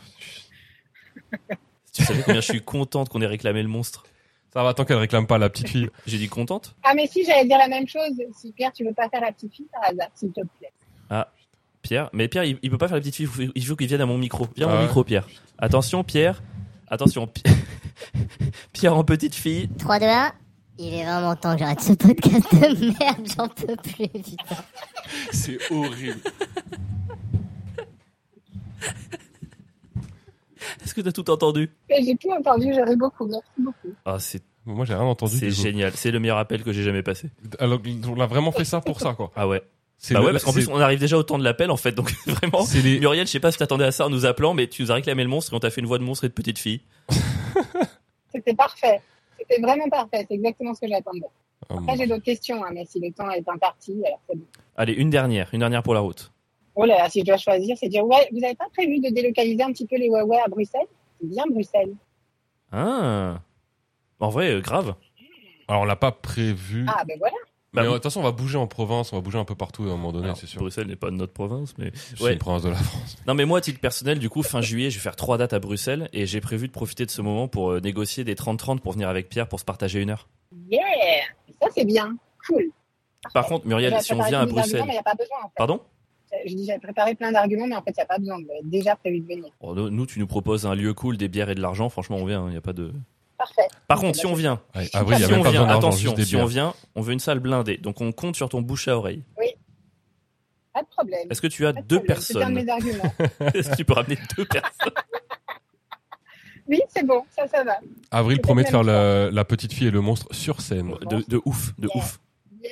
Speaker 1: Tu savais combien je suis contente qu'on ait réclamé le monstre
Speaker 2: Ça va, tant qu'elle réclame pas la petite fille.
Speaker 1: J'ai dit contente
Speaker 6: Ah mais si, j'allais dire la même chose. Si Pierre, tu veux pas faire la petite fille par hasard, s'il te plaît.
Speaker 1: Pierre, mais Pierre, il, il peut pas faire la petite fille, il faut- il faut qu'il vienne à mon micro. Viens à
Speaker 2: Ah
Speaker 1: mon
Speaker 2: ouais.
Speaker 1: micro, Pierre. Attention, Pierre. Attention, Pierre. Pierre en petite fille.
Speaker 7: 3, 2, 1. Il est vraiment temps que j'arrête ce podcast de merde, j'en peux plus, putain.
Speaker 8: C'est horrible.
Speaker 1: Est-ce que t'as tout entendu
Speaker 6: Mais J'ai tout entendu, j'aurais beaucoup, merci beaucoup.
Speaker 1: Ah, c'est
Speaker 2: Moi, j'ai rien entendu.
Speaker 1: c'est
Speaker 2: du coup.
Speaker 1: génial. C'est le meilleur appel que j'ai jamais passé.
Speaker 2: Alors, on a vraiment fait ça pour ça, quoi.
Speaker 1: Ah ouais.
Speaker 2: C'est
Speaker 1: Bah
Speaker 2: le-
Speaker 1: ouais, parce qu'en
Speaker 2: c'est-
Speaker 1: plus, on arrive déjà au temps de l'appel, en fait. Donc vraiment.
Speaker 2: c'est les-
Speaker 1: Muriel, je sais pas si t'attendais à ça en nous appelant, mais tu nous as réclamé le monstre et on t'a fait une voix de monstre et de petite fille.
Speaker 6: C'était parfait. C'était vraiment parfait, c'est exactement ce que j'attendais.
Speaker 2: Ah,
Speaker 1: Mm.
Speaker 2: mon
Speaker 6: Après j'ai d'autres questions, hein, mais si le temps est imparti, alors c'est bon.
Speaker 1: Allez, une dernière. Une dernière pour la route.
Speaker 6: Oh là là, si je dois choisir, c'est dire, ouais, vous n'avez pas prévu de délocaliser un petit peu les Huawei à Bruxelles C'est bien Bruxelles.
Speaker 1: Mm. Ah. En vrai, euh, grave.
Speaker 2: Alors, on l'a pas prévu.
Speaker 6: Ah ben voilà.
Speaker 1: bah,
Speaker 2: mais euh, de toute façon, on va bouger en province, on va bouger un peu partout à un moment donné,
Speaker 1: Alors,
Speaker 2: c'est sûr.
Speaker 1: Bruxelles n'est pas de notre province, mais.
Speaker 2: C'est
Speaker 1: ouais.
Speaker 2: une province de la France.
Speaker 1: Non mais moi, à titre personnel, du coup, fin juillet, je vais faire trois dates à Bruxelles et j'ai prévu de profiter de ce moment pour euh, négocier des 30-30 pour venir avec Pierre pour se partager une heure.
Speaker 6: Yeah Ça c'est bien. Cool.
Speaker 1: Par contre, Muriel,
Speaker 6: J'avais
Speaker 1: si on
Speaker 6: préparé
Speaker 1: vient à
Speaker 6: plein d'arguments,
Speaker 1: Bruxelles...
Speaker 6: mais Il n'y a pas besoin en fait.
Speaker 1: Pardon
Speaker 6: Je dis, j'avais préparé plein d'arguments, mais en fait, il n'y a pas besoin. Vous avez déjà prévu de venir.
Speaker 1: Oh, nous- Nous, tu nous proposes un lieu cool, des bières et de l'argent, franchement, on vient, il n'y a pas de...
Speaker 6: Parfait.
Speaker 1: Par contre,
Speaker 6: bah,
Speaker 1: si on vient,
Speaker 2: Ouais, avril, il y a
Speaker 1: si
Speaker 2: même
Speaker 1: on
Speaker 2: pas
Speaker 1: vient,
Speaker 2: besoin d'argent,
Speaker 1: attention,
Speaker 2: juste des
Speaker 1: si on
Speaker 2: bières.
Speaker 1: vient, on veut une salle blindée, donc on compte sur ton bouche à oreille.
Speaker 6: Pas de problème.
Speaker 1: Est-ce que tu as
Speaker 6: Pas de
Speaker 1: deux
Speaker 6: Bah, problème, C'est un de
Speaker 1: personnes
Speaker 6: mes arguments.
Speaker 1: Est-ce que tu peux ramener deux personnes
Speaker 6: Oui, c'est bon, ça, ça va.
Speaker 2: Avril
Speaker 6: C'est
Speaker 2: promet de faire
Speaker 6: tellement
Speaker 2: la, la petite fille et le monstre sur scène.
Speaker 1: De, de ouf, de
Speaker 6: Yeah.
Speaker 1: ouf.
Speaker 6: Yeah.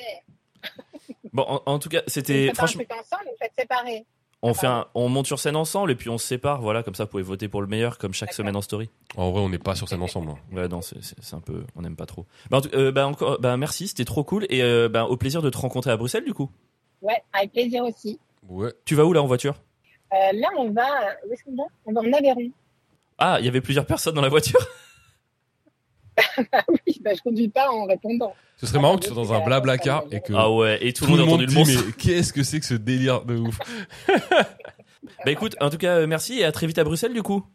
Speaker 1: Bon, en, en tout cas, c'était
Speaker 6: Et
Speaker 1: franchement,
Speaker 6: franchement... un truc ensemble, vous faites séparer.
Speaker 1: on fait, un- on monte sur scène ensemble et puis on se sépare. Voilà, comme ça, vous pouvez voter pour le meilleur, comme chaque
Speaker 6: D'accord.
Speaker 1: semaine en story.
Speaker 2: En vrai, on n'est pas sur scène ensemble. hein.
Speaker 1: Ouais, non, c'est- c'est c'est un peu, on n'aime pas trop. Bah, en tout- euh, bah, encore, bah, merci, c'était trop cool et euh, bah, au plaisir de te rencontrer à Bruxelles du coup.
Speaker 6: Ouais, avec plaisir aussi.
Speaker 2: Ouais.
Speaker 1: Tu vas où là en voiture
Speaker 6: Euh, là, on va. Où est-ce qu'on va On va en Aveyron.
Speaker 1: Ah, il y avait plusieurs personnes dans la voiture.
Speaker 6: Oui, bah, je conduis pas en répondant.
Speaker 2: Ce serait
Speaker 6: Ah,
Speaker 2: marrant
Speaker 6: bah,
Speaker 2: que tu sois
Speaker 6: oui,
Speaker 2: dans un
Speaker 6: c'est-
Speaker 2: blabla car et que
Speaker 1: Ah ouais, et tout, le monde a entendu le
Speaker 2: dit,
Speaker 1: monstre.
Speaker 2: Mais qu'est-ce que c'est que ce délire de ouf
Speaker 1: Bah écoute, en tout cas, euh, merci et à très vite à Bruxelles du coup.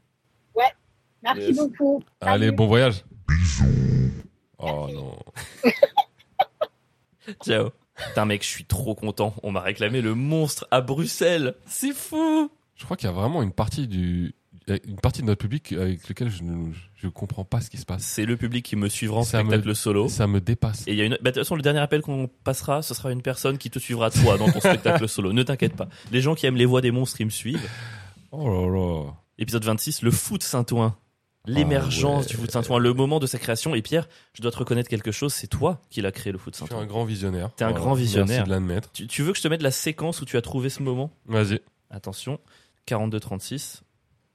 Speaker 6: Merci
Speaker 1: Yes.
Speaker 6: beaucoup.
Speaker 2: Allez, bon voyage. Oh non.
Speaker 1: Ciao. Putain mec, je suis trop content. On m'a réclamé le monstre à Bruxelles. C'est fou.
Speaker 2: Je crois qu'il y a vraiment une partie du une partie de notre public avec lequel je ne je comprends pas ce qui se passe.
Speaker 1: C'est le public qui me suivra en
Speaker 2: Ça me-
Speaker 1: spectacle solo.
Speaker 2: Ça me dépasse.
Speaker 1: Et il y a une. Bah, de toute façon, le dernier appel qu'on passera, ce sera une personne qui te suivra toi dans ton spectacle solo. Ne t'inquiète pas. Les gens qui aiment les voix des monstres, ils me suivent.
Speaker 2: Oh là là.
Speaker 1: Épisode 26, le foot Saint-Ouen. L'émergence
Speaker 2: Ah ouais.
Speaker 1: du foot Saint-Ouen, le moment de sa création. Et Pierre, je dois te reconnaître quelque chose, c'est toi qui l'as créé le foot
Speaker 2: Je suis un
Speaker 1: Saint-Ouen.
Speaker 2: grand visionnaire.
Speaker 1: T'es un
Speaker 2: Voilà.
Speaker 1: grand visionnaire.
Speaker 2: Merci de l'admettre.
Speaker 1: Tu, tu veux que je te mette la séquence où tu as trouvé ce moment
Speaker 2: Vas-y.
Speaker 1: Attention, 42-36,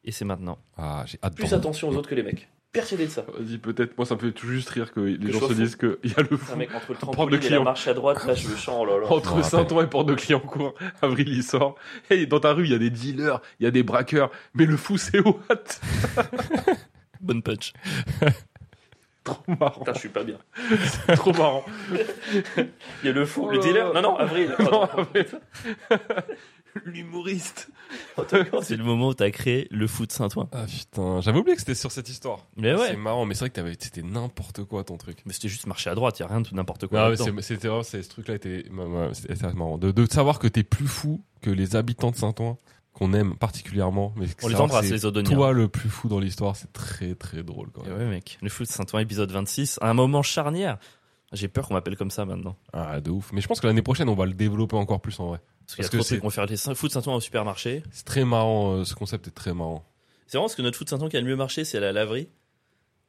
Speaker 1: et c'est maintenant.
Speaker 2: Ah, j'ai hâte.
Speaker 3: Plus
Speaker 2: d'en-
Speaker 3: attention aux autres que les mecs. Persuadé de ça.
Speaker 4: Vas-y, peut-être. Moi, ça me fait tout juste rire que les
Speaker 3: Que je
Speaker 4: gens
Speaker 3: sois
Speaker 4: se
Speaker 3: fou.
Speaker 4: disent qu'il y a le
Speaker 3: Putain,
Speaker 4: fou.
Speaker 3: mec, entre le
Speaker 4: Prendre
Speaker 3: trampoline
Speaker 4: le
Speaker 3: et la
Speaker 4: client.
Speaker 3: marche à droite, là, je me chante, oh là là.
Speaker 2: Je me
Speaker 4: Entre
Speaker 2: rappelle.
Speaker 4: Saint-Ouen et Port de Cliancourt, avril, il sort. Et dans ta rue, il y a des dealers, il y a des braqueurs. Mais le fou, c'est what
Speaker 1: Bonne punch.
Speaker 4: Trop marrant.
Speaker 3: Putain, je suis pas bien.
Speaker 4: Trop marrant.
Speaker 3: Il y a le fou,
Speaker 4: Oh
Speaker 3: le
Speaker 4: là
Speaker 3: dealer.
Speaker 4: là.
Speaker 3: Non, non, Avril.
Speaker 4: Non,
Speaker 3: Pardon.
Speaker 4: mais- L'humoriste.
Speaker 3: Oh, d'accord,
Speaker 1: C'est
Speaker 3: c'est-
Speaker 1: le moment où t'as créé le foot Saint-Ouen.
Speaker 2: Ah putain, j'avais oublié que c'était sur cette histoire.
Speaker 1: Mais
Speaker 2: C'est
Speaker 1: ouais.
Speaker 2: marrant, mais c'est vrai que t'avais- c'était n'importe quoi ton truc.
Speaker 1: Mais c'était juste marcher à droite, y a rien de n'importe quoi.
Speaker 2: Non, mais
Speaker 1: là-dedans.
Speaker 2: Ah c'est- c'était vraiment c'est- ce truc-là était ouais, ouais, c'était assez marrant de, de savoir que t'es plus fou que les habitants de Saint-Ouen qu'on aime particulièrement, mais
Speaker 1: On les
Speaker 2: savoir
Speaker 1: embrasse,
Speaker 2: que
Speaker 1: les
Speaker 2: c'est
Speaker 1: Odoniens.
Speaker 2: Toi le plus fou dans l'histoire, c'est très très drôle quand
Speaker 1: Eh
Speaker 2: même.
Speaker 1: ouais, mec. Le foot Saint-Ouen, épisode 26, un moment charnière. J'ai peur qu'on m'appelle comme ça maintenant.
Speaker 2: Ah de ouf. Mais je pense que l'année prochaine on va le développer encore plus en vrai.
Speaker 1: Parce qu'il y a
Speaker 2: Parce
Speaker 1: trop
Speaker 2: que
Speaker 1: de trucs
Speaker 2: c'est-
Speaker 1: qu'on fait. Les Saint- foot Saint-Ouen au supermarché.
Speaker 2: C'est très marrant, euh, ce concept est très marrant.
Speaker 1: C'est vraiment ce que notre foot Saint-Ouen qui a le mieux marché, c'est la laverie.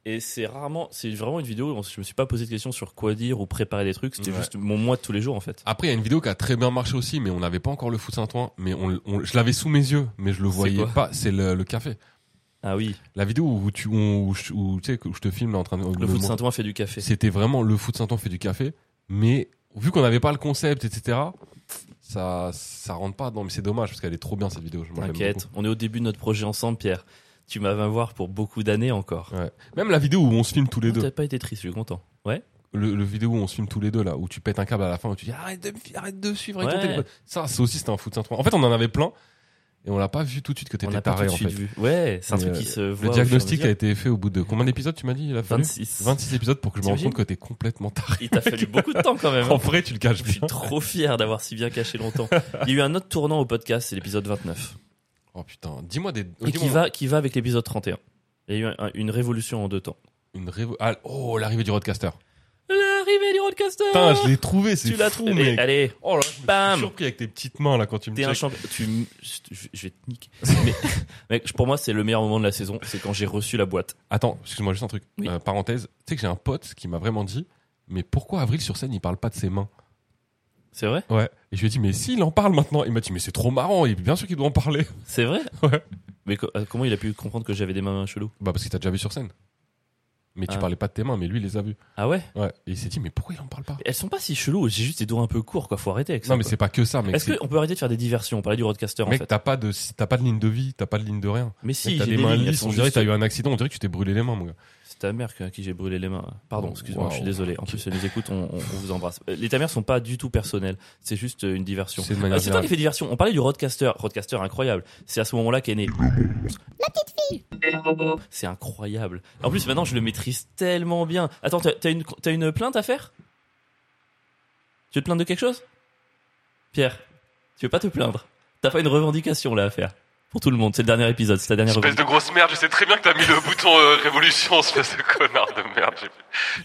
Speaker 1: Et c'est rarement, c'est vraiment une vidéo où je me suis pas posé de questions sur quoi dire ou préparer des trucs. C'était
Speaker 2: Ouais.
Speaker 1: juste mon mois de tous les jours en fait.
Speaker 2: Après il y a une vidéo qui a très bien marché aussi, mais on n'avait pas encore le foot Saint-Ouen, mais on, on- je l'avais sous mes yeux, mais je le
Speaker 1: C'est
Speaker 2: voyais
Speaker 1: quoi
Speaker 2: pas. C'est le, le café.
Speaker 1: Ah oui,
Speaker 2: La vidéo où tu où, je- où, tu sais que je te filme là, en train de
Speaker 1: le foot Saint-Ouen fait du café.
Speaker 2: c'était vraiment le foot Saint-Ouen fait du café, mais vu qu'on n'avait pas le concept, etc., ça, ça rentre pas dedans. Mais c'est dommage parce qu'elle est trop bien cette vidéo. je m'en aime
Speaker 1: T'inquiète, on est au début de notre projet ensemble, Pierre. Tu m'as va voir pour beaucoup d'années encore.
Speaker 2: beaucoup. Ouais. Même la vidéo où on se filme tous les
Speaker 1: Non, T'as
Speaker 2: deux,
Speaker 1: pas été triste, je suis content. Ouais.
Speaker 2: le, le vidéo où on se filme tous les deux là, où tu pètes un câble à la fin, où tu dis arrête de, me fi- arrête de suivre avec
Speaker 1: Ouais.
Speaker 2: ton téléphone. Ça, c'est aussi c'était un foot Saint-Ouen. En fait, on en avait plein et on l'a pas vu tout de suite que
Speaker 1: On
Speaker 2: t'étais
Speaker 1: n'a pas tout
Speaker 2: taré
Speaker 1: de
Speaker 2: en
Speaker 1: suite
Speaker 2: fait.
Speaker 1: vu. Ouais, c'est un
Speaker 2: Mais,
Speaker 1: truc
Speaker 2: euh,
Speaker 1: qui se voit.
Speaker 2: Le
Speaker 1: au fur et à
Speaker 2: diagnostic a
Speaker 1: mesure.
Speaker 2: été fait au bout de combien d'épisodes tu m'as dit il a fallu
Speaker 1: 26.
Speaker 2: 26 épisodes pour que je me rende
Speaker 1: T'imagines
Speaker 2: compte que t'es complètement taré.
Speaker 1: Il t'a fallu beaucoup de temps quand même. hein.
Speaker 2: En vrai, tu le caches
Speaker 1: Je suis
Speaker 2: bien.
Speaker 1: trop fier d'avoir si bien caché longtemps. Il y a eu un autre tournant au podcast, c'est l'épisode 29.
Speaker 2: Oh putain, dis-moi des.
Speaker 1: Et qui
Speaker 2: dis-moi-
Speaker 1: va, qui va avec l'épisode 31. Il y a eu un- une révolution en deux temps.
Speaker 2: Une révo- ah, oh, l'arrivée du roadcaster.
Speaker 1: L'arrivée du roadcaster
Speaker 2: Putain, je l'ai trouvé, c'est
Speaker 1: Tu l'as
Speaker 2: fou,
Speaker 1: trouvé.
Speaker 2: mec.
Speaker 1: Allez,
Speaker 2: Oh là, je me suis
Speaker 1: Bam.
Speaker 2: surpris avec tes petites mains là quand tu me
Speaker 1: Ah, T'es un
Speaker 2: checkes.
Speaker 1: champion. Tu, m- je je vais te niquer. Mais, mec, je- pour moi, c'est le meilleur moment de la saison. C'est quand j'ai reçu la boîte.
Speaker 2: Attends, excuse-moi juste un truc.
Speaker 1: Oui.
Speaker 2: Euh, parenthèse, tu sais que j'ai un pote qui m'a vraiment dit, mais pourquoi Avril sur scène il parle pas de ses mains
Speaker 1: C'est vrai
Speaker 2: Ouais. Et je lui ai dit, mais si, il en parle maintenant. Il m'a dit, mais c'est trop marrant. Et bien sûr qu'il doit en parler.
Speaker 1: C'est vrai
Speaker 2: Ouais.
Speaker 1: Mais co- euh, comment il a pu comprendre que j'avais des mains cheloues
Speaker 2: Bah parce qu'il t'a déjà vu sur scène. Mais tu
Speaker 1: Ah.
Speaker 2: parlais pas de tes mains, mais lui il les a vues.
Speaker 1: Ah ouais
Speaker 2: Ouais. Et il s'est dit, mais pourquoi il en parle pas
Speaker 1: Elles sont pas si cheloues, j'ai juste des doigts un peu courts, quoi. Faut arrêter avec ça.
Speaker 2: Non, mais
Speaker 1: quoi.
Speaker 2: c'est pas que ça, mec.
Speaker 1: Est-ce
Speaker 2: c'est-
Speaker 1: qu'on peut arrêter de faire des diversions On parlait du roadcaster en
Speaker 2: Mec,
Speaker 1: fait.
Speaker 2: t'as pas de, t'as pas de ligne de vie, t'as pas de ligne de rien.
Speaker 1: Mais si,
Speaker 2: Mec, t'as
Speaker 1: j'ai
Speaker 2: des mains
Speaker 1: lignes, elles
Speaker 2: lisses.
Speaker 1: sont
Speaker 2: On dirait que
Speaker 1: juste-
Speaker 2: t'as eu un accident. On dirait que tu t'es brûlé les mains, mon gars.
Speaker 1: C'est ta mère que- à qui j'ai brûlé les mains. Pardon, excuse-moi,
Speaker 2: Wow.
Speaker 1: je suis désolé. En plus, elle nous écoute, on, on- on vous embrasse. Euh, Les ta mère sont pas du tout personnelles. C'est juste euh, une diversion.
Speaker 2: C'est de
Speaker 1: Euh,
Speaker 2: manière
Speaker 1: C'est toi qui
Speaker 2: générale.
Speaker 1: fais diversion. On parlait du roadcaster. Roadcaster incroyable. C'est à ce moment-là qu'est né. La petite fille. C'est incroyable. En plus, maintenant, je le maîtrise tellement bien. Attends, t'as- t'as une, t'as une plainte à faire Tu veux te plaindre de quelque chose Pierre, tu veux pas te plaindre T'as pas une revendication là à faire pour tout le monde. C'est le dernier épisode, c'est la dernière
Speaker 4: Espèce de grosse merde, je sais très bien que t'as mis le bouton euh, révolution, espèce de connard de merde. j'ai-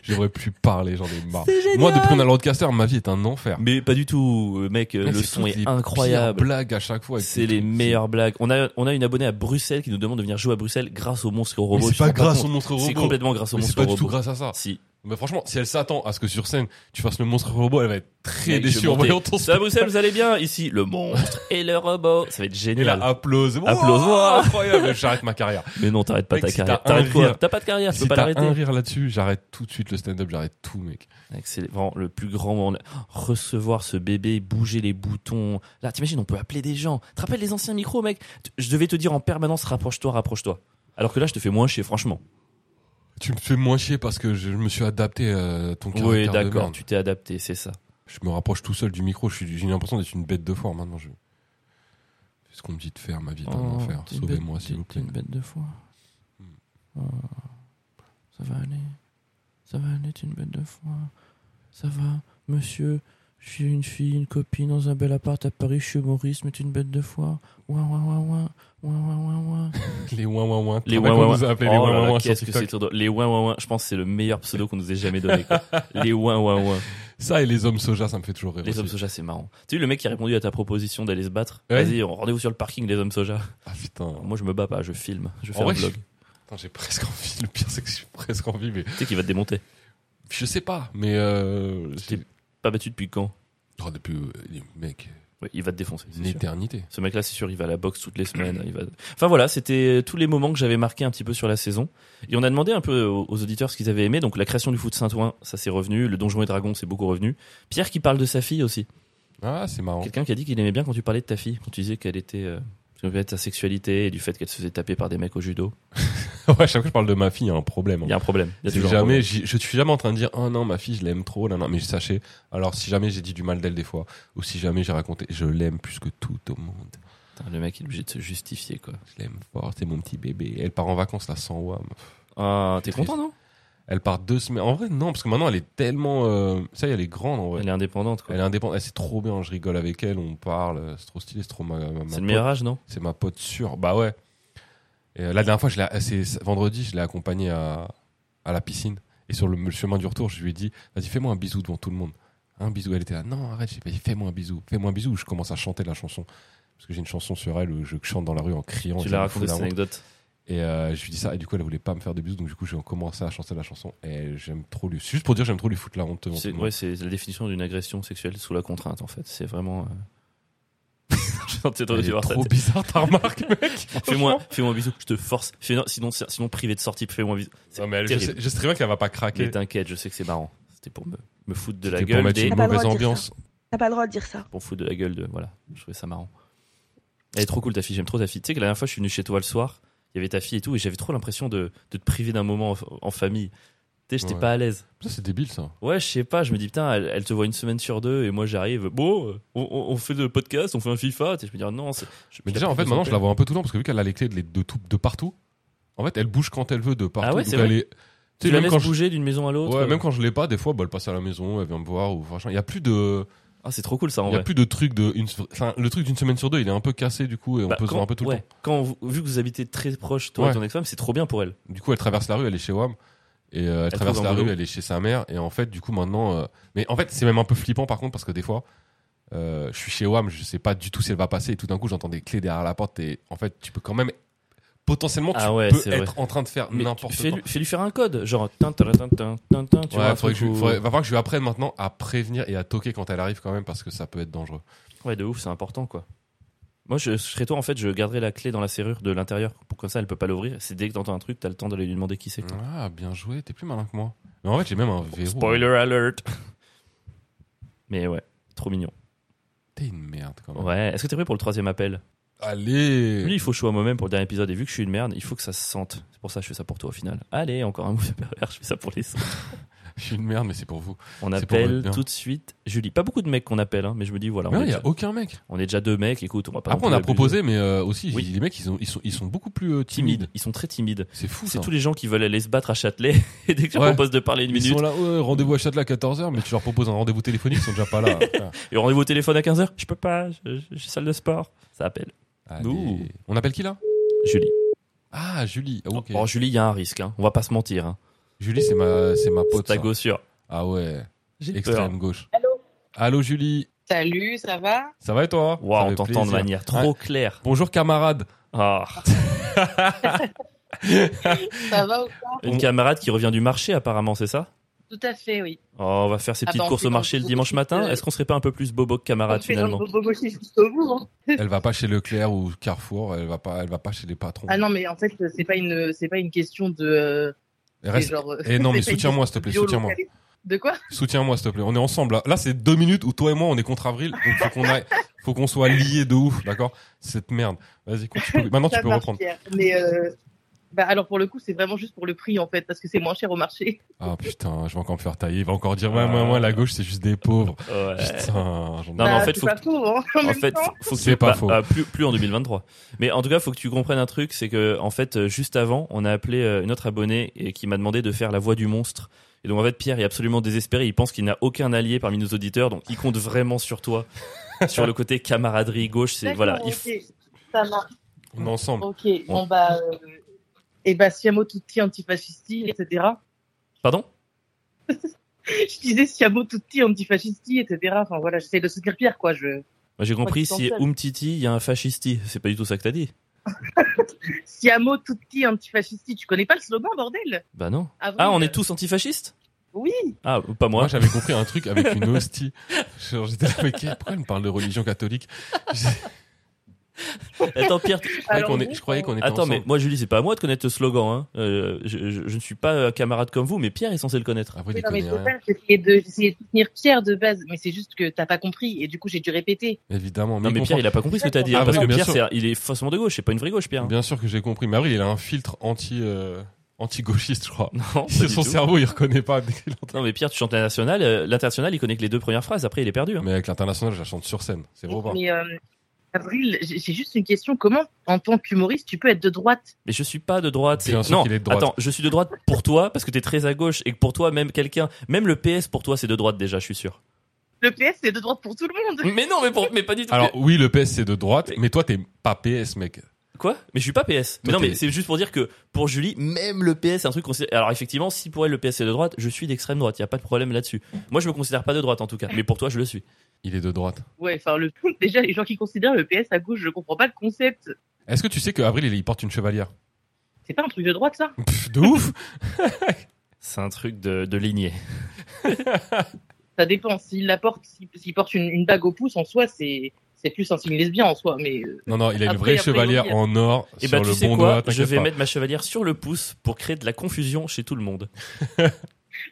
Speaker 2: J'aimerais plus parler, j'en ai marre. Bah, Moi, depuis qu'on a le roadcaster, ma vie est un enfer.
Speaker 1: Ah. Mais pas du tout, euh, mec. euh,
Speaker 2: Mais
Speaker 1: Le
Speaker 2: c'est
Speaker 1: son
Speaker 2: toutes
Speaker 1: est
Speaker 2: les
Speaker 1: incroyable.
Speaker 2: pires blagues à chaque fois. avec
Speaker 1: C'est
Speaker 2: des
Speaker 1: les
Speaker 2: trucs-
Speaker 1: meilleures blagues. On a, on a une abonnée à Bruxelles qui nous demande de venir jouer à Bruxelles grâce au monstre
Speaker 2: Mais
Speaker 1: robot. Tu
Speaker 2: c'est
Speaker 1: te
Speaker 2: pas
Speaker 1: rends
Speaker 2: grâce au
Speaker 1: compte
Speaker 2: monstre robot.
Speaker 1: C'est complètement grâce au
Speaker 2: Mais c'est
Speaker 1: monstre
Speaker 2: pas
Speaker 1: robot.
Speaker 2: du tout grâce à ça.
Speaker 1: Si.
Speaker 2: Mais franchement, si elle s'attend à ce que sur scène, tu fasses le monstre robot, elle va être très
Speaker 1: Mec, je vais
Speaker 2: déçue en voyant
Speaker 1: monter.
Speaker 2: ton
Speaker 1: Ça,
Speaker 2: spectacle.
Speaker 1: Bruxelles, vous allez bien Ici, le monstre et le robot. Ça va être
Speaker 2: Et là,
Speaker 1: génial.
Speaker 2: applause. Wow,
Speaker 1: Applause. Wow.
Speaker 2: Incroyable. J'arrête ma carrière.
Speaker 1: Mais non, t'arrêtes pas
Speaker 2: Mec,
Speaker 1: ta
Speaker 2: si t'as
Speaker 1: carrière.
Speaker 2: un
Speaker 1: T'arrêtes quoi
Speaker 2: rire-
Speaker 1: T'as pas de carrière, tu
Speaker 2: Si
Speaker 1: peux pas
Speaker 2: t'as
Speaker 1: l'arrêter.
Speaker 2: un rire là-dessus, j'arrête tout de suite le stand-up, j'arrête tout, mec.
Speaker 1: Mec, C'est vraiment le plus grand moment. Recevoir ce bébé, bouger les boutons. Là, t'imagines, on peut appeler des gens. Tu te rappelles les anciens micros, mec Tu- Je devais te dire en permanence, rapproche-toi, rapproche-toi. Alors que là, je te fais moins chier, franchement.
Speaker 2: Tu me fais moins chier parce que je me suis adapté euh, à ton caractère.
Speaker 1: Oui,
Speaker 2: de
Speaker 1: d'accord,
Speaker 2: merde.
Speaker 1: tu t'es adapté, c'est ça.
Speaker 2: Je me rapproche tout seul du micro, je suis- j'ai l'impression d'être une bête de foire maintenant. Je... C'est ce qu'on me dit de faire, ma vie est un
Speaker 1: Oh,
Speaker 2: enfer.
Speaker 1: t'es une
Speaker 2: Sauvez-moi,
Speaker 1: bête-
Speaker 2: s'il vous
Speaker 1: t'es- t'es
Speaker 2: plaît.
Speaker 1: une bête de foi.
Speaker 2: Hmm.
Speaker 1: Oh, Ça va aller. Ça va aller, t'es une bête de foi. Ça va, monsieur. Je suis une fille, une copine dans un bel appart à Paris. Je suis humoriste, mais t'es une bête de foi. Ouin, ouin, ouin, ouin. Ouin, ouin, ouin, ouin.
Speaker 2: Les ouin ouin ouin.
Speaker 1: Les
Speaker 2: T'as pas
Speaker 1: ouin
Speaker 2: qu'on
Speaker 1: ouin
Speaker 2: nous a
Speaker 1: ouin.
Speaker 2: appelé les
Speaker 1: Oh
Speaker 2: ouin
Speaker 1: là
Speaker 2: ouin
Speaker 1: là,
Speaker 2: ouin sur
Speaker 1: qu'est-ce que c'est
Speaker 2: TikTok.
Speaker 1: trop drôle. Les ouin ouin ouin. Je pense que c'est le meilleur pseudo qu'on nous ait jamais donné. quoi. les ouin ouin ouin.
Speaker 2: Ça et les hommes soja, ça me fait toujours rire.
Speaker 1: Les
Speaker 2: aussi.
Speaker 1: hommes soja, c'est marrant. Tu sais, le mec qui a répondu à ta proposition d'aller se battre.
Speaker 2: Ouais.
Speaker 1: Vas-y, on rendez-vous sur le parking des hommes soja.
Speaker 2: Ah putain.
Speaker 1: Moi, je me bats pas, je filme. Je fais
Speaker 2: En
Speaker 1: un
Speaker 2: vrai,
Speaker 1: vlog.
Speaker 2: je- Putain, j'ai presque envie. Le pire, c'est que j'ai presque envie, mais
Speaker 1: Tu sais qu'il va te démonter.
Speaker 2: je sais pas. Mais euh,
Speaker 1: T'es-
Speaker 2: j'ai-
Speaker 1: Pas battu depuis quand
Speaker 2: oh, depuis, euh, mec,
Speaker 1: Ouais, Il va te défoncer. c'est
Speaker 2: une
Speaker 1: sûr.
Speaker 2: éternité.
Speaker 1: Ce mec-là, c'est sûr, il va à la boxe toutes les semaines. il va... Enfin voilà, c'était tous les moments que j'avais marqués un petit peu sur la saison. Et on a demandé un peu aux aux auditeurs ce qu'ils avaient aimé. Donc la création du foot Saint-Ouen, ça c'est revenu. Le Donjon et Dragon, c'est beaucoup revenu. Pierre qui parle de sa fille aussi.
Speaker 2: Ah, c'est marrant.
Speaker 1: Quelqu'un qui a dit qu'il aimait bien quand tu parlais de ta fille, quand tu disais qu'elle était... Euh... De sa sexualité et du fait qu'elle se faisait taper par des mecs au judo.
Speaker 2: ouais, chaque fois que je parle de ma fille, il y a un problème. en
Speaker 1: Il y a un problème. Il y a
Speaker 2: Si
Speaker 1: toujours un
Speaker 2: jamais,
Speaker 1: problème.
Speaker 2: j'y- je suis jamais en train de dire, oh non, ma fille, je l'aime trop, non, non, mais sachez, alors si jamais j'ai dit du mal d'elle des fois, ou si jamais j'ai raconté, je l'aime plus que tout au monde.
Speaker 1: Putain, le mec il est obligé de se justifier quoi.
Speaker 2: Je l'aime fort, c'est mon petit bébé. Elle part en vacances là sans WAM.
Speaker 1: Ah, t'es
Speaker 2: C'est triste.
Speaker 1: content non
Speaker 2: Elle part deux semaines. En vrai, non, parce que maintenant elle est tellement. euh, Ça y est, elle est grande en vrai.
Speaker 1: Elle est indépendante quoi.
Speaker 2: Elle est indépendante, elle c'est trop bien, je rigole avec elle, on parle, euh, c'est trop stylé, c'est trop ma, ma- ma
Speaker 1: C'est
Speaker 2: pote.
Speaker 1: le meilleur âge non
Speaker 2: C'est ma pote sûre, bah ouais. Et euh, la dernière fois, je l'ai, c'est c'est vendredi, je l'ai accompagnée à, à la piscine. Et sur le, le chemin du retour, je lui ai dit, vas-y, fais-moi un bisou devant tout le monde. Un bisou, elle était là, non, arrête, j'ai dit, Vas-y, fais-moi un bisou, fais-moi un bisou. Je commence à chanter la chanson. Parce que j'ai une chanson sur elle où je chante dans la rue en criant.
Speaker 1: Tu
Speaker 2: et
Speaker 1: l'as
Speaker 2: ça me fout
Speaker 1: raconté
Speaker 2: la
Speaker 1: cette
Speaker 2: honte.
Speaker 1: anecdote.
Speaker 2: Et euh, je lui dis ça, et du coup, elle voulait pas me faire de bisous, donc du coup, j'ai commencé à chanter la chanson. Et j'aime trop lui. c'est Juste pour dire, j'aime trop lui foutre la honte. devant
Speaker 1: C'est
Speaker 2: tout le
Speaker 1: ouais, c'est la définition d'une agression sexuelle sous la contrainte en fait. C'est vraiment. Euh... T'es
Speaker 2: monde.
Speaker 1: trop
Speaker 2: Elle est
Speaker 1: voir
Speaker 2: trop bizarre ta remarque.
Speaker 1: Fais-moi, fais-moi un bisou. Je te force. Fais- non, sinon, c'est- sinon privé de sortie. Fais-moi un bisou. C'est
Speaker 2: Non, mais elle- je, sais,
Speaker 1: terrible.
Speaker 2: je sais très bien qu'elle va pas craquer.
Speaker 1: Mais t'inquiète, je sais que c'est marrant. C'était pour me, me foutre de la
Speaker 2: C'était pour
Speaker 1: gueule.
Speaker 2: mettre
Speaker 1: Des,
Speaker 2: une
Speaker 9: T'as pas le
Speaker 2: mauvaise
Speaker 9: droit de dire
Speaker 2: ambiance.
Speaker 9: T'as pas le droit de dire ça.
Speaker 1: pour foutre de la gueule de. Voilà. Je trouvais ça marrant. Elle est trop cool ta fille. J'aime trop ta fille. Tu sais que la dernière fois, je suis venu chez toi le soir. Il y avait ta fille et tout, et j'avais trop l'impression de, de te priver d'un moment en, en famille. Tu sais, j'étais
Speaker 2: Ouais.
Speaker 1: pas à l'aise.
Speaker 2: Ça, c'est débile, ça.
Speaker 1: Ouais, je sais pas, je me dis putain, elle, elle te voit une semaine sur deux et moi j'arrive, bon, euh, on, on- on fait le podcast, on fait un FIFA, tu sais, je me dis non, c'est. je-
Speaker 2: Mais
Speaker 1: je
Speaker 2: déjà,
Speaker 1: la
Speaker 2: en fait,
Speaker 1: préfère
Speaker 2: maintenant,
Speaker 1: son
Speaker 2: je la vois un peu tout le temps parce que vu qu'elle a les clés de, les- de tout, de partout, en fait, elle bouge quand elle veut de partout.
Speaker 1: Ah ouais,
Speaker 2: Donc
Speaker 1: c'est
Speaker 2: elle
Speaker 1: vrai.
Speaker 2: est-
Speaker 1: père. Tu
Speaker 2: Tu sais,
Speaker 1: la
Speaker 2: même quand,
Speaker 1: laisses
Speaker 2: je...
Speaker 1: bouger euh. d'une maison à l'autre.
Speaker 2: ouais, même quand je l'ai pas, des fois, bah, elle passe à la maison, elle vient me voir ou franchement, il y a plus de,
Speaker 1: Ah, c'est trop cool ça en
Speaker 2: il y a
Speaker 1: vrai.
Speaker 2: plus de truc de une, enfin, le truc d'une semaine sur deux, il est un peu cassé du coup et on
Speaker 1: Bah,
Speaker 2: peut se voir un peu tout le
Speaker 1: ouais,
Speaker 2: temps.
Speaker 1: quand vous- vu que vous habitez très proche, toi
Speaker 2: Ouais.
Speaker 1: et ton ex-femme, c'est trop bien pour elle.
Speaker 2: Du coup, elle traverse la rue, elle est chez Wam et euh, elle, traverse
Speaker 1: trouve un
Speaker 2: la rue,
Speaker 1: boulot.
Speaker 2: elle est chez sa mère et en fait, du coup, maintenant, euh, mais en fait, c'est même un peu flippant par contre parce que des fois. euh, je suis chez Wam, je sais pas du tout si elle va passer et tout d'un coup j'entends des clés derrière la porte et en fait tu peux quand même potentiellement tu
Speaker 1: Ah ouais,
Speaker 2: peux
Speaker 1: c'est vrai.
Speaker 2: être en train de faire
Speaker 1: Mais
Speaker 2: n'importe quoi.
Speaker 1: fais-lui fais-lui faire un code, genre tin, tin, tin, tin, tin, tin, tu vois,
Speaker 2: Ouais,
Speaker 1: un
Speaker 2: faudrait
Speaker 1: truc
Speaker 2: que je,
Speaker 1: où-
Speaker 2: faudrait- va falloir que je lui apprenne maintenant à prévenir et à toquer quand elle arrive quand même parce que ça peut être dangereux.
Speaker 1: Ouais, de ouf, c'est important quoi. Moi, je, je serais toi en fait, je garderais la clé dans la serrure de l'intérieur pour comme ça, elle peut pas l'ouvrir. C'est dès que t'entends un truc, t'as le temps d'aller lui demander qui c'est. quoi.
Speaker 2: Ah, bien joué, t'es plus malin que moi. Mais en fait, j'ai même un verrou.
Speaker 1: Spoiler alert. hein. Mais ouais, trop mignon.
Speaker 2: T'es une merde quand même.
Speaker 1: Ouais, est-ce que t'es prêt pour le troisième appel
Speaker 2: Allez
Speaker 1: Lui, il faut choix moi-même pour le dernier épisode, et vu que je suis une merde, il faut que ça se sente. C'est pour ça que je fais ça pour toi au final. Allez, encore un mot de pervers, je fais ça pour les autres.
Speaker 2: Je suis une merde, mais c'est pour vous.
Speaker 1: On
Speaker 2: C'est pour
Speaker 1: appelle
Speaker 2: votre bien.
Speaker 1: tout de suite Julie. Pas beaucoup de mecs qu'on appelle, hein, mais je me dis, voilà,
Speaker 2: mais
Speaker 1: on,
Speaker 2: non,
Speaker 1: est
Speaker 2: il y a
Speaker 1: déjà,
Speaker 2: aucun mec.
Speaker 1: on est déjà deux mecs, écoute, on va pas.
Speaker 2: Après,
Speaker 1: non plus
Speaker 2: on a
Speaker 1: abuser.
Speaker 2: proposé, mais euh, aussi,
Speaker 1: Oui.
Speaker 2: les mecs, ils, ont, ils, sont, ils sont beaucoup plus euh,
Speaker 1: Timides,
Speaker 2: timides.
Speaker 1: ils sont très timides.
Speaker 2: C'est fou,
Speaker 1: C'est
Speaker 2: ça.
Speaker 1: tous les gens qui veulent aller se battre à Châtelet, et dès que je
Speaker 2: hein. Ouais.
Speaker 1: propose de parler une
Speaker 2: Ils
Speaker 1: minute,
Speaker 2: sont là, ouais, rendez-vous à Châtelet à 14h, mais tu leur proposes un rendez-vous téléphonique, ils sont déjà pas là.
Speaker 1: et rendez-vous au téléphone à 15h, je peux pas, je- je- j'ai salle de sport, ça appelle.
Speaker 2: Allez.
Speaker 1: Ouh.
Speaker 2: ah, On appelle qui là
Speaker 1: Julie.
Speaker 2: Ah, Julie. Ah, ok.
Speaker 1: Bon, Julie, il y a un risque, hein. on va pas se mentir. Hein.
Speaker 2: Julie, c'est ma, c'est ma
Speaker 1: C'est
Speaker 2: pote.
Speaker 1: ta
Speaker 2: ça.
Speaker 1: gossure.
Speaker 2: Ah ouais,
Speaker 1: J'ai peur.
Speaker 2: extrême gauche.
Speaker 6: Allô
Speaker 2: Allô Julie,
Speaker 9: Salut, ça va
Speaker 2: ça va et toi
Speaker 1: Wow,
Speaker 2: Ça
Speaker 1: on
Speaker 2: fait
Speaker 1: t'entend de
Speaker 2: plaisir.
Speaker 1: manière trop claire.
Speaker 2: Bonjour camarade.
Speaker 1: Ah,
Speaker 9: Ça va ou pas
Speaker 1: une
Speaker 2: On-
Speaker 1: camarade qui revient du marché, apparemment, c'est ça
Speaker 9: Tout à fait, oui.
Speaker 1: Oh, On va faire ses petites
Speaker 9: Attends,
Speaker 1: courses
Speaker 9: c'est
Speaker 1: au marché
Speaker 9: quand-
Speaker 1: le dimanche matin.
Speaker 9: euh,
Speaker 1: Est-ce qu'on serait pas un peu plus bobo que
Speaker 9: On
Speaker 1: camarade
Speaker 9: fait dans le
Speaker 1: finalement
Speaker 9: bobo jusqu'au bout. hein.
Speaker 2: Elle va pas chez Leclerc ou Carrefour, elle va pas, elle va pas chez les patrons.
Speaker 9: Ah non, mais en fait, c'est pas une, c'est pas une question de. euh,
Speaker 2: Et reste-
Speaker 9: c'est genre, euh,
Speaker 2: Eh non, mais
Speaker 9: c'est pas une
Speaker 2: soutiens-moi,
Speaker 9: question
Speaker 2: s'il te plaît,
Speaker 9: de bio
Speaker 2: soutiens-moi.
Speaker 9: localité. De quoi
Speaker 2: Soutiens-moi s'il te plaît, on est ensemble là. Là c'est deux minutes où toi et moi on est contre avril, donc faut qu'on aille- faut qu'on soit liés de ouf, d'accord Cette merde. Vas-y, écoute, tu peux- maintenant tu
Speaker 9: Ça
Speaker 2: peux
Speaker 9: marche,
Speaker 2: reprendre.
Speaker 9: Pierre. Mais euh, bah, alors pour le coup, c'est vraiment juste pour le prix en fait, parce que c'est moins cher au marché.
Speaker 2: Ah putain, je vais encore me faire tailler, il va encore dire ouais, moi, moi, la gauche c'est juste des pauvres.
Speaker 1: Euh, Ouais.
Speaker 2: Putain, j'en ai-
Speaker 1: Non, mais en fait,
Speaker 9: c'est
Speaker 1: faut
Speaker 9: pas
Speaker 1: que-
Speaker 9: faux, hein, en
Speaker 1: En
Speaker 9: même
Speaker 1: fait,
Speaker 9: temps.
Speaker 1: faut que
Speaker 2: C'est
Speaker 1: tu- bah,
Speaker 2: pas faux.
Speaker 1: plus, plus en 2023. Mais en tout cas, faut que tu comprennes un truc, c'est que en fait, euh, juste avant, on a appelé euh, une autre abonnée et qui m'a demandé de faire la voix du monstre. Et donc en fait, Pierre est absolument désespéré. Il pense qu'il n'a aucun allié parmi nos auditeurs, donc il compte vraiment sur toi, sur le côté camaraderie gauche. C'est voilà.
Speaker 9: D'accord,
Speaker 1: il
Speaker 9: ok. Ça marche.
Speaker 2: on est ensemble.
Speaker 9: Ok. Bon bah. euh, Et bah, Siamo Tutti antifascisti, etc.
Speaker 1: f- Pardon
Speaker 9: Je disais Siamo Tutti antifascisti, etc. Enfin voilà, j'essaie de soutenir Pierre, quoi. Je...
Speaker 1: Moi, J'ai compris.
Speaker 9: tu t'en
Speaker 1: Si
Speaker 9: sers.
Speaker 1: Umtiti, il y a un fascisti. C'est pas du tout ça que t'as dit.
Speaker 9: Siamo Tutti antifascisti. Tu connais pas le slogan, bordel
Speaker 1: Bah non.
Speaker 9: Avril.
Speaker 1: Ah, on est tous antifascistes
Speaker 9: Oui.
Speaker 1: Ah, pas
Speaker 2: Moi,
Speaker 1: moi.
Speaker 2: j'avais compris un truc avec une hostie. Genre, j'étais là, mais qu'est- pourquoi elle me parle de religion catholique Je
Speaker 1: Attends, Pierre. t-
Speaker 2: croyais
Speaker 9: Alors,
Speaker 2: qu'on est-
Speaker 9: oui,
Speaker 2: je croyais qu'on était
Speaker 1: Attends,
Speaker 2: ensemble.
Speaker 1: mais moi, Julie, c'est pas à moi de connaître le slogan. Hein. Euh, je, je- je ne suis pas euh, camarade comme vous, mais Pierre est censé le connaître.
Speaker 2: Après,
Speaker 9: Oui,
Speaker 2: il
Speaker 9: non, mais
Speaker 2: connaît
Speaker 9: c'est
Speaker 2: rien.
Speaker 9: ça, j'essayais de, j'essayais de soutenir Pierre de base, mais c'est juste que t'as pas compris, et du coup j'ai dû répéter.
Speaker 2: Évidemment. Mais
Speaker 1: Non, mais
Speaker 2: il
Speaker 1: Pierre,
Speaker 2: comprend.
Speaker 1: il a pas compris ce que t'as dit. hein,
Speaker 2: Ah
Speaker 1: parce
Speaker 2: oui,
Speaker 1: que
Speaker 2: bien
Speaker 1: Pierre,
Speaker 2: sûr.
Speaker 1: c'est un- il est faussement de gauche. C'est pas une vraie gauche, Pierre. hein.
Speaker 2: Bien sûr que j'ai compris. Mais Avril, il a un filtre anti, euh, anti-gauchiste, je crois.
Speaker 1: Non, pas
Speaker 2: C'est
Speaker 1: du
Speaker 2: son
Speaker 1: tout.
Speaker 2: cerveau, il reconnaît pas. dès qu'il entend.
Speaker 1: Non, mais Pierre, tu chantes l'international. euh, l'international, il connaît que les deux premières phrases. Après, il est perdu. hein.
Speaker 2: Mais avec l'international, je la chante sur scène. C'est
Speaker 1: Oh,
Speaker 2: vrai ou pas
Speaker 9: Mais euh, Avril, j'ai j'ai juste une question. Comment, en tant qu'humoriste, tu peux être de droite
Speaker 1: Mais je suis pas de droite. c'est-
Speaker 2: Bien sûr
Speaker 1: Non,
Speaker 2: qu'il est de droite.
Speaker 1: attends, je suis de droite pour toi parce que t'es très à gauche et que pour toi, même quelqu'un, même le PS pour toi, c'est de droite déjà, je suis sûr.
Speaker 9: Le PS, c'est de droite pour tout le monde.
Speaker 1: Mais non, mais, pour- mais pas du tout.
Speaker 2: Alors, oui, le PS, c'est de droite,
Speaker 1: Mais-
Speaker 2: mais toi, t'es pas PS, mec.
Speaker 1: Quoi Mais je suis pas PS. Mais
Speaker 2: Toi,
Speaker 1: non, mais
Speaker 2: t'es-
Speaker 1: c'est juste pour dire que pour Julie, même le PS, c'est un truc considéré. Alors effectivement, si pour elle le PS est de droite, je suis d'extrême droite. Il y a pas de problème là-dessus. Moi, je me considère pas de droite en tout cas. Mais pour toi, je le suis.
Speaker 2: Il est de droite.
Speaker 9: Ouais, enfin, le, déjà, les gens qui considèrent le PS à gauche, je comprends pas le concept.
Speaker 2: Est-ce que tu sais que Avril, il porte une chevalière
Speaker 9: C'est pas un truc de droite, ça
Speaker 2: Pff, De ouf
Speaker 1: C'est un truc de, de lignée.
Speaker 9: Ça dépend. S'il la porte, s'il s'il porte une, une bague au pouce, en soi, c'est c'est plus un signe lesbien, en soi. Mais euh,
Speaker 2: Non, non, il a une
Speaker 9: Après,
Speaker 2: vraie
Speaker 9: après, on dit-
Speaker 2: chevalière en or
Speaker 1: Et
Speaker 2: sur
Speaker 1: bah,
Speaker 2: le
Speaker 1: tu sais
Speaker 2: bon
Speaker 1: quoi
Speaker 2: doigt.
Speaker 1: Je
Speaker 2: t'inquiète
Speaker 1: vais
Speaker 2: pas.
Speaker 1: mettre ma chevalière sur le pouce pour créer de la confusion chez tout le monde.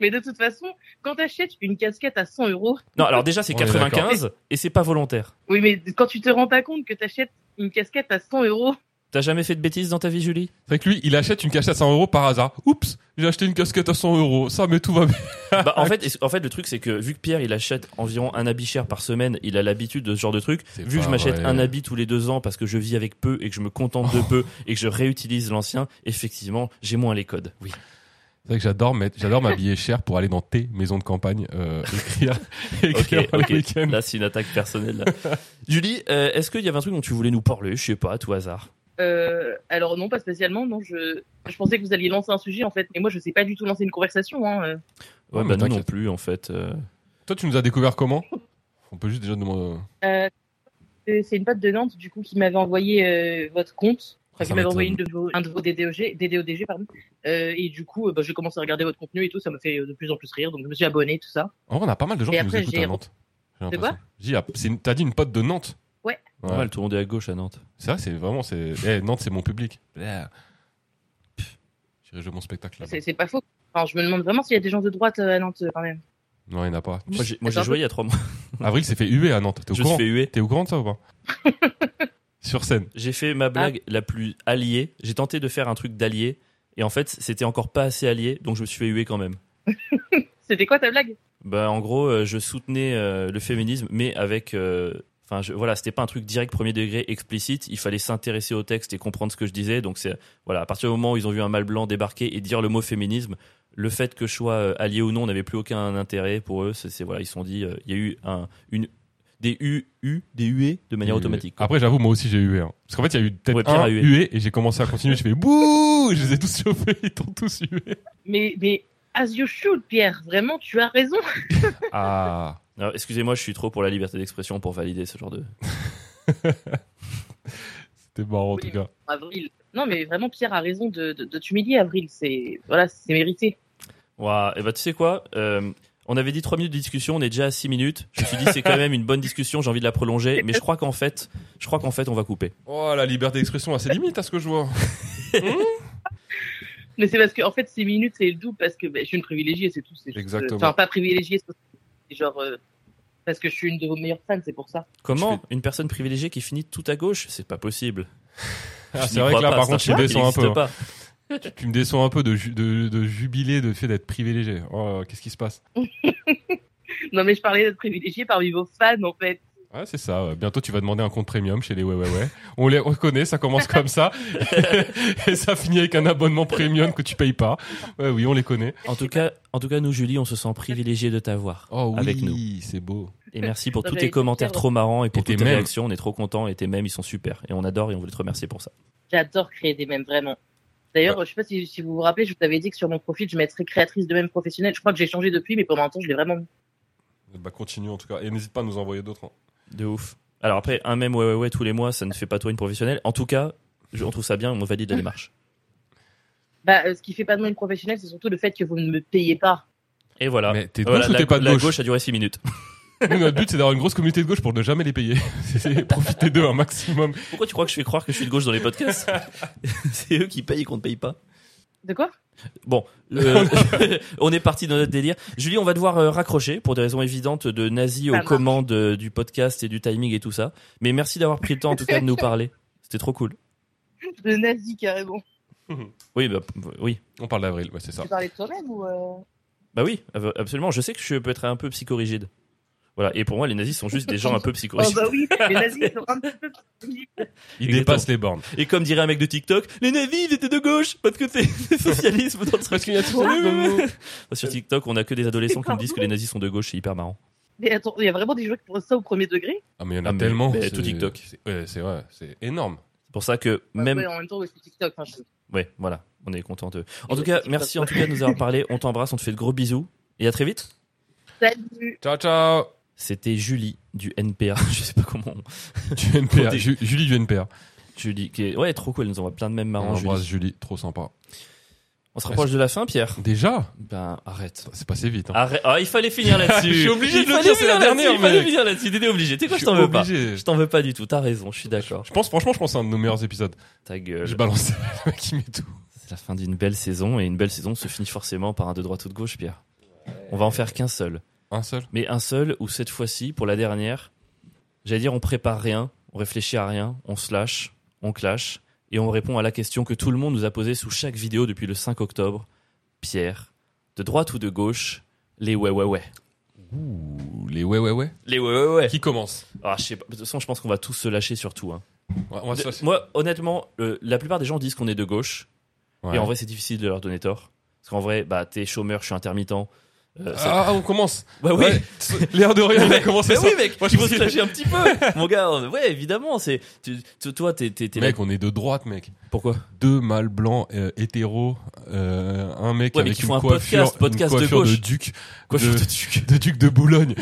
Speaker 9: mais de toute façon, quand t'achètes une casquette à 100 euros,
Speaker 1: Non, alors déjà, c'est
Speaker 2: On est d'accord.
Speaker 1: 95 et c'est pas volontaire.
Speaker 9: oui, mais quand tu te rends pas compte que t'achètes une casquette à 100 euros,
Speaker 1: T'as jamais fait de bêtises dans ta vie, Julie
Speaker 2: C'est vrai que lui, il achète une casquette à 100 euros par hasard. Oups, j'ai acheté une casquette à 100 euros. Ça, mais tout va bien.
Speaker 1: Bah, en fait, en fait, le truc, c'est que vu que Pierre, il achète environ un habit cher par semaine, il a l'habitude de ce genre de truc.
Speaker 2: C'est
Speaker 1: Vu que
Speaker 2: pas
Speaker 1: je m'achète
Speaker 2: vrai. Oh.
Speaker 1: un habit tous les deux ans parce que je vis avec peu et que je me contente de peu et que je réutilise l'ancien, effectivement, j'ai moins les codes. Oui.
Speaker 2: C'est vrai que j'adore mettre, j'adore m'habiller cher pour aller dans tes maisons de campagne, euh, écrire,
Speaker 1: Ok,
Speaker 2: écrire
Speaker 1: ok.
Speaker 2: le week-end.
Speaker 1: Là, c'est une attaque personnelle. là. Julie, euh, est-ce qu'il y avait un truc dont tu voulais nous parler Je sais pas, à tout hasard.
Speaker 9: Euh, alors non, pas spécialement. Non, je, je pensais que vous alliez lancer un sujet en fait, mais moi je sais pas du tout lancer une conversation. Hein. euh.
Speaker 1: Ouais,
Speaker 2: Ouais, mais
Speaker 1: bah nous non
Speaker 2: t'inquiète.
Speaker 1: plus, en fait. euh.
Speaker 2: Toi, tu nous as découvert comment On peut juste déjà demander.
Speaker 9: Euh, c'est c'est une pote de Nantes du coup qui m'avait envoyé euh, votre compte, enfin
Speaker 2: Ça
Speaker 9: qui m'avait
Speaker 2: m'étonne.
Speaker 9: envoyé une de vos, un de vos DDOG, DDODG pardon. Euh, et du coup, euh, bah, j'ai commencé à regarder votre contenu et tout, ça me fait euh, de plus en plus rire, donc je me suis abonné tout ça.
Speaker 2: En vrai, on a pas mal de gens
Speaker 9: Et
Speaker 2: qui nous
Speaker 9: après,
Speaker 2: écoutent
Speaker 9: j'ai-
Speaker 2: à Nantes. J'ai
Speaker 9: De
Speaker 2: l'impression. J'ai dit, ah, c'est une- T'as dit une pote de Nantes
Speaker 9: Ouais.
Speaker 2: Ouais.
Speaker 1: Pas mal, tout le monde est à gauche à Nantes.
Speaker 2: C'est vrai, c'est vraiment. c'est Eh, Nantes, c'est mon public. Blah. Pff, J'irai jouer mon spectacle là.
Speaker 9: C'est c'est pas faux. Enfin, je me demande vraiment s'il y a des gens de droite euh, à Nantes euh, quand même.
Speaker 2: Non, il n'y en a pas.
Speaker 1: Moi, j'ai moi, j'ai
Speaker 9: Attends.
Speaker 1: joué il y a trois mois.
Speaker 2: Avril s'est fait huer à Nantes. T'es au
Speaker 1: Je me suis
Speaker 2: courant
Speaker 1: fait huer.
Speaker 2: T'es au courant de ça ou pas Sur scène.
Speaker 1: J'ai fait ma blague la plus alliée. J'ai tenté de faire un truc d'allié. Et en fait, c'était encore pas assez allié, donc je me suis fait huer quand même.
Speaker 9: C'était quoi ta blague
Speaker 1: Bah, en gros, euh, je soutenais euh, le féminisme, mais avec. euh, Enfin, je- voilà, c'était pas un truc direct premier degré explicite. Il fallait s'intéresser au texte et comprendre ce que je disais. Donc, c'est voilà, à partir du moment où ils ont vu un mâle blanc débarquer et dire le mot féminisme, le fait que je sois euh, allié ou non n'avait plus aucun intérêt pour eux. C'est c'est- voilà, ils se sont dit, euh, il y a eu un, une des U, U, des UE de manière
Speaker 2: Et-
Speaker 1: automatique. quoi.
Speaker 2: Après, j'avoue, moi aussi j'ai eu Hein. Parce qu'en fait, il y a eu
Speaker 1: Ouais,
Speaker 2: peut-être
Speaker 1: Pierre
Speaker 2: un
Speaker 1: a hué.
Speaker 2: hué et j'ai commencé à continuer. je fais bouh, je les ai tous chauffés, ils t'ont tous hué.
Speaker 9: Mais, mais as you should, Pierre, vraiment, tu as raison.
Speaker 2: Ah.
Speaker 1: Alors, Excusez-moi, je suis trop pour la liberté d'expression pour valider ce genre de.
Speaker 2: C'était marrant en
Speaker 9: Oui,
Speaker 2: tout cas.
Speaker 9: Avril. Non, mais vraiment, Pierre a raison de, de, de t'humilier, Avril. C'est voilà, c'est mérité.
Speaker 1: Ouah, et bah tu sais quoi Euh, On avait dit 3 minutes de discussion, on est déjà à 6 minutes. Je me suis dit c'est quand même une bonne discussion, j'ai envie de la prolonger, mais je crois qu'en fait, je crois qu'en fait on va couper.
Speaker 2: Oh, la liberté d'expression à ses limites à ce que je vois.
Speaker 9: Mais c'est parce que en fait, ces minutes, c'est le double parce que ben, je suis une privilégiée, c'est tout. c'est juste, euh,
Speaker 2: Exactement.
Speaker 9: Enfin, pas privilégiée, c'est- c'est genre euh, parce que je suis une de vos meilleures fans, c'est pour ça.
Speaker 1: Comment une personne privilégiée qui finit tout à gauche C'est pas possible.
Speaker 2: Ah,
Speaker 1: Je
Speaker 2: c'est
Speaker 1: n'y
Speaker 2: vrai
Speaker 1: crois
Speaker 2: que là,
Speaker 1: pas,
Speaker 2: par
Speaker 1: c'est
Speaker 2: contre, tu
Speaker 1: truc
Speaker 2: me
Speaker 1: qui
Speaker 2: descends un
Speaker 1: n'existe
Speaker 2: peu, hein.
Speaker 1: pas.
Speaker 2: Tu me descends un peu de, ju- de, de jubilé de fait d'être privilégié. Oh, qu'est-ce qui se passe
Speaker 9: Non, mais je parlais d'être privilégiée parmi vos fans, en fait.
Speaker 2: Ouais, c'est ça. ouais. Bientôt, tu vas demander un compte premium chez les Ouais Ouais Ouais. On les reconnaît, ça commence comme ça. et ça finit avec un abonnement premium que tu payes pas. Ouais, oui, on les connaît.
Speaker 1: En tout cas, en tout cas, nous, Julie, on se sent privilégiés de t'avoir
Speaker 2: Oh oui,
Speaker 1: avec nous.
Speaker 2: c'est beau.
Speaker 1: Et merci pour
Speaker 9: Non,
Speaker 1: tous
Speaker 9: j'allais
Speaker 1: tes commentaires
Speaker 9: dire-
Speaker 1: trop marrants et pour
Speaker 2: Et tes
Speaker 1: toutes tes
Speaker 2: mèmes.
Speaker 1: réactions. On est trop contents et tes mêmes, ils sont super. Et on adore et on voulait te remercier pour ça.
Speaker 9: J'adore créer des mèmes, vraiment. D'ailleurs, je sais pas si, si vous vous rappelez, je vous avais dit que sur mon profil, je mettrais créatrice de mèmes professionnelle. Je crois que j'ai changé depuis, mais pendant un temps, je l'ai vraiment mis.
Speaker 2: Bah, continue en tout cas. Et n'hésite pas à nous envoyer d'autres. hein.
Speaker 1: De ouf. Alors après, un même ouais ouais ouais tous les mois, ça ne fait pas toi une professionnelle. En tout cas, je- on trouve ça bien, on valide la démarche.
Speaker 9: Bah, euh, ce qui fait pas de moi une professionnelle, c'est surtout le fait que vous ne me payez pas.
Speaker 1: Et voilà.
Speaker 2: Mais t'es de
Speaker 1: Voilà,
Speaker 2: gauche ou
Speaker 1: Oh, la,
Speaker 2: t'es pas de
Speaker 1: la
Speaker 2: gauche,
Speaker 1: a duré 6 minutes.
Speaker 2: Nous, Notre but, c'est d'avoir une grosse communauté de gauche pour ne jamais les payer. C'est profiter d'eux un maximum.
Speaker 1: Pourquoi tu crois que je fais croire que je suis de gauche dans les podcasts C'est eux qui payent et qu'on ne paye pas.
Speaker 9: De quoi
Speaker 1: Bon, euh, on est parti dans notre délire. Julie, on va devoir euh, raccrocher pour des raisons évidentes de nazi aux
Speaker 9: marche.
Speaker 1: commandes euh, du podcast et du timing et tout ça. Mais merci d'avoir pris le temps en tout cas de nous parler. C'était trop cool.
Speaker 9: De nazi, carrément.
Speaker 1: Oui, bah, p- oui.
Speaker 2: On parle d'avril, ouais, c'est ça.
Speaker 6: Tu parlais de toi-même ou. euh,
Speaker 1: Bah oui, av- absolument. Je sais que je peux être un peu psychorigide. Voilà. Et pour moi, les nazis sont juste des gens un peu
Speaker 9: Oh
Speaker 1: psychorigides.
Speaker 9: bah oui, les nazis ils sont un petit peu
Speaker 2: Il
Speaker 1: Exactement.
Speaker 2: dépasse les bornes.
Speaker 1: Et comme dirait un mec de TikTok, les nazis, ils étaient de gauche parce que c'est le socialisme dans le truc.
Speaker 2: Parce qu'il y a toujours
Speaker 1: Oui,
Speaker 2: le
Speaker 1: oui,
Speaker 2: même
Speaker 1: oui.
Speaker 2: mot.
Speaker 1: Sur TikTok, on a que des adolescents qui nous disent que les nazis sont de gauche, c'est hyper marrant.
Speaker 9: Mais attends, il y a vraiment des gens qui font ça au premier degré
Speaker 2: Ah, mais il y en a
Speaker 1: Ah, mais-
Speaker 2: tellement.
Speaker 1: mais
Speaker 2: c'est-
Speaker 1: tout TikTok.
Speaker 2: c'est- ouais, C'est vrai, c'est énorme.
Speaker 1: C'est pour ça que même
Speaker 9: Ouais, en même temps, aussi TikTok. Enfin, je-
Speaker 1: Ouais, voilà, on est content de. En tout
Speaker 9: Et le
Speaker 1: cas,
Speaker 9: petit
Speaker 1: merci en
Speaker 9: pop.
Speaker 1: tout cas de nous avoir parlé. On t'embrasse, on te fait de gros bisous et à très vite.
Speaker 9: Salut
Speaker 2: Ciao, ciao.
Speaker 1: C'était Julie du NPA. Je sais pas comment. on-
Speaker 2: Du NPA.
Speaker 1: Côté-
Speaker 2: Ju- Julie du NPA.
Speaker 1: Julie, qui est... ouais, trop cool. Elle nous envoie plein de mêmes
Speaker 2: On
Speaker 1: marrants.
Speaker 2: embrasse
Speaker 1: Julie.
Speaker 2: Julie, trop sympa.
Speaker 1: On se rapproche de la fin, Pierre.
Speaker 2: Déjà
Speaker 1: Ben arrête.
Speaker 2: C'est passé vite. hein.
Speaker 1: Arrête. Ah, il fallait finir là-dessus.
Speaker 2: Je suis obligé
Speaker 1: Il
Speaker 2: de le
Speaker 1: fallait
Speaker 2: dire, c'est la
Speaker 1: finir là-dessus,
Speaker 2: dernière,
Speaker 1: Il fallait
Speaker 2: mais-
Speaker 1: finir là-dessus. T'étais obligé. Tu sais quoi, je
Speaker 2: suis
Speaker 1: t'en veux pas.
Speaker 2: obligé.
Speaker 1: Je t'en veux pas du tout. T'as raison. Je suis d'accord.
Speaker 2: Je pense, franchement, je pense que c'est un de nos meilleurs épisodes.
Speaker 1: Ta gueule.
Speaker 2: J'ai balancé le mec qui met tout.
Speaker 1: C'est la fin d'une belle saison et une belle saison se finit forcément par un de droite ou de gauche, Pierre. On va en faire qu'un seul.
Speaker 2: Un seul
Speaker 1: mais un seul où cette fois-ci, pour la dernière, j'allais dire on prépare rien, on réfléchit à rien, on se lâche, on clash, et on répond à la question que tout le monde nous a posée sous chaque vidéo depuis le 5 octobre. Pierre, de droite ou de gauche, les ouais ouais ouais.
Speaker 2: Ouh, les ouais, ouais, ouais.
Speaker 1: Les ouais ouais ouais.
Speaker 2: Qui commence
Speaker 1: Ah, je sais pas, de toute façon, je pense qu'on va tous se lâcher sur tout. hein.
Speaker 2: Ouais, on va se
Speaker 1: De-
Speaker 2: lâcher.
Speaker 1: moi, honnêtement, euh, la plupart des gens disent qu'on est de gauche,
Speaker 2: Ouais.
Speaker 1: et en vrai, c'est difficile de leur donner tort. Parce qu'en vrai, bah, t'es chômeur, je suis intermittent. euh, ça-
Speaker 2: Ah, ah, on commence.
Speaker 1: Bah oui,
Speaker 2: Ouais, L'air de rien, on a commencé
Speaker 1: Mais
Speaker 2: ça.
Speaker 1: oui, mec,
Speaker 2: Moi,
Speaker 1: il
Speaker 2: je
Speaker 1: faut se
Speaker 2: suis-
Speaker 1: lâcher un petit peu. Mon gars, on- ouais, évidemment, c'est. tu- tu- Toi, t'es. t'es- t'es là-
Speaker 2: Mec, on est de droite, mec.
Speaker 1: Pourquoi
Speaker 2: Deux mâles blancs euh, hétéros, euh, un mec
Speaker 1: Ouais, mais
Speaker 2: avec
Speaker 1: qui
Speaker 2: une
Speaker 1: font un
Speaker 2: coiffure,
Speaker 1: podcast, podcast
Speaker 2: une
Speaker 1: de
Speaker 2: coiffure de,
Speaker 1: gauche.
Speaker 2: duc,
Speaker 1: Quoi, je
Speaker 2: de- de duc de Boulogne,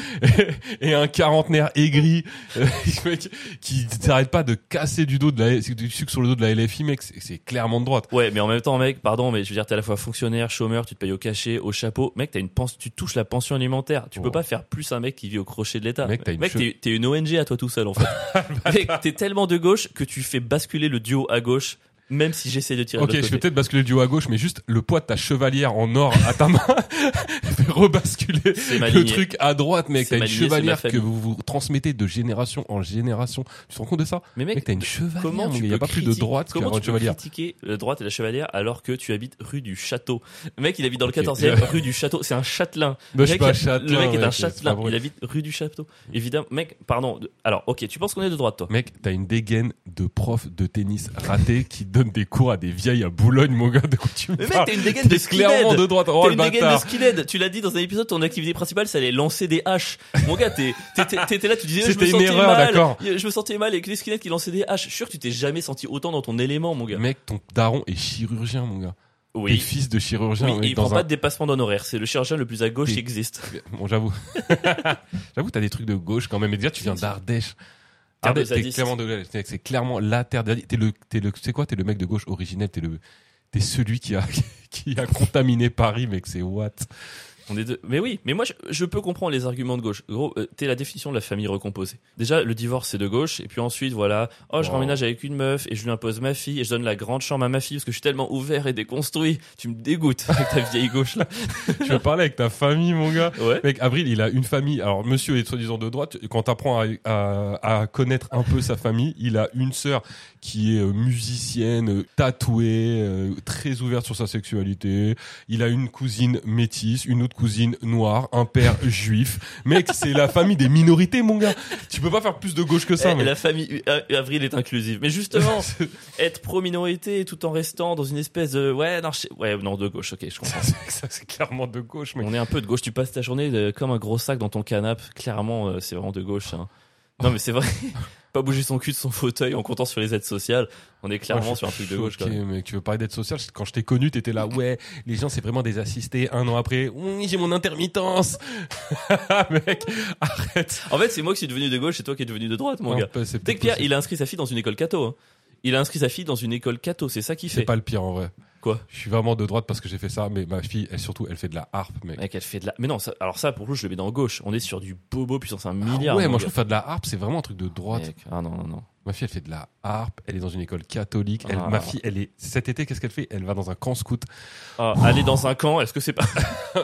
Speaker 2: et un quarantenaire aigri, euh, mec, qui s'arrête pas de casser du dos de la, du sucre sur le dos de la LFI, mec. C'est c'est clairement de droite.
Speaker 1: Ouais, mais en même temps, mec, pardon, mais je veux dire, t'es à la fois fonctionnaire, chômeur, tu te payes au cachet, au chapeau. Mec, t'as une pension, tu touches la pension alimentaire. Tu
Speaker 2: Oh.
Speaker 1: peux pas faire plus un mec qui vit au crochet de l'État.
Speaker 2: Mec, t'as une che-
Speaker 1: t'es t'es une ONG à toi tout seul, en fait.
Speaker 2: Ah, bah,
Speaker 1: mec, t'es tellement de gauche que tu fais basculer le duo à gauche, même si j'essaie de tirer
Speaker 2: Ok,
Speaker 1: de
Speaker 2: je
Speaker 1: l'autre
Speaker 2: vais
Speaker 1: côté.
Speaker 2: peut-être basculer du haut à gauche, mais juste le poids de ta chevalière en or à ta main fait rebasculer
Speaker 1: C'est ma
Speaker 2: le
Speaker 1: lignée.
Speaker 2: truc à droite, mec.
Speaker 1: C'est
Speaker 2: T'as
Speaker 1: ma
Speaker 2: une
Speaker 1: lignée, c'est ma
Speaker 2: chevalière que
Speaker 1: famille.
Speaker 2: vous vous transmettez de génération en génération. Tu te rends compte de ça
Speaker 1: Mais
Speaker 2: Mec, t'as une chevalière.
Speaker 1: Comment
Speaker 2: mon
Speaker 1: tu peux
Speaker 2: gars. y a pas plus de
Speaker 1: critiquer-
Speaker 2: droite
Speaker 1: comment
Speaker 2: qu'un
Speaker 1: tu peux
Speaker 2: chevalière.
Speaker 1: critiquer la droite et la chevalière alors que tu habites rue du Château Le mec, il habite dans le
Speaker 2: Ok.
Speaker 1: 14e rue du Château. C'est un châtelain.
Speaker 2: Bah, je suis
Speaker 1: mec,
Speaker 2: pas
Speaker 1: il-
Speaker 2: châtelain,
Speaker 1: le mec est un
Speaker 2: mec, c'est pas
Speaker 1: châtelain.
Speaker 2: vrai.
Speaker 1: Il habite rue du Château. Évidemment, mec, pardon. de- Alors, ok, tu penses qu'on est de droite, toi
Speaker 2: Mec, t'as une dégaine de prof de tennis raté qui, do- donne des cours à des vieilles à Boulogne, mon gars, de quoi tu me
Speaker 1: Mais mec,
Speaker 2: parles
Speaker 1: t'es une dégaine de
Speaker 2: Ah, T'es clairement
Speaker 1: skinhead.
Speaker 2: de droite. Oh,
Speaker 1: T'es
Speaker 2: le
Speaker 1: une dégaine de
Speaker 2: bâtard.
Speaker 1: skinhead. Tu l'as dit dans un épisode, ton activité principale, ça allait lancer des haches. Mon gars, t'es- t'étais t'étais là, tu disais, je me
Speaker 2: C'était une
Speaker 1: sentais
Speaker 2: erreur,
Speaker 1: mal.
Speaker 2: d'accord.
Speaker 1: Je me sentais mal avec les skinheads qui lançaient des haches. Je suis sûr que tu t'es jamais senti autant dans ton élément, mon gars.
Speaker 2: Mec, ton daron est chirurgien, mon gars. T'es
Speaker 1: Oui.
Speaker 2: fils de chirurgien.
Speaker 1: Oui,
Speaker 2: mec,
Speaker 1: et il
Speaker 2: dans
Speaker 1: prend
Speaker 2: un-
Speaker 1: pas de dépassement d'honoraires. C'est le chirurgien le plus à gauche
Speaker 2: Oui.
Speaker 1: qui existe.
Speaker 2: Bon, j'avoue. j'avoue, t'as des trucs de gauche quand même. Et déjà, tu viens d'Ardèche.
Speaker 1: Terre de
Speaker 2: Ardèche, t'es
Speaker 1: zadistes.
Speaker 2: clairement de gauche. C'est- C'est clairement la terre d'Ardèche. T'es le, t'es le, tu sais quoi, t'es le mec de gauche originel. T'es le, t'es celui qui a, qui a contaminé Paris, mec. C'est what?
Speaker 1: On est deux. Mais oui, mais moi je, je peux comprendre les arguments de gauche. Gros, euh, t'es la définition de la famille recomposée. Déjà, le divorce c'est de gauche, et puis ensuite voilà, oh je
Speaker 2: Wow.
Speaker 1: remménage avec une meuf et je lui impose ma fille et je donne la grande chambre à ma fille parce que je suis tellement ouvert et déconstruit. Tu me dégoûtes avec ta vieille gauche là.
Speaker 2: Tu veux parler avec ta famille, mon gars?
Speaker 1: Ouais.
Speaker 2: Mec, Avril, il a une famille. Alors, monsieur est soi-disant de droite. Quand t'apprends à, à, à connaître un peu sa famille, il a une sœur qui est euh, musicienne, euh, tatouée, euh, très ouverte sur sa sexualité. Il a une cousine métisse, une autre cousine noire, un père juif. Mec, c'est la famille des minorités, mon gars. Tu peux pas faire plus de gauche que ça,
Speaker 1: Eh,
Speaker 2: mec.
Speaker 1: la famille euh, Avril est inclusive. Mais justement, être pro-minorité tout en restant dans une espèce de ouais non, je- ouais non de gauche. Ok, je comprends.
Speaker 2: Ça, c'est- ça, c'est clairement de gauche, mec.
Speaker 1: On est un peu de gauche. Tu passes ta journée euh, comme un gros sac dans ton canapé. Clairement, euh, c'est vraiment de gauche. hein. Non, mais c'est vrai. Pas bouger son cul de son fauteuil en comptant sur les aides sociales. On est clairement
Speaker 2: Moi, je
Speaker 1: sur un
Speaker 2: suis
Speaker 1: truc de gauche. quand
Speaker 2: choqué,
Speaker 1: même.
Speaker 2: mec. Tu veux parler d'aide sociale Quand je t'ai connu, t'étais là, ouais, les gens, c'est vraiment des assistés. Un an après, oui, j'ai mon intermittence. mec, arrête.
Speaker 1: En fait, c'est moi qui suis devenu de gauche, c'est toi qui es devenu de droite, mon
Speaker 2: Non,
Speaker 1: gars.
Speaker 2: pas- c'est
Speaker 1: Dès
Speaker 2: pas
Speaker 1: que Pierre,
Speaker 2: possible.
Speaker 1: il a inscrit sa fille dans une école catho. hein. Il a inscrit sa fille dans une école catho, c'est ça qu'il
Speaker 2: C'est
Speaker 1: fait.
Speaker 2: pas le pire en vrai.
Speaker 1: Quoi
Speaker 2: Je suis vraiment de droite parce que j'ai fait ça, mais ma fille, elle surtout, elle fait de la harpe, mec.
Speaker 1: Mec, elle fait de la. Mais non, ça- alors ça, pour le coup, je le mets dans gauche. On est sur du bobo puissance un milliard.
Speaker 2: Ah ouais,
Speaker 1: mon
Speaker 2: moi je
Speaker 1: gars.
Speaker 2: trouve faire de la harpe, c'est vraiment un truc de droite.
Speaker 1: Mec, Ah non, non, non.
Speaker 2: Ma fille, elle fait de la harpe, elle est dans une école catholique. Elle,
Speaker 1: Ah.
Speaker 2: Ma fille, elle est. Cet été, qu'est-ce qu'elle fait Elle va dans un camp scout.
Speaker 1: Ah, aller dans un camp, est-ce que c'est pas.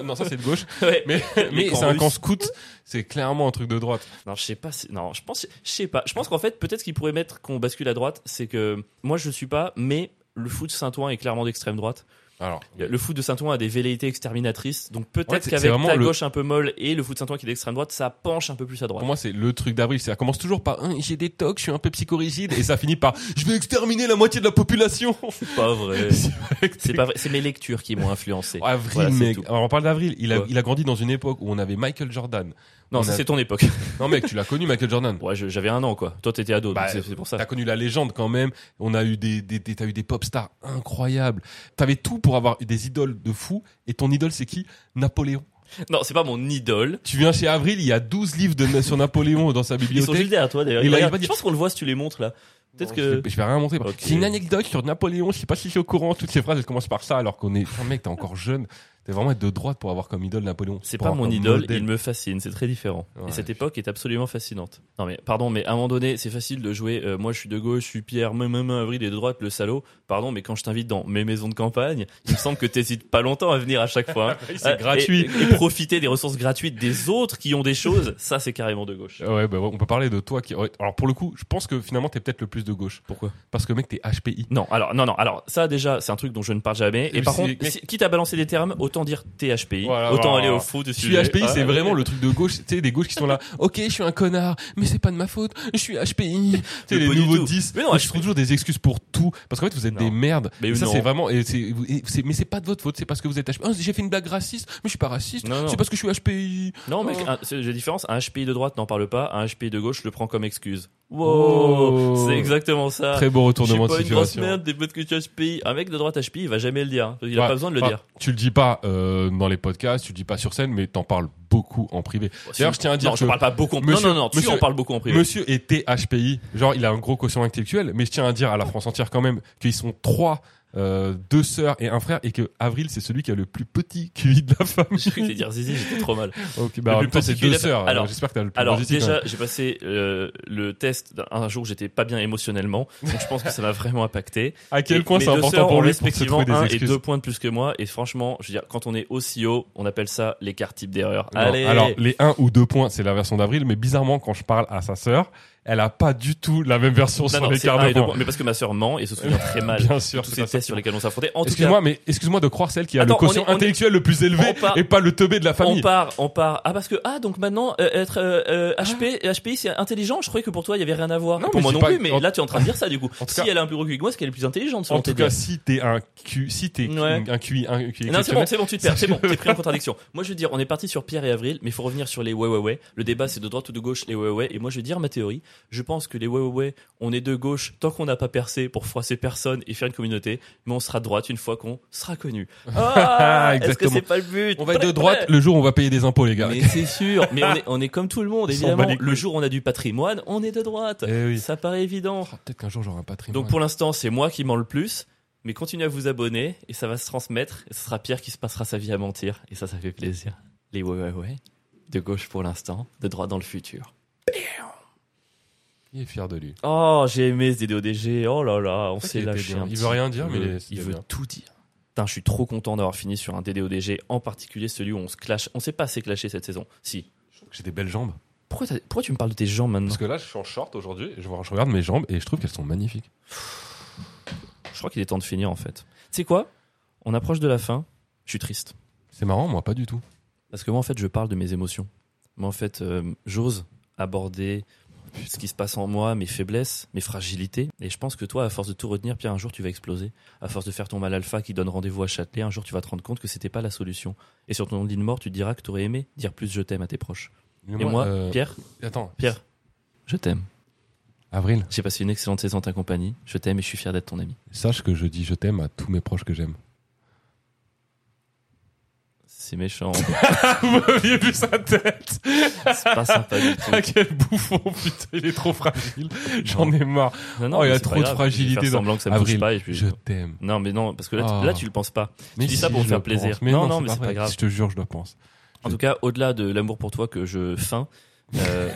Speaker 2: non, ça, c'est de gauche.
Speaker 1: Ouais.
Speaker 2: Mais,
Speaker 1: Les
Speaker 2: mais
Speaker 1: camps
Speaker 2: c'est un
Speaker 1: russes.
Speaker 2: camp scout, c'est clairement un truc de droite.
Speaker 1: Non, je sais pas. si- Non, je pense, je sais pas. Je pense qu'en fait, peut-être ce qu'ils pourraient mettre qu'on bascule à droite, c'est que moi je suis pas, mais le foot Saint-Ouen est clairement d'extrême droite.
Speaker 2: Alors,
Speaker 1: Le foot de Saint-Ouen a des velléités exterminatrices, donc
Speaker 2: Ouais,
Speaker 1: peut-être
Speaker 2: c'est- c'est
Speaker 1: qu'avec
Speaker 2: vraiment
Speaker 1: la
Speaker 2: le-
Speaker 1: gauche un peu molle et le foot Saint-Ouen qui est d'extrême droite, ça penche un peu plus à droite.
Speaker 2: Pour moi, c'est le truc d'avril. Ça commence toujours par Hein, j'ai des tocs, je suis un peu psychorigide, et ça finit par je vais exterminer la moitié de la population.
Speaker 1: C'est pas vrai.
Speaker 2: C'est vrai que
Speaker 1: Euh, c'est pas vrai. C'est mes lectures qui m'ont influencé.
Speaker 2: Avril,
Speaker 1: Voilà, c'est
Speaker 2: mec.
Speaker 1: tout.
Speaker 2: Alors, on parle d'Avril. Il a,
Speaker 1: Ouais.
Speaker 2: il a grandi dans une époque où on avait Michael Jordan.
Speaker 1: Non,
Speaker 2: On
Speaker 1: ça,
Speaker 2: a-
Speaker 1: c'est ton époque.
Speaker 2: Non, mec, tu l'as connu, Michael Jordan.
Speaker 1: Ouais, je- j'avais un an quoi. Toi t'étais ado, donc
Speaker 2: Bah,
Speaker 1: c'est c'est pour ça.
Speaker 2: T'as connu la légende quand même. On a eu des, des, des- t'as eu des pop stars incroyables. T'avais tout pour avoir des idoles de fou. Et ton idole, c'est qui? Napoléon.
Speaker 1: Non, c'est pas mon idole.
Speaker 2: Tu viens chez Avril, il y a 12 livres de, sur Napoléon dans sa
Speaker 1: Ils sont juste
Speaker 2: bibliothèque.
Speaker 1: derrière toi d'ailleurs.
Speaker 2: Il a- il
Speaker 1: Regarde,
Speaker 2: va dire-
Speaker 1: Je pense qu'on le voit si tu les montres là. Peut-être que.
Speaker 2: Je vais rien montrer.
Speaker 1: Ok.
Speaker 2: C'est une anecdote sur Napoléon. Je sais pas si je suis au courant. Toutes ces phrases, elles commencent par ça, alors qu'on est. Putain, mec, t'es encore jeune. T'es vraiment être de droite pour avoir comme idole Napoléon.
Speaker 1: C'est
Speaker 2: Pour
Speaker 1: pas
Speaker 2: avoir
Speaker 1: mon
Speaker 2: comme
Speaker 1: idole,
Speaker 2: modèle.
Speaker 1: il me fascine, c'est très différent.
Speaker 2: Ouais,
Speaker 1: et cette
Speaker 2: je-
Speaker 1: époque est absolument fascinante. Non mais pardon, mais à un moment donné, c'est facile de jouer euh, moi je suis de gauche, je suis Pierre, même même avril et de droite le salaud. Pardon, mais quand je t'invite dans mes maisons de campagne, il me semble que t'hésites pas longtemps à venir à chaque fois. hein.
Speaker 2: C'est
Speaker 1: Euh,
Speaker 2: gratuit.
Speaker 1: Et, et profiter des ressources gratuites des autres qui ont des choses, ça c'est carrément de gauche.
Speaker 2: Ouais, bah, ouais, on peut parler de toi qui. ouais, Alors pour le coup, je pense que finalement t'es peut-être le plus de gauche. Pourquoi Parce que mec, t'es HPI.
Speaker 1: Non, alors non non, alors ça déjà c'est un truc dont je ne parle jamais. Et
Speaker 2: Mais
Speaker 1: par
Speaker 2: c'est-
Speaker 1: contre,
Speaker 2: mais-
Speaker 1: si- quitte à balancer des termes, autant dire THPI,
Speaker 2: Voilà,
Speaker 1: autant
Speaker 2: voilà,
Speaker 1: aller au
Speaker 2: voilà.
Speaker 1: fond du
Speaker 2: Je suis
Speaker 1: sujet.
Speaker 2: HPI,
Speaker 1: Ah,
Speaker 2: c'est
Speaker 1: ouais.
Speaker 2: vraiment le truc de gauche. Tu sais, des gauches qui sont là. Ok, je suis un connard, mais c'est pas de ma faute. Je suis HPI. Tu sais,
Speaker 1: Mais
Speaker 2: les
Speaker 1: pas du
Speaker 2: nouveaux
Speaker 1: tout.
Speaker 2: 10.
Speaker 1: Mais non,
Speaker 2: je trouve toujours des excuses pour tout. Parce qu'en fait, vous êtes
Speaker 1: Non.
Speaker 2: des merdes.
Speaker 1: Mais
Speaker 2: Et ça,
Speaker 1: non.
Speaker 2: c'est vraiment. Et c'est, et c'est- mais c'est pas de votre faute. C'est parce que vous êtes HPI. Oh, j'ai fait une blague raciste, mais je suis pas raciste.
Speaker 1: Non, non.
Speaker 2: C'est parce que je suis HPI.
Speaker 1: Non, mais
Speaker 2: Oh.
Speaker 1: un- c'est la différence. Un HPI de droite n'en parle pas, un HPI de gauche le prend comme excuse. Wow,
Speaker 2: Oh.
Speaker 1: c'est exactement ça.
Speaker 2: Très beau
Speaker 1: Ah, Je suis
Speaker 2: retournement de
Speaker 1: pas une grosse
Speaker 2: situation.
Speaker 1: merde des potes que tu as HPI. Un mec de droite HPI, il va jamais le dire. Il a
Speaker 2: Ouais. Ah.
Speaker 1: pas besoin de le
Speaker 2: Enfin,
Speaker 1: dire.
Speaker 2: Tu le dis pas euh, dans les podcasts, tu le dis pas sur scène, mais t'en parles beaucoup en privé. D'ailleurs, je tiens à dire
Speaker 1: non,
Speaker 2: que
Speaker 1: je parle pas beaucoup. En...
Speaker 2: Monsieur-
Speaker 1: non, non, non, tu
Speaker 2: Monsieur-
Speaker 1: en parles beaucoup en privé.
Speaker 2: Monsieur était HPI, genre il a un gros quotient intellectuel, mais je tiens à dire à la France entière quand même qu'ils sont trois, euh, deux sœurs et un frère, et que Avril c'est celui qui a le plus petit QI de la famille.
Speaker 1: J'ai cru que t'allais dire zizi, j'étais trop mal.
Speaker 2: Ok, bah
Speaker 1: Le
Speaker 2: en
Speaker 1: plus
Speaker 2: même temps
Speaker 1: petit
Speaker 2: c'est
Speaker 1: QI de
Speaker 2: deux
Speaker 1: la famille.
Speaker 2: sœurs.
Speaker 1: Alors-
Speaker 2: Alors j'espère que t'as le plus hein.
Speaker 1: Alors
Speaker 2: petit quand même.
Speaker 1: déjà, j'ai passé euh, le test d'un- un jour, j'étais pas bien émotionnellement, donc je pense que ça m'a vraiment impacté.
Speaker 2: à quel
Speaker 1: Et
Speaker 2: point
Speaker 1: mes
Speaker 2: c'est
Speaker 1: deux
Speaker 2: important
Speaker 1: sœurs ont
Speaker 2: pour lui pour se
Speaker 1: respectivement
Speaker 2: trouver des
Speaker 1: un et
Speaker 2: excuses.
Speaker 1: deux points de plus que moi, et franchement, je veux dire, quand on est aussi haut, on appelle ça l'écart type d'erreur.
Speaker 2: Non,
Speaker 1: Allez,
Speaker 2: Alors les un ou deux points c'est la version d'Avril, mais bizarrement quand je parle à sa sœur, elle a pas du tout la même version
Speaker 1: Non,
Speaker 2: sur
Speaker 1: non,
Speaker 2: les
Speaker 1: c'est un et deux
Speaker 2: carnavants.
Speaker 1: points. Mais parce que ma sœur ment et se souvient très mal
Speaker 2: Bien
Speaker 1: de
Speaker 2: sûr,
Speaker 1: tous
Speaker 2: c'est
Speaker 1: ces
Speaker 2: pas ça.
Speaker 1: tests sur lesquels on s'est affronté. En tout cas,
Speaker 2: Excuse-moi, mais excuse-moi de croire celle qui a
Speaker 1: Attends,
Speaker 2: le quotient
Speaker 1: on est- on est-
Speaker 2: intellectuel le plus élevé
Speaker 1: On part-
Speaker 2: et pas le teubé de la
Speaker 1: on
Speaker 2: famille.
Speaker 1: part, on part. Ah parce que ah donc maintenant euh, être euh, euh, HP, HPI c'est intelligent. Je croyais que pour toi il y avait rien à voir.
Speaker 2: Ah. Non,
Speaker 1: pour
Speaker 2: mais
Speaker 1: moi
Speaker 2: c'est
Speaker 1: non
Speaker 2: pas-
Speaker 1: plus. Mais
Speaker 2: en-
Speaker 1: là tu es en train de dire ça du coup.
Speaker 2: En tout
Speaker 1: Si
Speaker 2: cas-
Speaker 1: elle a un plus gros QI que moi, c'est qu'elle est plus intelligente.
Speaker 2: En
Speaker 1: selon tes
Speaker 2: tout cas,
Speaker 1: dires.
Speaker 2: si t'es un Q, si t'es
Speaker 1: Ouais.
Speaker 2: un QI, un QI
Speaker 1: non c'est bon,
Speaker 2: exceptionnel,
Speaker 1: c'est bon, tu te perds. C'est bon, t'es pris en contradiction. Moi je veux dire, on est parti sur Pierre et Avril, mais il faut revenir sur les ouais ouais ouais. Le débat c'est de droite ou de gauche les ouais ouais ouais. Et moi je vais dire ma théorie. Je pense que les ouais ouais ouais, on est de gauche tant qu'on n'a pas percé pour froisser personne et faire une communauté, mais on sera de droite une fois qu'on sera connu. Ah, est-ce que
Speaker 2: Exactement.
Speaker 1: c'est pas le but
Speaker 2: on va être de droite le jour où on va payer des impôts, les gars.
Speaker 1: Mais c'est sûr, mais on est, on est comme tout le monde,
Speaker 2: On s'en bat
Speaker 1: évidemment.
Speaker 2: les
Speaker 1: Le jour où on a du patrimoine, on est de droite.
Speaker 2: Eh oui.
Speaker 1: Ça paraît évident.
Speaker 2: Oh, Peut-être qu'un jour j'aurai un patrimoine.
Speaker 1: Donc pour l'instant, c'est moi qui mens le plus, mais continuez à vous abonner et ça va se transmettre. Et ce sera Pierre qui se passera sa vie à mentir. Et ça, ça fait plaisir. Les ouais, ouais, ouais. De gauche pour l'instant, de droite dans le futur.
Speaker 2: il est fier de lui.
Speaker 1: Oh, j'ai aimé ce DDoDG. Oh là là, on
Speaker 2: C'est
Speaker 1: s'est
Speaker 2: qu'il était
Speaker 1: lâché.
Speaker 2: bien.
Speaker 1: un
Speaker 2: Il
Speaker 1: petit
Speaker 2: veut rien dire,
Speaker 1: peu.
Speaker 2: mais il est-
Speaker 1: il
Speaker 2: il est
Speaker 1: veut
Speaker 2: bien.
Speaker 1: tout dire. Putain, je suis trop content d'avoir fini sur un DDoDG, en particulier celui où on se clash. On s'est pas assez clashé cette saison. Si.
Speaker 2: Je trouve que J'ai des belles jambes.
Speaker 1: Pourquoi, t'as- pourquoi tu me parles de tes gens maintenant
Speaker 2: Parce que là, je suis en short aujourd'hui. et Je, vois- je regarde mes jambes et je trouve qu'elles sont magnifiques.
Speaker 1: Je crois qu'il est temps de finir en fait. Tu sais quoi On approche de la fin. Je suis triste.
Speaker 2: C'est marrant, moi, pas du tout.
Speaker 1: Parce que moi en fait je parle de mes émotions. Moi en fait euh, j'ose aborder ce qui se passe en moi, mes faiblesses, mes fragilités. Et je pense que toi, à force de tout retenir, Pierre, un jour tu vas exploser. À force de faire ton mal alpha qui donne rendez-vous à Châtelet, un jour tu vas te rendre compte que c'était pas la solution. Et sur ton lit de mort, tu te diras que t'aurais aimé dire plus je t'aime à tes proches.
Speaker 2: Mais
Speaker 1: Et moi,
Speaker 2: euh,
Speaker 1: Pierre,
Speaker 2: attends,
Speaker 1: Pierre, je t'aime.
Speaker 2: Avril,
Speaker 1: J'ai passé une excellente saison en ta compagnie. Je t'aime et je suis fier d'être ton ami.
Speaker 2: sache que je dis je t'aime à tous mes proches que j'aime.
Speaker 1: C'est méchant.
Speaker 2: Vous aviez vu sa tête
Speaker 1: C'est pas sympa du tout.
Speaker 2: Ah, Quel bouffon, putain, il est trop fragile. J'en ai marre.
Speaker 1: Non,
Speaker 2: Oh, il y
Speaker 1: mais
Speaker 2: a
Speaker 1: c'est
Speaker 2: trop
Speaker 1: pas
Speaker 2: de
Speaker 1: grave.
Speaker 2: fragilité
Speaker 1: Je vais faire
Speaker 2: dans-
Speaker 1: semblant que ça me touche
Speaker 2: Avril,
Speaker 1: pas et puis-
Speaker 2: je t'aime.
Speaker 1: Non, mais non, parce que là, tu,
Speaker 2: Ah.
Speaker 1: là, tu le penses pas.
Speaker 2: Mais
Speaker 1: dis ça pour me
Speaker 2: je
Speaker 1: faire
Speaker 2: le
Speaker 1: plaisir.
Speaker 2: pense. Mais
Speaker 1: Non,
Speaker 2: non,
Speaker 1: non, mais c'est pas
Speaker 2: vrai.
Speaker 1: grave.
Speaker 2: Je te jure, je le pense.
Speaker 1: En tout cas, au-delà de l'amour pour toi que je feins, euh,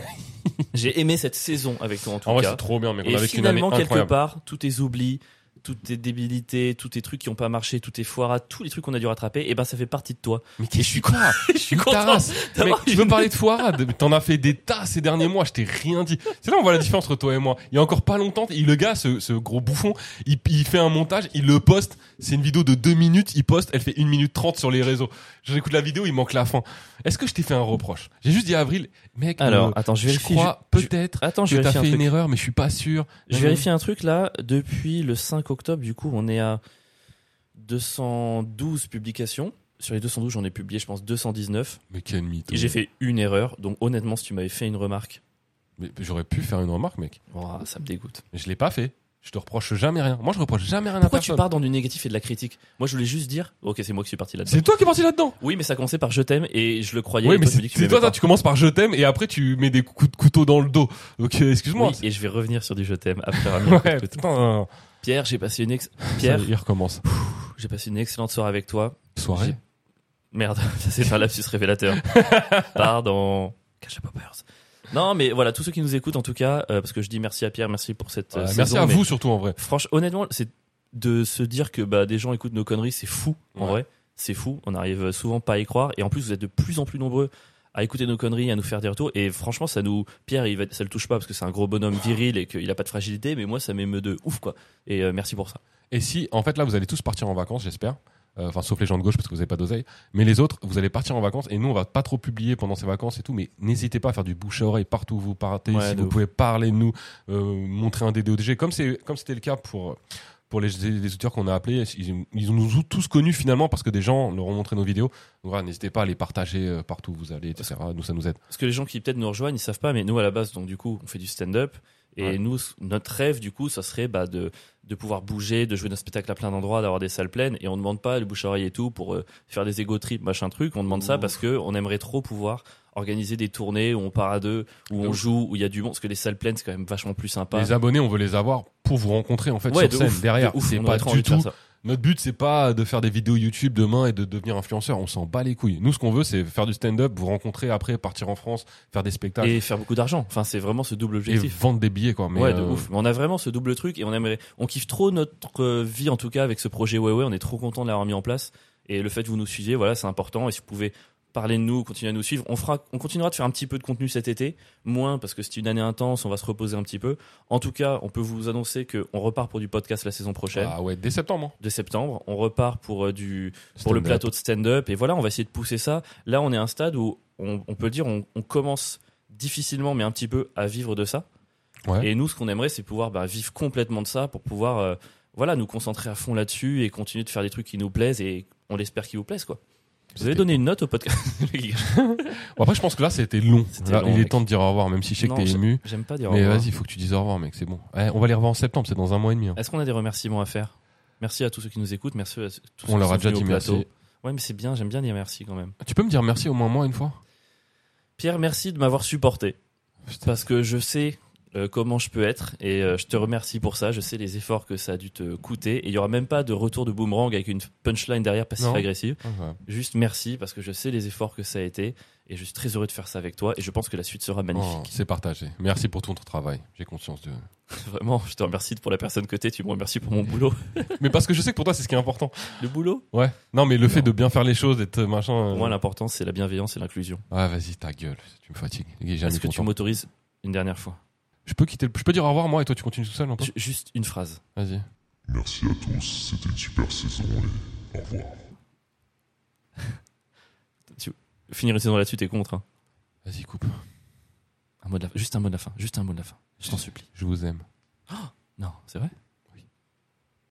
Speaker 1: j'ai aimé cette saison avec toi en tout
Speaker 2: En vrai,
Speaker 1: cas.
Speaker 2: c'est trop bien, mais on
Speaker 1: Et
Speaker 2: a vécu une année
Speaker 1: finalement, quelque
Speaker 2: incroyable.
Speaker 1: part, tous tes oublis, toutes tes débilités, tous tes trucs qui ont pas marché, tous tes foirades, tous les trucs qu'on a dû rattraper, et ben ça fait partie de toi.
Speaker 2: Mais
Speaker 1: Et
Speaker 2: qu'est-ce
Speaker 1: je suis
Speaker 2: que tu
Speaker 1: con-
Speaker 2: crois
Speaker 1: je suis
Speaker 2: Une
Speaker 1: content.
Speaker 2: tarasse. Mais
Speaker 1: d'avoir
Speaker 2: tu
Speaker 1: une-
Speaker 2: veux parler de foirade mais T'en as fait des tas ces derniers mois, je t'ai rien dit. C'est là on voit la différence entre toi et moi. Il y a encore pas longtemps, il, le gars, ce, ce gros bouffon, il, il fait un montage, il le poste. C'est une vidéo de 2 minutes, il poste, elle fait 1 minute 30 sur les réseaux. J'écoute la vidéo, il manque la fin. Est-ce que je t'ai fait un reproche J'ai juste dit à Avril, mec,
Speaker 1: Alors,
Speaker 2: euh,
Speaker 1: attends, je
Speaker 2: je,
Speaker 1: vérifie.
Speaker 2: crois
Speaker 1: je-
Speaker 2: peut-être
Speaker 1: Attends, je
Speaker 2: que t'as
Speaker 1: vérifie un
Speaker 2: fait une
Speaker 1: truc.
Speaker 2: erreur, mais je suis pas sûr.
Speaker 1: Je vérifie un truc là, depuis le 5 octobre, du coup, on est à 212 publications. Sur les 212, j'en ai publié, je pense, 219.
Speaker 2: Mais quel mytho.
Speaker 1: Et j'ai fait une erreur, donc honnêtement, si tu m'avais fait une remarque,
Speaker 2: Mais J'aurais pu faire une remarque, mec.
Speaker 1: ouah, Oh, ça me dégoûte.
Speaker 2: Mais je l'ai pas fait. Je te reproche jamais rien. Moi, je reproche jamais rien
Speaker 1: Pourquoi
Speaker 2: à
Speaker 1: tu
Speaker 2: personne.
Speaker 1: pars dans du négatif et de la critique Moi, je voulais juste dire, ok, c'est moi qui suis parti là-dedans.
Speaker 2: C'est toi qui es parti là-dedans.
Speaker 1: Oui, mais ça commençait par je t'aime et je le croyais.
Speaker 2: Oui,
Speaker 1: et
Speaker 2: mais
Speaker 1: toi, tu
Speaker 2: c'est
Speaker 1: me dis que tu
Speaker 2: c'est toi,
Speaker 1: m'aimais
Speaker 2: toi,
Speaker 1: pas.
Speaker 2: tu commences par je t'aime et après tu mets des coups de couteau dans le dos. Donc euh, excuse-moi.
Speaker 1: Oui, et je vais revenir sur du je t'aime après avoir mis un coup de
Speaker 2: ouais,
Speaker 1: couteau.
Speaker 2: putain, non, non.
Speaker 1: Pierre, j'ai passé une ex... Pierre,
Speaker 2: Ça, il recommence.
Speaker 1: j'ai passé une excellente soirée avec toi.
Speaker 2: Soirée.
Speaker 1: Merde, ça c'est un lapsus révélateur. Pardon. Cache à Poppers. Non, mais voilà, tous ceux qui nous écoutent, en tout cas, euh, parce que je dis merci à Pierre, merci pour cette. euh,
Speaker 2: Euh, merci
Speaker 1: saison,
Speaker 2: à
Speaker 1: mais-
Speaker 2: vous surtout en vrai.
Speaker 1: Franchement, honnêtement, c'est de se dire que bah, des gens écoutent nos conneries, c'est fou, en
Speaker 2: Ouais.
Speaker 1: vrai. C'est fou, on arrive souvent pas à y croire. Et en plus, vous êtes de plus en plus nombreux à écouter nos conneries, à nous faire des retours. Et franchement, ça nous. Pierre, il va... ça le touche pas parce que c'est un gros bonhomme viril et qu'il a pas de fragilité, mais moi, ça m'émeut de ouf, quoi. Et euh, merci pour ça.
Speaker 2: Et si, en fait, là, vous allez tous partir en vacances, j'espère. Euh, Enfin, sauf les gens de gauche parce que vous n'avez pas d'oseille. Mais les autres, vous allez partir en vacances et nous, on va pas trop publier pendant ces vacances et tout. Mais n'hésitez pas à faire du bouche à oreille partout où vous partez.
Speaker 1: Ouais,
Speaker 2: si
Speaker 1: de
Speaker 2: vous
Speaker 1: ouf.
Speaker 2: pouvez parler de nous, euh, montrer un DDODG. Comme c'est, comme c'était le cas pour, pour les, les auteurs qu'on a appelés, ils, ils nous ont tous connus finalement parce que des gens leur ont montré nos vidéos. Donc voilà, n'hésitez pas à les partager euh, partout où vous allez, etc. Nous, ça nous aide.
Speaker 1: Parce que les gens qui peut-être nous rejoignent, ils savent pas, mais nous à la base, donc du coup, on fait du stand-up. Et
Speaker 2: Ouais.
Speaker 1: nous, notre rêve, du coup, ça serait bah, de, de pouvoir bouger, de jouer notre spectacle à plein d'endroits, d'avoir des salles pleines. Et on demande pas le bouche à oreille et tout pour euh, faire des égo trips, machin truc. On demande ça parce que on aimerait trop pouvoir organiser des tournées où on part à deux, où
Speaker 2: De
Speaker 1: on
Speaker 2: ouf.
Speaker 1: joue, où il y a du monde. Parce que les salles pleines, c'est quand même vachement plus sympa.
Speaker 2: Les abonnés, on veut les avoir pour vous rencontrer en fait
Speaker 1: Ouais,
Speaker 2: sur
Speaker 1: de
Speaker 2: scène
Speaker 1: ouf,
Speaker 2: derrière.
Speaker 1: de ouf,
Speaker 2: C'est
Speaker 1: on
Speaker 2: pas
Speaker 1: aurait trop envie
Speaker 2: du
Speaker 1: de faire
Speaker 2: tout
Speaker 1: ça.
Speaker 2: Notre but, c'est pas de faire des vidéos YouTube demain et de devenir influenceur. On s'en bat les couilles. Nous, ce qu'on veut, c'est faire du stand-up, vous rencontrer après, partir en France, faire des spectacles et,
Speaker 1: Et faire beaucoup d'argent. Enfin, c'est vraiment ce double objectif.
Speaker 2: vendre des billets, quoi. Mais,
Speaker 1: ouais, de
Speaker 2: euh,
Speaker 1: ouf. Mais on a vraiment ce double truc et on aimerait, on kiffe trop notre euh, vie en tout cas avec ce projet Ouais Ouais. On est trop content de l'avoir mis en place et le fait que vous nous suiviez, voilà, c'est important. Et si vous pouvez Parlez de nous, continuez à nous suivre. On, fera, on continuera de faire un petit peu de contenu cet été, moins parce que c'est une année intense, on va se reposer un petit peu. En tout cas, on peut vous annoncer qu'on repart pour du podcast la saison prochaine,
Speaker 2: Ah ouais, dès septembre.
Speaker 1: de septembre. On repart pour euh, du, pour
Speaker 2: Stand-up.
Speaker 1: le plateau de stand-up. Et voilà, on va essayer de pousser ça. Là, on est à un stade où on, on peut dire on, on commence difficilement, mais un petit peu à vivre de ça.
Speaker 2: Ouais.
Speaker 1: Et nous, ce qu'on aimerait, c'est pouvoir bah, vivre complètement de ça pour pouvoir euh, voilà, nous concentrer à fond là-dessus et continuer de faire des trucs qui nous plaisent et on l'espère qu'ils vous plaisent. Quoi. Vous avez
Speaker 2: C'était
Speaker 1: donné une note au podcast Les gars,
Speaker 2: Bon, après, je pense que là, c'était long.
Speaker 1: C'était
Speaker 2: Là,
Speaker 1: long,
Speaker 2: il est
Speaker 1: mec.
Speaker 2: temps de dire au revoir, même si je sais que
Speaker 1: Non,
Speaker 2: t'es
Speaker 1: je-
Speaker 2: ému.
Speaker 1: J'aime pas dire au
Speaker 2: Mais
Speaker 1: revoir.
Speaker 2: vas-y, il faut que tu dises au revoir, mec, c'est bon. Eh, on va les revoir en septembre, c'est dans un mois et demi. hein.
Speaker 1: Est-ce qu'on a des remerciements à faire Merci à tous ceux qui nous écoutent, merci à tous ceux qui
Speaker 2: On leur
Speaker 1: sont
Speaker 2: a déjà
Speaker 1: venus
Speaker 2: dit
Speaker 1: au plateau.
Speaker 2: merci.
Speaker 1: Ouais, mais c'est bien, j'aime bien dire merci quand même.
Speaker 2: Tu peux me dire merci au moins moi une fois
Speaker 1: Pierre, merci de m'avoir supporté. Parce que je sais euh, comment je peux être et euh, je te remercie pour ça. Je sais les efforts que ça a dû te coûter. Et il n'y aura même pas de retour de boomerang avec une punchline derrière passive-agressive.
Speaker 2: Ah, ouais.
Speaker 1: Juste merci parce que je sais les efforts que ça a été et je suis très heureux de faire ça avec toi. Et je pense que la suite sera
Speaker 2: Oh,
Speaker 1: magnifique.
Speaker 2: C'est partagé. Merci pour tout ton travail. J'ai conscience de.
Speaker 1: Vraiment, je te remercie pour la personne que t'es. Tu me remercies pour mon boulot.
Speaker 2: mais parce que je sais que pour toi, c'est ce qui est important.
Speaker 1: Le boulot
Speaker 2: Ouais. Non, mais le fait
Speaker 1: Non.
Speaker 2: de bien faire les choses, d'être machin. euh,
Speaker 1: Pour moi, l'important, c'est la bienveillance et l'inclusion.
Speaker 2: Ouais, vas-y, ta gueule. Tu me fatigues. J'ai jamais
Speaker 1: Est-ce que tu
Speaker 2: content.
Speaker 1: m'autorises une dernière fois
Speaker 2: Je peux quitter. le- Je peux dire au revoir moi et toi, tu continues tout seul un peu
Speaker 1: Ju- Juste une phrase.
Speaker 2: Vas-y.
Speaker 10: Merci à tous, c'était une super saison et au revoir.
Speaker 1: Finir une saison là-dessus, t'es contre. hein.
Speaker 2: Vas-y, coupe.
Speaker 1: Un mot de la... Juste un mot de la fin. Juste un mot de la fin. Je t'en supplie.
Speaker 2: Je vous aime.
Speaker 1: Non, c'est vrai